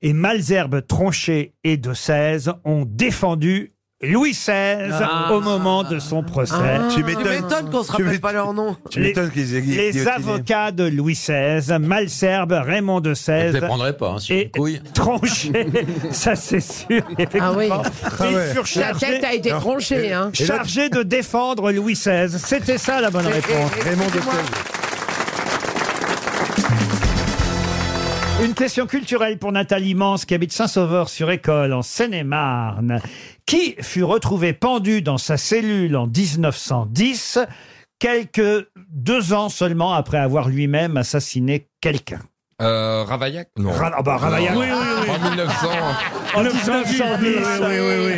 S4: Et Malzerbe, Tronchet et De 16 ont défendu Louis XVI
S24: Ah.
S4: au moment de son procès.
S24: Tu m'étonnes qu'on se rappelle pas leur nom.
S1: Tu m'étonnes qu'ils aient
S4: les
S1: guillotiné.
S4: avocats de Louis XVI, Malserbe, Raymond de
S11: Je ne
S4: XVI,
S11: les prendrai pas, hein, sur une couille.
S4: Tronchet, ça c'est sûr.
S3: Ah oui.
S4: effectivement.
S3: Ah
S4: Ils
S3: ouais.
S4: furent
S3: La
S4: chargés-
S3: tête a été
S4: Non.
S3: tranchée, hein.
S4: Et Chargés de défendre Louis XVI. C'était ça la bonne
S3: Et- et-
S4: réponse.
S3: et- Raymond de excusez-moi.
S4: Une question culturelle pour Nathalie Mans, qui habite Saint-Sauveur-sur-École, en Seine-et-Marne, qui fut retrouvée pendue dans sa cellule en 1910, quelques deux ans seulement après avoir lui-même assassiné quelqu'un.
S25: Euh, Ravaillac Non.
S4: Ra- ah bah, Ravaillac.
S25: Non.
S4: Oui, oui, oui.
S25: En 1900.
S4: En 1910,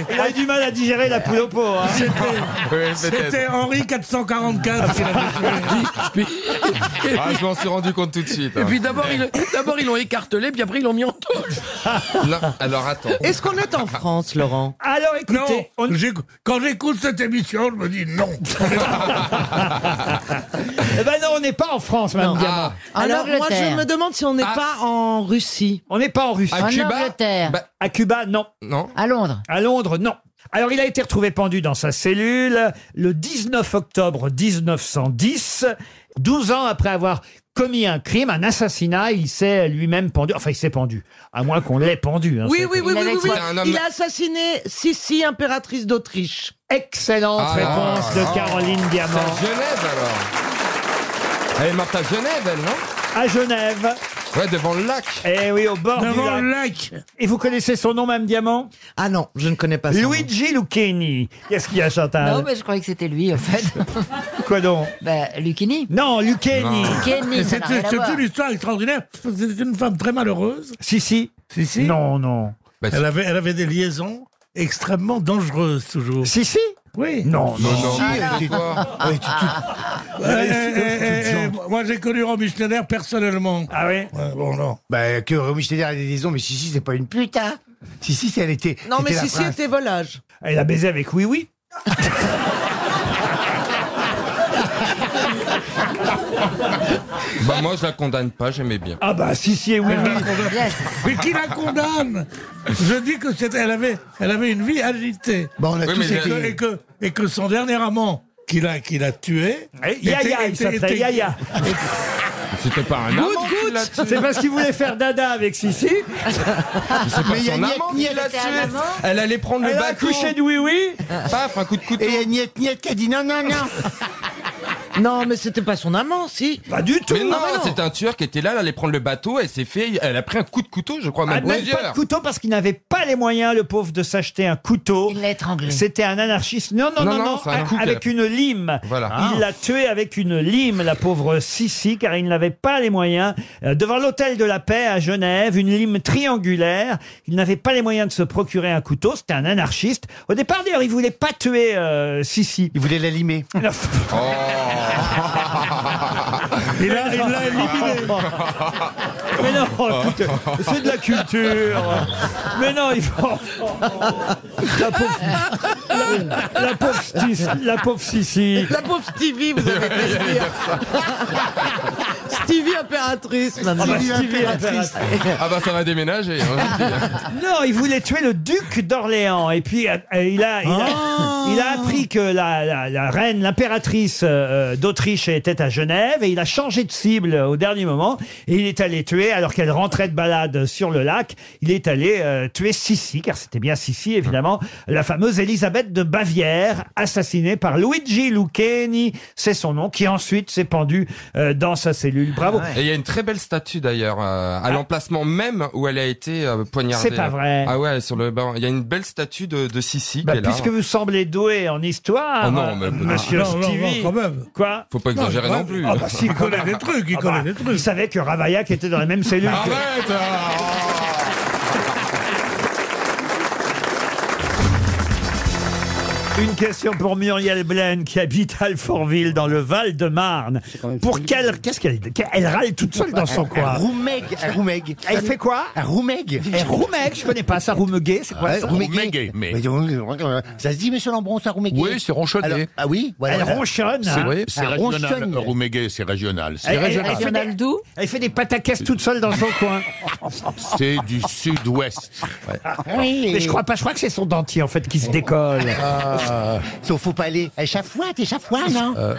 S4: elle a eu du mal à digérer la poule au pot. hein. <laughs>
S25: Oui,
S18: C'était
S25: peut-être.
S18: Henri
S6: Ah,
S18: 444
S4: <laughs>
S18: qui l'avait tué.
S25: Ah, je m'en suis rendu compte tout de suite.
S6: Et
S25: hein.
S6: puis d'abord, ils, d'abord, ils l'ont écartelé, puis après, ils l'ont mis en tôle.
S25: Non, alors attends.
S6: Est-ce qu'on est en France, Laurent
S4: Alors
S18: écoutez, j'éc- quand j'écoute cette émission, je me dis
S4: <laughs>
S18: non.
S4: Eh ben non, on n'est pas en France, madame
S18: Non.
S4: Diamant.
S18: Ah. Alors,
S23: moi, je me demande si on n'est pas en Russie.
S4: On n'est pas en Russie. Bah,
S23: En Angleterre.
S4: À Cuba, non.
S25: Non.
S4: À Londres. À Londres, non. Alors, il a été retrouvé pendu dans sa cellule le 19 octobre 1910, 12 ans après avoir commis un crime, un assassinat. Il s'est lui-même pendu. Enfin, il s'est pendu. À moins qu'on l'ait pendu. hein.
S23: Oui,
S4: C'est-
S23: oui, oui, oui, oui, oui.
S25: un homme-
S23: Il a assassiné Sissi, impératrice d'Autriche.
S4: Excellente
S25: Ah,
S4: réponse
S25: là, là.
S4: de Caroline Diamant.
S25: C'est à Genève alors. Elle est morte à Genève, elle, non
S4: À Genève.
S25: Ouais, devant le lac.
S4: Eh oui, au bord
S25: Devant
S4: du
S25: le
S4: lac. Et vous connaissez son nom, Mme Diamant
S23: Ah non, je ne connais pas
S4: Luigi Lucchini. Qu'est-ce qu'il y a, Chantal
S28: Non, mais je croyais que c'était lui, en fait.
S4: Quoi donc
S28: bah, Lucchini.
S4: Non, Lucchini.
S28: Lucchini, ça
S18: C'est
S28: n'a rien à voir.
S18: une histoire extraordinaire. C'était une femme très malheureuse.
S4: Si, si.
S18: Si, si. Bah,
S4: Non, non.
S18: elle, avait, elle avait des liaisons extrêmement dangereuses, toujours.
S4: Si, si.
S18: Oui.
S4: Non, non, non.
S18: Si, elle
S4: Ah,
S18: était-
S4: d'accord. Ah,
S18: Ouais, tu- tu-
S4: Ouais,
S18: Eh,
S4: c'est-
S18: eh,
S4: c'est
S18: eh,
S4: ce
S18: eh, moi, j'ai connu Romy Schneider personnellement.
S4: Ah oui
S18: Bon, non.
S31: Bah, que Romy Schneider a des liaisons, mais si, si, c'est pas une pute, hein. Si, si, c'est- elle était.
S23: Non, mais
S31: c'était la
S23: Sissi
S31: prince.
S23: était volage.
S4: Elle a baisé avec Oui Oui.
S25: Bah moi je la condamne pas, j'aimais bien.
S4: Ah bah si, si, oui, oui.
S18: Mais qui la condamne Je dis que c'était, elle avait, elle avait une vie agitée.
S31: Bon, on
S18: a
S25: Oui, tous mais
S18: et,
S25: été-
S18: que, et que et que son dernier amant qui l'a qui l'a tué.
S4: Eh, Yaya, il s'appelait Yaya.
S25: C'était pas un amant qui l'a tué.
S4: C'est parce qu'il voulait faire dada avec
S23: <laughs>
S4: Sissi.
S25: C'est pas son amant qui l'a tué. Elle allait prendre le
S4: Elle a
S25: bateau.
S4: accouché de oui oui.
S6: <laughs>
S25: Paf, un coup de couteau.
S23: Et il y a Niet Niet qui a dit non, non, non. <laughs> non, mais c'était pas son amant, si.
S4: Pas du
S25: Mais non,
S23: Ah, bah non.
S25: c'est un tueur qui était là, elle allait prendre le bateau, elle s'est fait, elle a pris un coup de couteau, je crois,
S4: Ah,
S25: même
S4: même pas
S25: plusieurs.
S4: de couteau parce qu'il n'avait pas les moyens, le pauvre, de s'acheter un couteau.
S28: Il l'a étranglé.
S4: C'était un anarchiste. Non, non,
S25: Non,
S4: non, non,
S25: non, c'est un Ah.
S4: a-
S25: coup qu'elle
S4: avec
S25: a-
S4: une lime.
S25: Voilà.
S4: Il l'a tué avec une lime, la pauvre Sissi, car il n'avait pas les moyens. Euh, Devant l'hôtel de la paix à Genève, une lime triangulaire. Il n'avait pas les moyens de se procurer un couteau. C'était un anarchiste. Au départ, d'ailleurs, il voulait pas tuer euh, Sissi. <laughs>
S31: Il voulait la limer.
S25: Oh.
S4: Non. <laughs> Il l'a il l'a éliminé.
S25: Ah.
S4: Mais non,
S25: Oh.
S4: écoute, c'est de la culture.
S25: <laughs>
S4: Mais non, il faut. La pauvre.
S25: <laughs>
S4: La, la pauvre Stis- la pauvre Sissi.
S10: La pauvre Stevie, vous avez
S23: <laughs>
S10: fait dire. Stevie impératrice, maintenant.
S11: bah,
S32: Ah bah ça va
S11: hein,
S32: déménager.
S4: <laughs> Non, il voulait tuer le duc d'Orléans. Et puis, euh, euh, il, a, il, a, il a appris que la, la- la reine, l'impératrice euh, euh, d'Autriche était à Genève. Et il a changé de cible au dernier moment. Et il est allé tuer, alors qu'elle rentrait de balade sur le lac, il est allé euh, tuer Sissi, car c'était bien Sissi, évidemment, la fameuse Elisabeth de Bavière, assassinée par Luigi Lucchini. C'est son nom, qui ensuite s'est pendu euh, dans sa cellule. Bravo.
S11: Et il y a une très belle statue d'ailleurs, euh, à l'emplacement même où elle a été euh, poignardée.
S4: Ah. C'est pas vrai.
S11: Ah ouais, sur le banc. Il y a une belle statue de, de Sissi
S4: Bah,
S11: qui est là. hein.
S4: puisque vous semblez doué en histoire,
S11: Oh non, mais-
S4: monsieur
S11: Ah, non, non,
S4: Stevie.
S11: non, quand
S33: même.
S4: Quoi
S11: Faut pas exagérer non plus.
S33: Ah bah, s'il connaît des trucs, il connaît des
S4: trucs. Ah bah, Il savait que Ravaillac était dans la même cellule. que-
S33: Arrête
S8: hein.
S4: Une question pour Muriel Blaine qui habite Alfortville dans le Val-de-Marne. Pour quelle qu'est-ce qu'elle qu'elle- elle râle <laughs> toute seule dans son coin
S6: Un roumeg, un roumeg.
S4: Elle fait quoi
S6: Un roumeg.
S4: Eh, roumeg, je connais pas ça roumegué, c'est quoi
S6: Ouais,
S4: ça
S6: roumegué. Mais donc, euh, Ça se dit, monsieur Lambron, ça roumeg
S8: Oui, c'est ronchonné.
S6: Ah oui
S4: Elle ronchonne, hein. Oui,
S8: C'est
S6: Ah,
S8: régional,
S6: ronchonne.
S8: Roumégué, c'est régional.
S4: Elle-
S8: C'est
S4: elle-
S8: régional.
S4: elle fait des- Elle fait des pataquès toute seule dans son coin.
S8: C'est du sud-ouest.
S6: Oui.
S4: Mais je crois pas, je crois que c'est son dentier en fait qui se décolle.
S6: <laughs> Sauf Ah. faut pas aller. Échafouate, échafouate,
S4: hein.
S6: non
S8: Euh,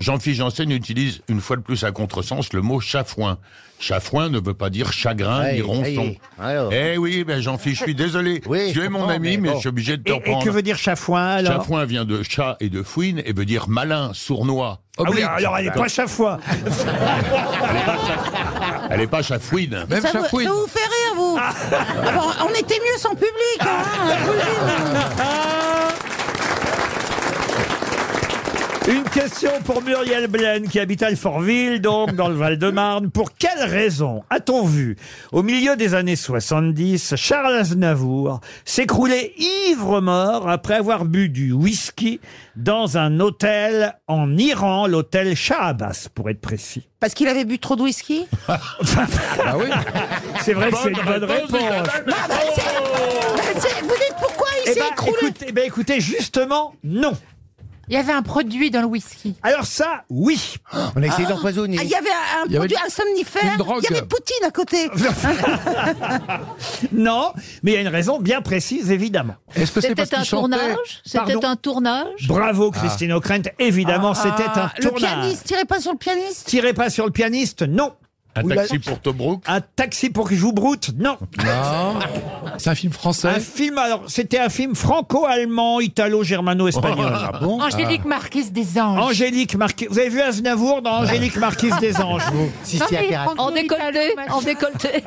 S8: Jean-Philippe Janssen utilise une fois de plus à contresens le mot chafouin. Chafouin ne veut pas dire chagrin
S6: Aïe,
S8: ni ronçon.
S6: aïe, alors.
S8: Eh oui, ben Jean-Philippe, je suis désolé.
S6: Oui,
S8: tu
S6: je
S8: es mon
S6: comprends,
S8: ami,
S6: mais
S8: mais
S6: bon.
S8: je suis obligé de te
S4: Et, et
S8: reprendre.
S4: que veut dire chafouin alors
S8: Chafouin vient de chat et de fouine et veut dire malin, sournois.
S4: Ah oui,
S8: Oblique.
S4: alors elle est pas chafouin.
S8: Elle est pas chafouine.
S5: ça, vous, ça vous fait rire, vous Bon, On était mieux sans public, hein, je vous le dis.
S4: Une question pour Muriel Blaine qui habite Alfortville, donc dans le Val-de-Marne. Pour quelle raison a-t-on vu, au milieu des années 70, Charles Aznavour s'écrouler ivre-mort après avoir bu du whisky dans un hôtel en Iran, l'hôtel Shahabas pour être précis
S5: Parce qu'il avait bu trop de whisky
S4: <laughs> Ah oui C'est vrai que c'est une bonne réponse.
S5: Bah, c'est- Vous dites pourquoi il
S4: Eh
S5: s'est
S4: ben,
S5: écroulé
S4: écoute- eh ben, écoutez, justement, non.
S5: Il y avait un produit dans le whisky.
S4: Alors ça, oui.
S6: On a essayé d'empoisonner.
S5: Ah, il y avait un, un
S6: Il y avait
S5: produit,
S6: une-
S5: un somnifère.
S6: une drogue.
S5: Il y avait Poutine
S4: <laughs>
S5: à côté.
S4: Non, mais il y a une raison bien précise, évidemment. Est-ce
S19: C'était un tournage C'était un tournage
S4: Bravo, Christine O'Krent. Évidemment, c'était un
S5: Ah, Le
S4: tournage.
S5: pianiste, tirez pas sur le pianiste
S4: Tirez pas sur le pianiste, non.
S8: Un
S4: Vous
S8: taxi
S4: l'avez-
S8: pour Tobruk.
S4: Un taxi pour que je vous broute, non.
S8: Non.
S4: C'est un film français Un film, alors, c'était un film franco-allemand, italo-germano-espagnol.
S6: Ah,
S5: Ah,
S18: Angélique Marquise des Anges.
S4: Ah. Angélique Marquise. Vous avez vu Aznavour dans Angélique Marquise des Anges, <laughs> vous
S18: Non, mais
S19: En décolleté, en
S5: <laughs>
S19: décolleté.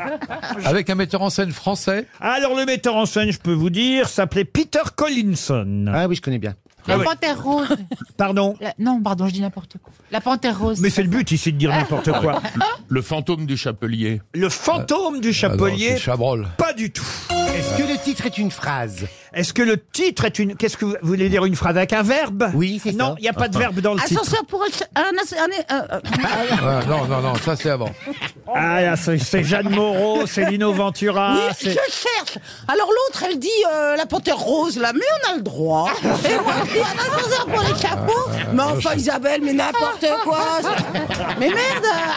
S4: Avec un metteur en scène français Alors, le metteur en scène, je peux vous dire, s'appelait Peter Collinson. Ah oui, je connais bien.
S18: La panthère rose.
S4: Pardon
S18: La- Non, pardon, je dis n'importe quoi. La panthère rose. Ah.
S4: Mais c'est le but ici de dire n'importe quoi.
S8: Le fantôme du chapelier.
S4: Le fantôme
S6: Ah
S4: du
S12: Ah
S4: chapelier.
S8: c'est Chabrol.
S4: Pas du tout.
S6: Est-ce que le titre est une phrase
S4: Est-ce que le titre est une. Qu'est-ce que vous vous voulez dire une phrase avec un verbe
S6: Oui, c'est
S4: Non,
S6: ça.
S4: il n'y a pas de verbe dans le
S5: Ah,
S4: titre.
S5: Ascenseur pour un... ch- un, as-
S4: <laughs>
S5: un- un- un-
S4: Ah, non, non, non, ça c'est avant. Ah là, c'est c'est Jeanne Moreau, c'est Lino Ventura.
S5: Oui, je
S4: Ah, c'est-
S5: cherche. Alors l'autre, elle dit euh, la panthère rose, là, mais on a le droit.
S4: <laughs>
S5: Et moi, je dis un ascenseur pour les
S4: Ah,
S5: chapeaux. Mais enfin, Isabelle, mais n'importe quoi.
S4: <laughs>
S5: Mais merde,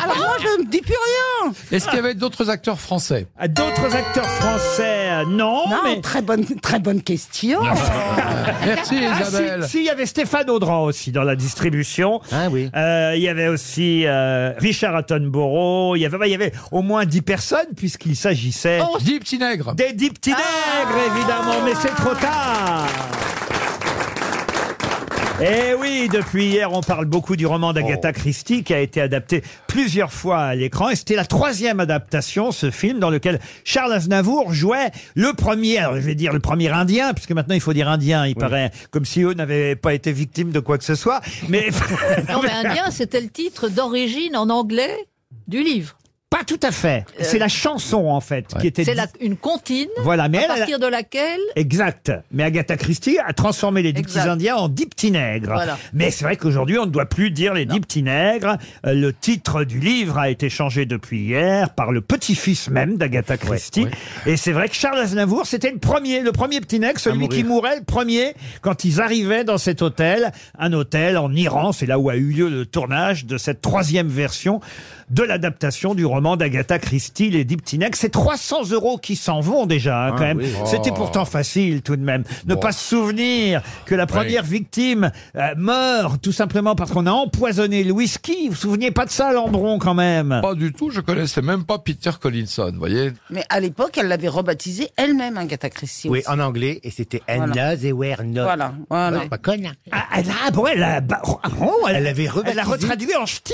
S5: alors moi, je ne dis plus rien.
S4: Est-ce qu'il y avait d'autres acteurs français Ah, D'autres acteurs français, euh, non.
S5: Non,
S4: mais...
S5: très, bonne, très bonne question.
S4: <laughs> Merci
S5: Isabelle.
S4: Ah, si, si, il y avait Stéphane Audran aussi dans la distribution. Ah oui. il y avait aussi euh, Richard Attenborough. Il y avait, bah, il y avait au moins 10 personnes puisqu'il s'agissait. Oh, 10 petits nègres. Des 10 petits nègres, évidemment, mais c'est trop tard. Eh oui, depuis hier, on parle beaucoup du roman d'Agatha Christie qui a été adapté plusieurs fois à l'écran. Et c'était la troisième adaptation, ce film, dans lequel Charles Aznavour jouait le premier, alors je vais dire le premier Indien, puisque maintenant il faut dire Indien, il paraît, comme si eux n'avaient pas été victimes de quoi que ce
S14: <laughs>
S4: soit. Mais
S19: Non, mais Indien, c'était le titre d'origine en anglais du livre.
S4: <laughs> Pas tout à fait. C'est la chanson, en fait, qui était.
S14: Euh, C'est
S4: dit-
S14: la- une comptine
S4: Voilà, mais
S14: à
S4: elle, elle a-
S14: partir de laquelle
S4: Exact. Mais Agatha Christie a transformé les dix petits
S14: Exact.
S4: indiens en dix petits nègres.
S14: Voilà.
S4: Mais c'est vrai qu'aujourd'hui, on ne doit plus dire les dix petits nègres. Euh, Le titre du livre a été changé depuis hier par le petit-fils même d'Agatha Christie. Et c'est vrai que Charles Aznavour, c'était le premier, le premier petit nègre, celui qui mourait le premier quand ils arrivaient dans cet hôtel. Un hôtel en Iran, c'est là où a eu lieu le tournage de cette troisième version de l'adaptation du roman d'Agatha Christie, Les Dix Petits Nègres. C'est 300 euros qui s'en vont déjà, hein, quand
S25: Ah
S4: même.
S25: oui.
S4: C'était
S25: Oh.
S4: pourtant facile tout de même. Ne
S25: Bon.
S4: pas se souvenir que la première victime euh, meurt tout simplement parce qu'on a empoisonné le whisky. Vous vous souveniez pas de ça, Lambron, quand même
S5: Pas du tout, je connaissais même pas Peter Collinson, vous voyez.
S27: Mais à l'époque, elle l'avait rebaptisé elle-même, Agatha Christie.
S31: Oui,
S27: aussi.
S31: en anglais, et c'était And
S27: Voilà.
S31: they were not.
S27: Voilà, voilà.
S31: Ouais, pas conne. hein.
S4: Ah, elle a, bon, elle a, bah, oh, ah bon, elle,
S31: Elle avait
S4: elle l'a
S31: rebaptisé.
S4: retraduit en
S5: <laughs>
S4: ch'ti.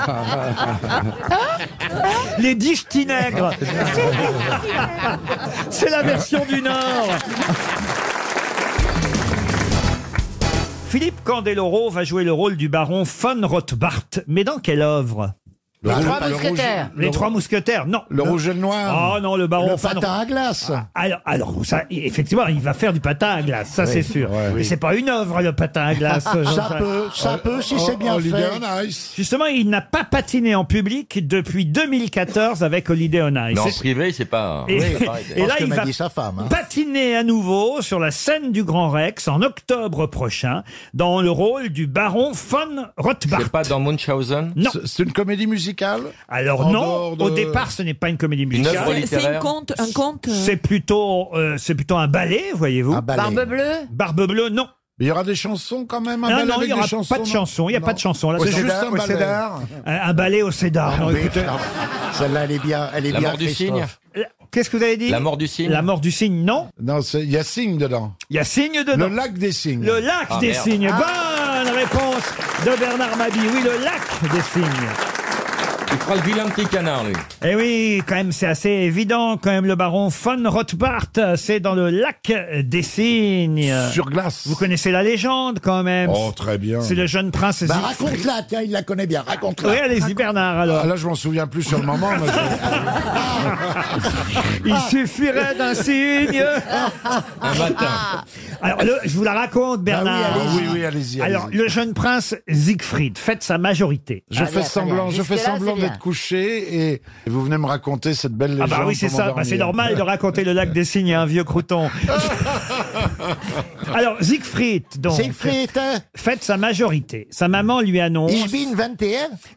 S4: <laughs> Les dix ch'tis
S18: <laughs>
S4: nègres. C'est la version du Nord. Philippe Candeloro va jouer le rôle du baron von Rothbart, mais dans quelle œuvre
S31: Les rôle- Trois le rouge- Mousquetaires.
S4: Les
S31: le-
S4: trois mousquetaires, non.
S31: Le rouge et le noir.
S4: Oh non, le baron Ah.
S31: Le
S4: von-
S31: patin à glace.
S4: Alors, alors, ça, effectivement, il va faire du patin à glace, ça
S31: Oui,
S4: c'est sûr.
S31: ouais, Oh,
S4: Mais
S31: oui.
S4: c'est pas une œuvre, le patin à glace.
S31: Ça
S4: Jean-Jacques.
S31: peut, ça peut, si c'est bien Holiday fait. on
S4: Justement, il n'a pas patiné en public depuis 2014 avec Holiday on Ice.
S11: Mais en
S4: C'est-
S11: privé, c'est pas. hein.
S4: Et, <laughs>
S11: c'est
S4: et
S11: pareil, d'ailleurs.
S4: là, il va
S31: hein.
S11: hein.
S4: patiner à nouveau sur la scène du Grand Rex en octobre prochain dans le rôle du baron von Rothbart.
S5: C'est pas dans Munchausen
S4: Non.
S5: C'est une comédie musicale
S4: Alors
S5: En
S4: non,
S5: dehors de-
S4: au départ, ce n'est pas une comédie
S5: Une
S4: musicale.
S5: œuvre C'est- c'est une littéraire.
S14: conte- un conte, euh
S4: C'est plutôt, euh, c'est plutôt un ballet, voyez-vous.
S14: Barbe bleue
S4: Barbe bleue, non.
S31: Il y aura des chansons quand même
S4: Ah non, il n'y aura pas de chansons. Il n'y a pas de chansons. Là,
S31: C'est juste un ballet. Ah,
S4: Un un ballet au Cédar. Non, écoutez.
S31: Celle-là, elle est bien. Elle est
S11: La
S31: bien, hein.
S11: mort du cygne
S31: Christophe.
S4: Qu'est-ce que vous avez dit
S11: La mort du cygne
S4: La mort du cygne, non.
S31: Non, c'est- il y a cygne dedans.
S4: Il y a cygne dedans.
S31: Le lac des cygnes.
S4: Le lac
S31: Ah,
S4: des
S31: merde.
S4: cygnes.
S11: Ah.
S4: Bonne réponse de Bernard Mabie. Oui, le lac des cygnes.
S11: Il fera le vilain petit canard, lui.
S4: Eh oui, quand même, c'est assez évident, quand même, le baron von Rothbart, c'est dans le lac des cygnes.
S31: Sur glace.
S4: Vous connaissez la légende, quand même.
S31: Oh, très bien.
S4: C'est le jeune prince.
S31: Bah,
S4: Siegfried.
S31: raconte-la, tiens, il la connaît bien. Raconte-la.
S4: Oui, allez-y, Bernard, alors.
S31: Ah, là, je m'en souviens plus sur le moment. mais je-
S4: <laughs> Il suffirait d'un signe.
S11: <laughs>
S4: Ah.
S11: Un matin.
S4: Alors, le- je vous la raconte, Bernard.
S31: Ah oui, allez-y. Oui, oui, allez-y,
S4: Alors,
S31: allez-y.
S4: le jeune prince Siegfried fête sa majorité.
S11: Ah,
S31: Je fais semblant, je fais semblant d'être couché et vous venez me raconter cette belle
S4: Ah
S31: légende.
S4: bah oui, c'est
S31: pour
S4: ça. Bah,
S31: m'endormir.
S4: c'est normal de raconter le lac des cygnes à un vieux crouton. <laughs> Alors, Siegfried, donc,
S31: Siegfried, hein
S4: fête sa majorité. Sa maman lui annonce...
S31: Ich bin 21.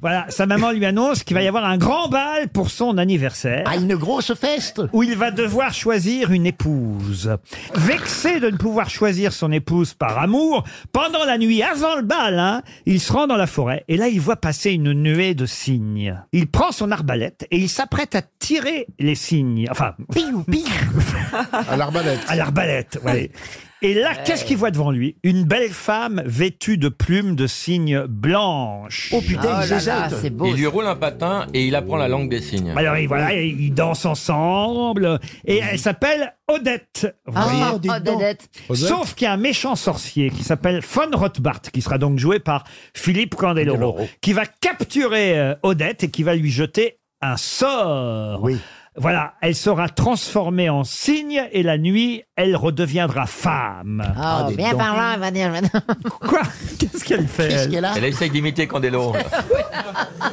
S4: Voilà, sa maman lui annonce qu'il va y avoir un grand bal pour son anniversaire.
S31: Ah, une grosse feste.
S4: Où il va devoir choisir une épouse. Vexé de ne pouvoir choisir son épouse par amour, pendant la nuit, avant le bal, hein, il se rend dans la forêt et là il voit passer une nuée de cygnes. Il prend son arbalète et il s'apprête à tirer les cygnes. Enfin, piou, piou.
S31: À l'arbalète.
S4: À l'arbalète, ouais. Et là, qu'est-ce qu'il voit devant lui Une belle femme vêtue de plumes de cygnes blanches.
S31: Oh putain,
S14: Oh là là, c'est beau.
S11: Il lui roule un patin et il apprend la langue des signes.
S4: Bah, Alors et voilà, et ils dansent ensemble et elle s'appelle Odette. Vous
S14: Ah,
S4: voyez
S14: oh, Odette.
S31: Odette.
S4: Sauf qu'il y a un méchant sorcier qui s'appelle Von Rothbart, qui sera donc joué par Philippe Candeloro, qui va capturer euh, Odette et qui va lui jeter un sort.
S31: Oui.
S4: Voilà, elle sera transformée en cygne et la nuit, elle redeviendra femme.
S31: Ah, dis
S14: Oh, Viens
S31: donc.
S14: par là, va dire. va dire.
S4: Quoi Qu'est-ce qu'elle fait elle
S11: Elle essaie d'imiter
S4: Bah,
S11: Candelo. hein.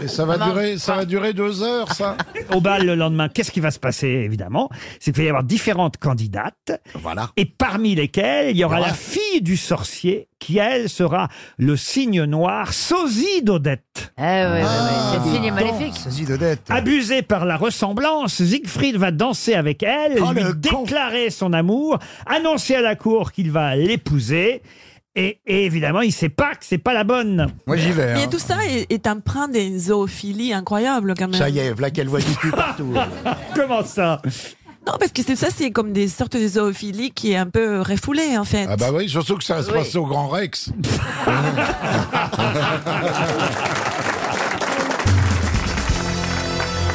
S31: Et ça va durer, ça va durer deux heures, ça.
S4: Ah, <laughs> au bal le lendemain, qu'est-ce qui va se passer évidemment C'est qu'il va y avoir différentes candidates.
S31: Voilà.
S4: Et parmi lesquelles, il y aura
S31: Voilà.
S4: la fille du sorcier qui, elle, sera le signe noir sosie d'Odette.
S14: Eh ouais,
S31: Ah,
S14: ouais, ouais.
S4: Ah,
S14: Cette fille est maléfique.
S31: Sosie d'Odette.
S4: Abusé par la ressemblance, Siegfried va danser avec elle,
S31: Oh,
S4: lui
S31: le con.
S4: déclarer son amour, annoncer à la cour qu'il va l'épouser. Et, et évidemment, il sait pas que c'est pas la bonne.
S31: Moi, j'y vais. hein.
S12: Mais tout ça est, est empreint d'une zoophilie incroyable quand même.
S31: Ça y est, là qu'elle voit du cul partout.
S4: Comment ça
S12: Non, parce que c'est ça, c'est comme des sortes de zoophilie qui est un peu refoulée en fait.
S8: Ah bah oui, surtout que ça
S12: se Oui. passait
S8: au Grand Rex.
S4: <laughs>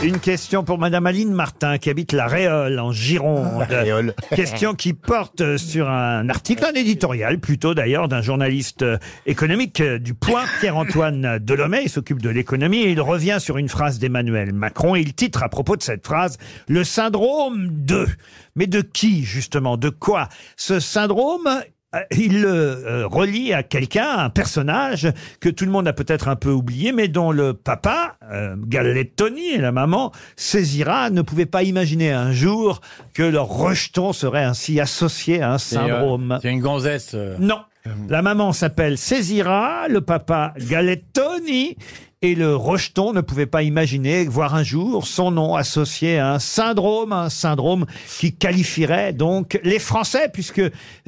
S4: Une question pour Madame Aline Martin qui habite la Réole en Gironde.
S6: La Réole.
S4: question qui porte euh, sur un article, un éditorial plutôt d'ailleurs d'un journaliste euh, économique euh, du Point, Pierre-Antoine Delomé. Il s'occupe de l'économie et il revient sur une phrase d'Emmanuel Macron. Et il titre à propos de cette phrase le syndrome de. Mais de qui justement De quoi Ce syndrome. Euh, il le euh, relie à quelqu'un, à un personnage que tout le monde a peut-être un peu oublié, mais dont le papa, euh, Gallettoni, et la maman, Césira, ne pouvaient pas imaginer un jour que leur rejeton serait ainsi associé à un syndrome.
S12: C'est une gonzesse. euh.
S4: Non. La maman s'appelle Césira, le papa Galettoni, et le rejeton ne pouvait pas imaginer voir un jour son nom associé à un syndrome, un syndrome qui qualifierait donc les Français, puisque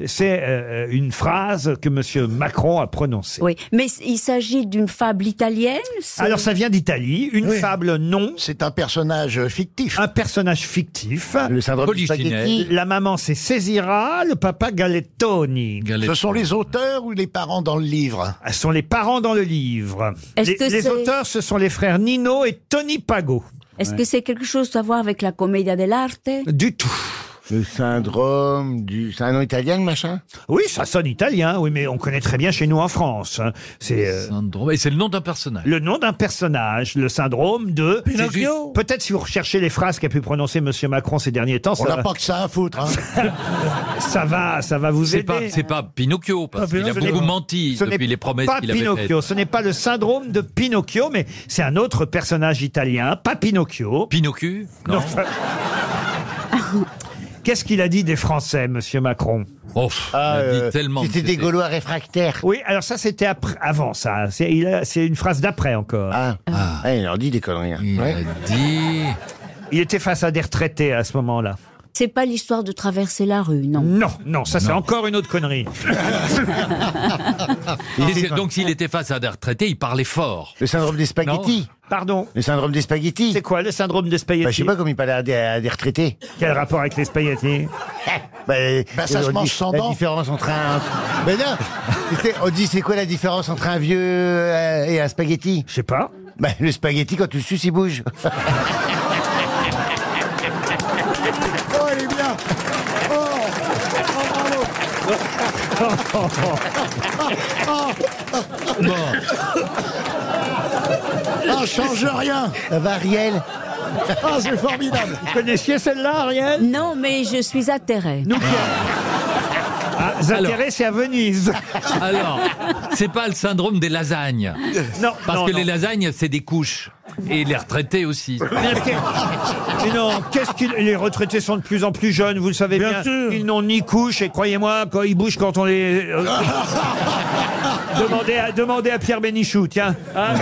S4: c'est euh, une phrase que M. Macron a prononcée.
S15: Oui, mais il s'agit d'une fable italienne. c'est-
S4: Alors ça vient d'Italie, une fable non. C'est un personnage fictif. Un personnage fictif. Le
S12: syndrome du Polichinelle. spaghetti.
S4: La maman c'est Césira, le papa Galettoni.
S12: Ce sont les
S4: auteurs ou les parents dans le livre Ce sont les parents dans le livre.
S15: Est-ce
S4: Les,
S15: que
S4: les
S15: c'est-
S4: auteurs ce sont les frères Nino et Tony Pago.
S15: Est-ce que c'est quelque chose à voir avec la commedia dell'arte
S4: Du tout.
S6: Le syndrome du. C'est un nom italien, le machin
S4: Oui, ça sonne italien, oui, mais on connaît très bien chez nous en France. hein. C'est syndrome, et c'est le nom d'un personnage. Le nom d'un personnage, le syndrome de Pinocchio. Peut-être si vous recherchez les phrases qu'a pu prononcer Monsieur Macron ces derniers temps,
S6: On
S4: ça
S6: n'a
S4: va-
S6: pas que ça à foutre, hein
S4: ça va, ça va vous
S12: C'est
S4: aider.
S12: pas, c'est pas Pinocchio, parce
S4: Ah, mais
S12: qu'il a
S4: non, ce
S12: beaucoup
S4: n'est-
S12: menti
S4: ce n'est
S12: depuis les promesses
S4: pas
S12: qu'il avait
S4: Pinocchio,
S12: faites.
S4: ce n'est pas le syndrome de Pinocchio, mais c'est un autre personnage italien, pas Pinocchio.
S12: Pinocchio
S4: Non. <laughs> Qu'est-ce qu'il a dit des Français, Monsieur Macron
S6: Ah,
S12: il a dit
S6: euh,
S12: tellement
S6: C'était
S12: que
S6: des
S12: c'était-
S6: Gaulois réfractaires.
S4: Oui, alors ça c'était après, avant ça. C'est il a- c'est une phrase d'après encore. Ah,
S6: il leur dit des conneries. hein. Il
S4: dit. Il était face à des retraités à ce moment-là.
S15: C'est pas l'histoire de traverser la rue, non
S4: Non, non, ça c'est encore une autre connerie.
S12: Il était- donc s'il était face à des retraités, il parlait fort.
S6: Le syndrome des spaghettis.
S4: Pardon
S6: Le syndrome des spaghettis. C'est
S4: quoi le syndrome des spaghettis
S6: bah, Je sais pas comment il parlait à des, à des retraités.
S4: Quel rapport avec les
S6: <laughs>
S4: spaghettis
S6: bah,
S4: Bah, ça
S6: on
S4: se
S6: dit
S4: mange sans
S6: La
S4: dents.
S6: différence entre un. Mais non c'était- On dit c'est quoi la différence entre un vieux euh, et un spaghetti
S4: Je sais pas.
S6: Bah, le spaghetti, quand tu le suces, il
S18: <laughs>
S6: bouge. <laughs>
S18: Oh, elle est bien Oh, oh bravo
S6: Bon. Oh, change rien La varielle
S18: Ah, c'est formidable
S4: Vous connaissiez celle-là, Ariel
S15: Non, mais je suis atterré.
S4: Ah, Zatterré, c'est à Venise.
S12: Alors, c'est pas le syndrome des lasagnes.
S4: Non,
S12: Parce
S4: non,
S12: que
S4: non.
S12: les lasagnes, c'est des couches. Et les retraités aussi.
S4: Mais non, qu'est-ce qu'ils les retraités sont de plus en plus jeunes, vous le savez bien. Ils n'ont ni couche et croyez-moi, quand ils bougent, quand on les <laughs> euh, demandez, à, demandez à Pierre Bénichou, tiens. Hein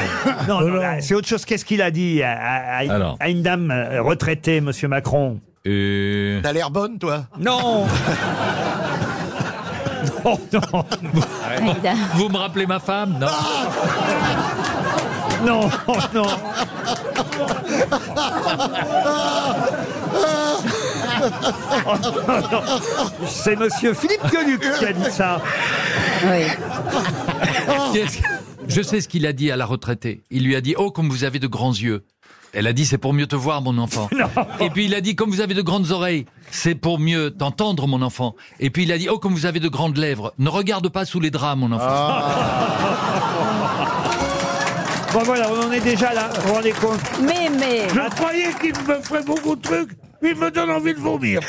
S4: non, non, là, c'est autre chose. Qu'est-ce qu'il a dit à, à- à une-
S12: Alors.
S4: à une dame euh, retraitée, Monsieur Macron
S12: Et...
S4: T'as l'air bonne, toi <laughs> Non. non, non.
S12: Vous me rappelez ma femme Non.
S18: Ah,
S4: Non, non. <laughs> C'est Monsieur Philippe Gueluc qui a dit ça.
S12: Qu'est-ce que- Je sais ce qu'il a dit à la retraitée. Il lui a dit Oh, comme vous avez de grands yeux. Elle a dit C'est pour mieux te voir, mon enfant. Et puis il a dit Comme vous avez de grandes oreilles, c'est pour mieux t'entendre, mon enfant. Et puis il a dit Oh, comme vous avez de grandes lèvres, ne regarde pas sous les draps, mon enfant.
S4: Ah. Bon voilà, on en est déjà là, vous vous rendez compte
S15: Mais, mais...
S5: Je croyais qu'il me ferait beaucoup de trucs, mais il me donne envie de vomir.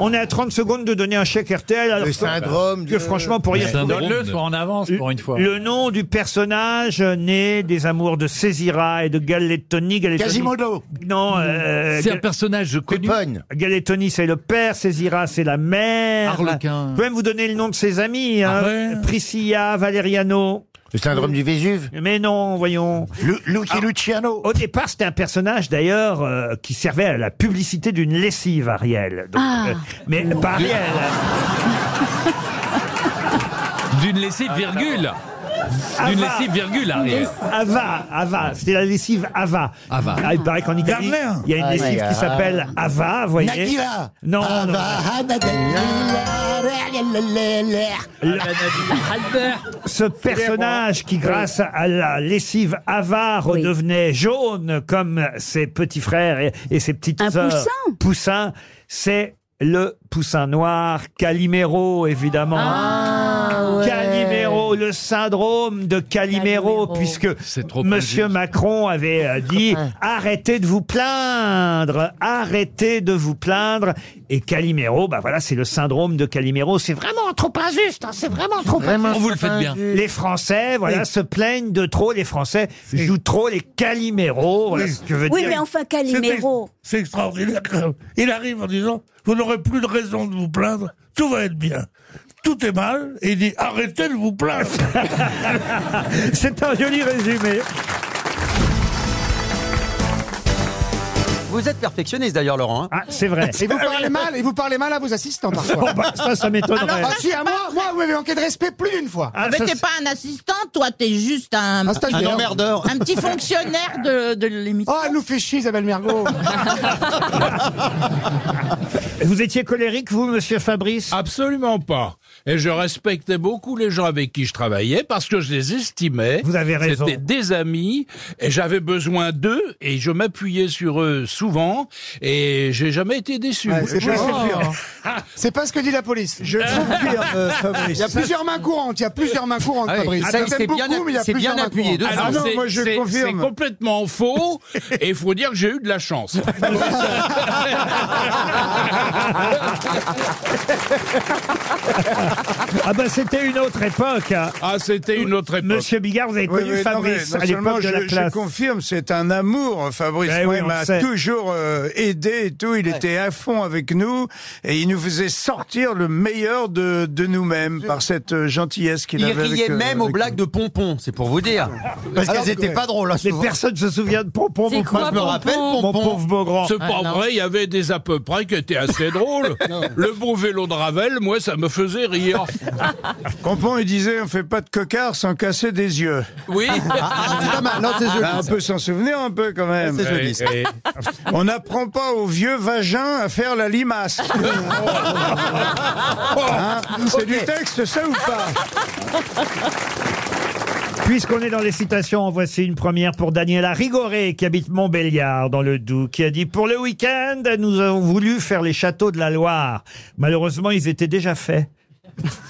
S4: On est à 30 secondes de donner un chèque RTL. Alors que-
S6: syndrome
S4: que franchement, pour y
S12: Le syndrome Donne-le, de-
S4: soit
S12: sois en avance pour une fois.
S4: Le nom du personnage né des amours de Césira et de Gallettoni. Gallettoni-
S12: Quasimodo.
S4: Non. euh,
S12: C'est un
S4: Gal-
S12: personnage connu.
S4: Gallettoni, c'est le père, Césira, c'est la mère.
S12: Arlequin. Ah
S4: Je peux même vous donner le nom de ses amis. hein. Priscilla, Valeriano.
S6: Le syndrome du Vésuve
S4: Mais non, voyons. Ah.
S6: Lucky Luciano.
S4: Au départ, c'était un personnage d'ailleurs euh, qui servait à la publicité d'une lessive, Ariel. Donc,
S12: Ah.
S4: euh, mais pas Ariel.
S12: D'une lessive, virgule. D'une
S4: Ava.
S12: lessive, virgule, Ariel.
S4: Ava, Ava, c'était la lessive Ava.
S12: Ava.
S4: Ah, il paraît qu'en Italie,
S12: Gardner.
S4: il y a une
S12: Ah,
S4: lessive
S12: ouais,
S4: qui
S12: Ava.
S4: s'appelle Ava, vous voyez.
S12: Nagila.
S4: Non, non.
S6: Ava, Nadella,
S12: Ah,
S4: Ce personnage qui, grâce à la lessive avare, devenait jaune comme ses petits frères et, et ses petites
S15: Un
S4: sœurs.
S15: poussin.
S4: Poussin, c'est le poussin noir, Calimero, évidemment.
S15: Ah,
S4: Calimero, le syndrome de Calimero, puisque Monsieur Macron
S15: <laughs>
S4: avait euh, dit arrêtez de vous plaindre, arrêtez de vous plaindre. Et Calimero, bah voilà, c'est le syndrome de Calimero. C'est vraiment
S34: Vraiment trop injuste, hein, c'est vraiment trop injuste.
S4: les Français, voilà, se plaignent de trop. Les Français jouent trop les Calimero. Voilà ce que je veux
S15: Oui,
S4: dire.
S15: mais enfin, Calimero.
S18: C'était- C'est extraordinaire. quand même. Il arrive en disant Vous n'aurez plus de raison de vous plaindre, tout va être bien. Tout est mal, et il dit Arrêtez de vous plaindre.
S4: <laughs> C'est un joli résumé.
S18: <laughs>
S6: Vous êtes perfectionniste d'ailleurs, Laurent. hein.
S4: Ah, c'est vrai.
S6: Et vous parlez
S7: mal, et vous parlez mal à vos assistants parfois.
S4: Oh, bah, ça, ça m'étonnerait.
S7: Ah, non, ah, si, à moi, moi, vous m'avez manqué de respect plus d'une fois.
S4: Ah,
S7: ça,
S5: mais t'es
S7: c'est-
S5: pas un assistant, toi, t'es juste un...
S7: Un stagiaire. Un emmerdeur.
S5: Un petit fonctionnaire de, de l'émission.
S7: Oh, elle nous fait chier,
S5: <laughs>
S7: Isabelle Mergo.
S4: Vous étiez colérique, vous, monsieur Fabrice
S2: Absolument pas. Et je respectais beaucoup les gens avec qui je travaillais parce que je les estimais.
S4: Vous avez raison.
S2: C'était des amis et j'avais besoin d'eux et je m'appuyais sur eux souvent et j'ai jamais été déçu.
S7: Ouais, c'est pas ce que je veux
S4: hein.
S7: dire.
S2: Ah.
S7: <laughs> C'est pas ce que dit la police. Je
S2: trouve dur, euh, Fabrice.
S7: <laughs> Il y a plusieurs mains courantes, il y a plusieurs mains courantes,
S2: Ah oui,
S7: Fabrice.
S2: ça,
S7: Je
S2: c'est
S7: t'aime
S2: bien
S7: beaucoup,
S2: app-
S7: mais il y a
S2: c'est
S7: plusieurs
S2: bien
S7: mains
S2: appuyé
S7: courantes.
S2: dessus.
S7: Ah non,
S2: C'est-
S7: moi je
S2: c'est-
S7: confirme.
S2: C'est complètement faux et il faut dire que j'ai eu de la chance.
S4: Ah bah c'était une autre époque. hein.
S2: Ah c'était une autre époque.
S4: Monsieur Bigard, vous avez
S7: Oui,
S4: connu
S7: oui, non,
S4: Fabrice
S7: mais non
S4: à
S7: seulement
S4: l'époque de la
S7: je- je
S4: classe.
S7: confirme, c'est un amour, Fabrice.
S4: Ben
S7: Moi,
S4: oui,
S7: il
S4: on le
S7: m'a
S4: sait.
S7: toujours euh, aidé et tout. Il était à fond avec nous et il nous faisait sortir le meilleur de, de nous-mêmes par cette euh, gentillesse qu'il
S6: Il
S7: avait. euh,
S6: riait même aux blagues de Pompon, c'est pour vous dire. Parce
S7: Alors,
S6: qu'elles étaient
S7: ouais.
S6: pas drôles. hein,
S7: Les
S6: souvent.
S7: personnes
S4: se souviennent de Pompon.
S6: C'est mon quoi, pauvre. Je me rappelle Pompon. Mon pauvre Beaugrand.
S2: C'est
S6: Ah,
S2: pas
S6: non.
S2: vrai, il y avait des à peu près qui étaient
S4: <laughs>
S2: assez drôles. Le bon vélo de Ravel, moi, ça me faisait rire.
S7: Compon, il disait, on fait pas de cocard sans casser des yeux.
S2: Oui.
S6: Ah, c'est pas mal. Non, c'est joli,
S7: Là, on
S6: ça.
S7: peut s'en souvenir un peu quand même.
S6: C'est joli, ça. Eh,
S7: On n'apprend pas aux vieux vagins à faire la limace. Hein c'est du texte, ça ou pas
S4: Puisqu'on est dans les citations, en voici une première pour Daniela Rigoré, qui habite Montbéliard, dans le Doubs, qui a dit « Pour le week-end, nous avons voulu faire les châteaux de la Loire. Malheureusement, ils étaient déjà faits.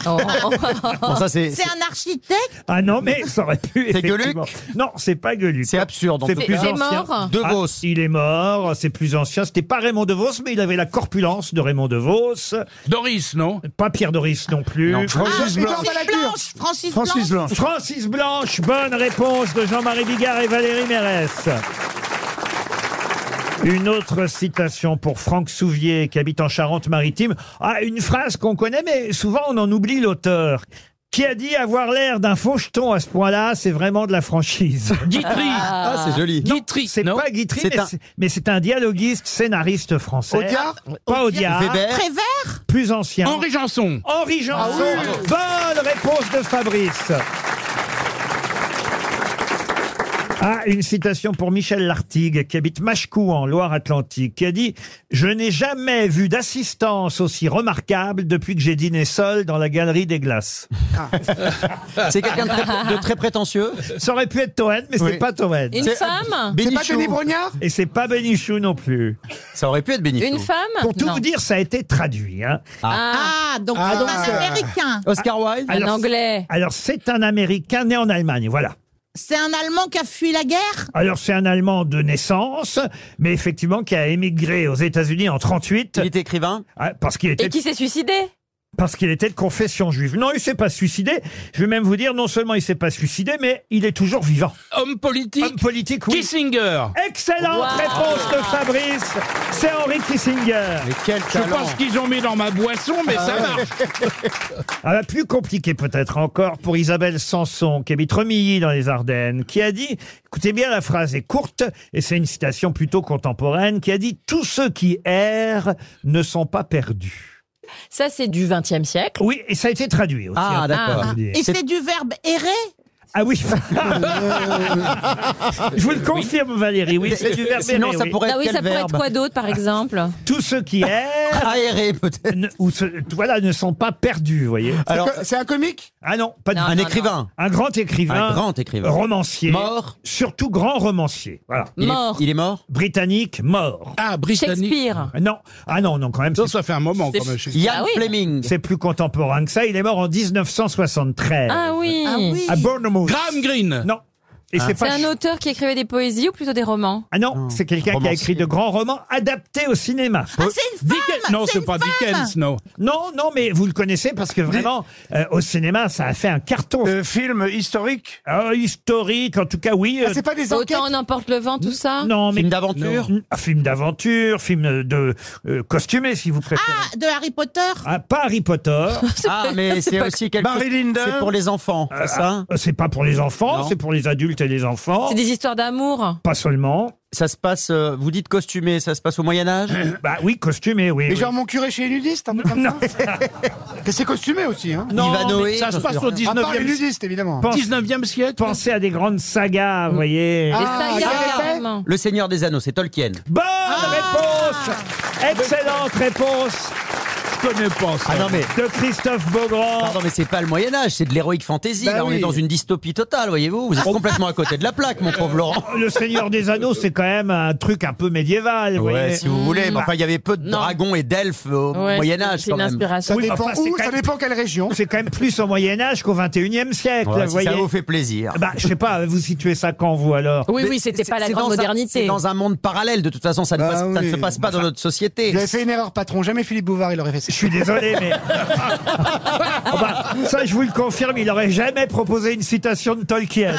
S15: Oh.
S4: <laughs> Bon, ça, c'est-
S5: un architecte »
S4: Ah non, mais ça aurait pu...
S5: C'est
S4: effectivement. Non, c'est pas Gueuluc. C'est absurde.
S5: en
S4: C'est
S5: tout
S4: plus
S5: cas. C'est
S4: ancien.
S5: mort
S4: De Vos. il est mort, c'est plus ancien. C'était pas Raymond De Vos, mais il avait la corpulence de Raymond De Vos.
S2: Doris, non
S4: Pas Pierre Doris non plus.
S5: Ah,
S4: Ah,
S5: Francis Blanche Francis, Blanche
S4: Francis Blanche, bonne réponse de Jean-Marie Bigard et Valérie Mérès. Une autre citation pour Franck Souvier, qui habite en Charente-Maritime. Ah, une phrase qu'on connaît, mais souvent on en oublie l'auteur. Qui a dit avoir l'air d'un faux jeton à ce point-là, c'est vraiment de la franchise.
S2: Guitry.
S6: Ah, c'est joli.
S4: Non, c'est pas Guitry,
S6: C'est
S4: mais
S6: un-
S4: c'est- mais c'est un... dialoguiste, scénariste français.
S6: Audiard
S4: Pas Audiard.
S6: Weber
S5: Prévert
S4: Plus ancien.
S2: Henri Janson.
S4: Henri Janson. Bonne réponse de Fabrice. Ah, une citation pour Michel Lartigue, qui habite Machecou, en Loire-Atlantique, qui a dit « Je n'ai jamais vu d'assistance aussi remarquable depuis que j'ai dîné seul dans la Galerie des Glaces. <laughs>
S6: Ah. C'est quelqu'un de très- de très prétentieux.
S4: Ça aurait pu être Toen, mais
S6: Oui.
S4: c'est pas Toen.
S6: Une C'est- femme C'est pas Denis Brognard
S4: Et c'est pas Bénichou non plus.
S6: Ça aurait pu être Bénichou.
S4: Une femme Pour tout
S6: Non.
S4: vous dire, ça a été traduit. hein.
S5: Ah, donc
S4: Ah,
S5: c'est
S4: donc,
S5: un
S4: euh,
S5: américain.
S4: Alors, Alors, c'est un Américain né en Allemagne, voilà.
S5: C'est un Allemand qui a fui la guerre
S4: Alors, c'est un Allemand de naissance, mais effectivement qui a émigré aux États-Unis en 38. Il
S6: était écrivain
S4: Parce qu'il était...
S35: Et qui s'est suicidé
S4: Parce qu'il était de confession juive. Non, il s'est pas suicidé. Je vais même vous dire, non seulement il s'est pas suicidé, mais il est toujours vivant.
S2: Homme politique.
S4: Homme politique, oui.
S2: Kissinger.
S4: Excellente
S2: Wow.
S4: réponse de Fabrice. C'est Henri Kissinger. Mais quel
S2: Je pense qu'ils ont mis dans ma boisson, mais ça marche.
S4: Ah, la plus compliquée peut-être encore pour Isabelle Sanson, qui habite Remilly dans les Ardennes, qui a dit, écoutez bien, la phrase est courte, et c'est une citation plutôt contemporaine, qui a dit « Tous ceux qui errent ne sont pas
S6: <laughs>
S4: perdus
S35: Ça, c'est du XXe siècle.
S4: Oui, et ça a été traduit aussi. hein.
S35: Ah, d'accord.
S4: Je veux dire.
S5: Et c'est du verbe errer
S4: Ah <laughs> oui
S6: Euh.
S4: Je vous le confirme, Valérie, oui, c'est du verbe
S6: Sinon,
S4: aimer, oui.
S6: ça
S5: Ah
S6: pourrait être, quel verbe
S5: quoi d'autre,
S6: <laughs>
S5: par exemple
S4: Tous ceux qui errent. Aérés, peut-être. Ou se- voilà, ne sont pas perdus, vous voyez.
S6: Alors-
S4: c'est un comique Ah non, pas du
S6: Non,
S4: tout.
S6: Un non, écrivain. non.
S4: Un grand écrivain.
S6: Un grand écrivain.
S4: Romancier.
S6: Mort.
S4: Surtout grand romancier. Voilà.
S6: Il est- Mort. il est
S4: mort Britannique, mort. Ah,
S5: britannique. Shakespeare.
S4: Non. Ah non, non, quand même. Ça, ça fait un moment,
S5: C'est- quand même, Shakespeare. Ian Ah oui. Fleming.
S4: C'est plus contemporain que ça. Il est mort en 1973.
S5: Ah oui. Ah oui.
S4: À Bournemouth. Graham
S36: Greene.
S4: Non. Et
S6: Ah.
S4: c'est
S5: C'est
S4: pas
S5: un auteur qui écrivait des poésies ou plutôt des romans
S4: Ah non, c'est quelqu'un qui a écrit de grands romans adaptés au cinéma.
S5: Ah, c'est une femme
S36: Non, c'est pas Dickens, non.
S4: Non, non, mais vous le connaissez parce que vraiment, euh, au cinéma, ça a fait un carton. film historique Historique, en tout cas, oui. euh,
S5: Autant on emporte le vent, tout ça
S4: Non, mais... Film d'aventure Film d'aventure, film de euh, costumé, si vous préférez.
S37: Ah, de Harry Potter
S4: Ah, pas Harry
S5: <laughs>
S4: Potter.
S37: Ah, mais c'est aussi quelque
S6: Barry chose- Lyndon c'est pour les enfants, c'est ça
S4: euh, C'est pas pour les enfants,
S6: Non.
S4: c'est pour les adultes et les enfants.
S5: C'est des histoires d'amour.
S4: Pas seulement.
S6: Ça se passe, euh, vous dites costumé, ça se passe au Moyen-Âge
S4: Bah oui, costumé, oui.
S6: oui.
S1: mon curé chez les nudistes, un peu comme
S2: <laughs>
S1: ça. Que c'est costumé aussi, hein.
S4: Non, Ivanhoé, mais
S1: ça se passe
S4: j'en
S1: au
S4: sais rien.
S1: 19e
S4: À part les nudistes,
S1: nudistes, évidemment.
S4: Pense-
S36: siècle
S4: Pensez à des grandes sagas, vous voyez.
S6: Des Ah, sagas, carrément. Le Seigneur des Anneaux, c'est Tolkien.
S4: Bonne réponse Excellente réponse
S36: Je connais pas ça.
S6: Ah non, mais...
S4: De Christophe Beaugrand.
S6: Pardon, mais c'est pas le Moyen-Âge, c'est de l'héroïque fantasy.
S4: Bah
S6: Là, on
S4: oui.
S6: est dans une dystopie totale, voyez-vous. Vous êtes complètement à côté de la plaque, mon pauvre Laurent.
S4: Le Seigneur des Anneaux, c'est quand même un truc un peu médiéval. vous
S6: Ouais,
S4: voyez. Bah,
S6: si vous voulez. Mais enfin, il y avait peu de dragons et d'elfes au
S4: Ouais,
S6: Moyen-Âge,
S4: c'est- c'est
S6: quand
S4: une
S6: même.
S4: inspiration. Ça
S6: Oui,
S4: dépend
S6: enfin,
S4: où,
S6: c'est quand
S4: ça
S6: même-
S4: dépend quelle région. C'est quand même plus au Moyen-Âge qu'au 21e siècle.
S6: Ouais,
S4: vous
S6: si
S4: voyez.
S6: ça vous fait plaisir.
S4: Bah, je sais pas, vous situez ça quand, vous, alors
S6: Mais c'est- c'est dans un- C'est dans un monde parallèle, de toute façon,
S4: Bah
S6: ça ne, passe- ça ne se passe pas dans notre société.
S1: Il avait fait une erreur, patron. Jamais Philippe Bouvard, il aurait fait ça. Je
S4: suis désolé,
S6: <laughs>
S4: mais- Ah bah, ça,
S6: <laughs>
S4: je vous le confirme, il aurait jamais proposé une citation de Tolkien.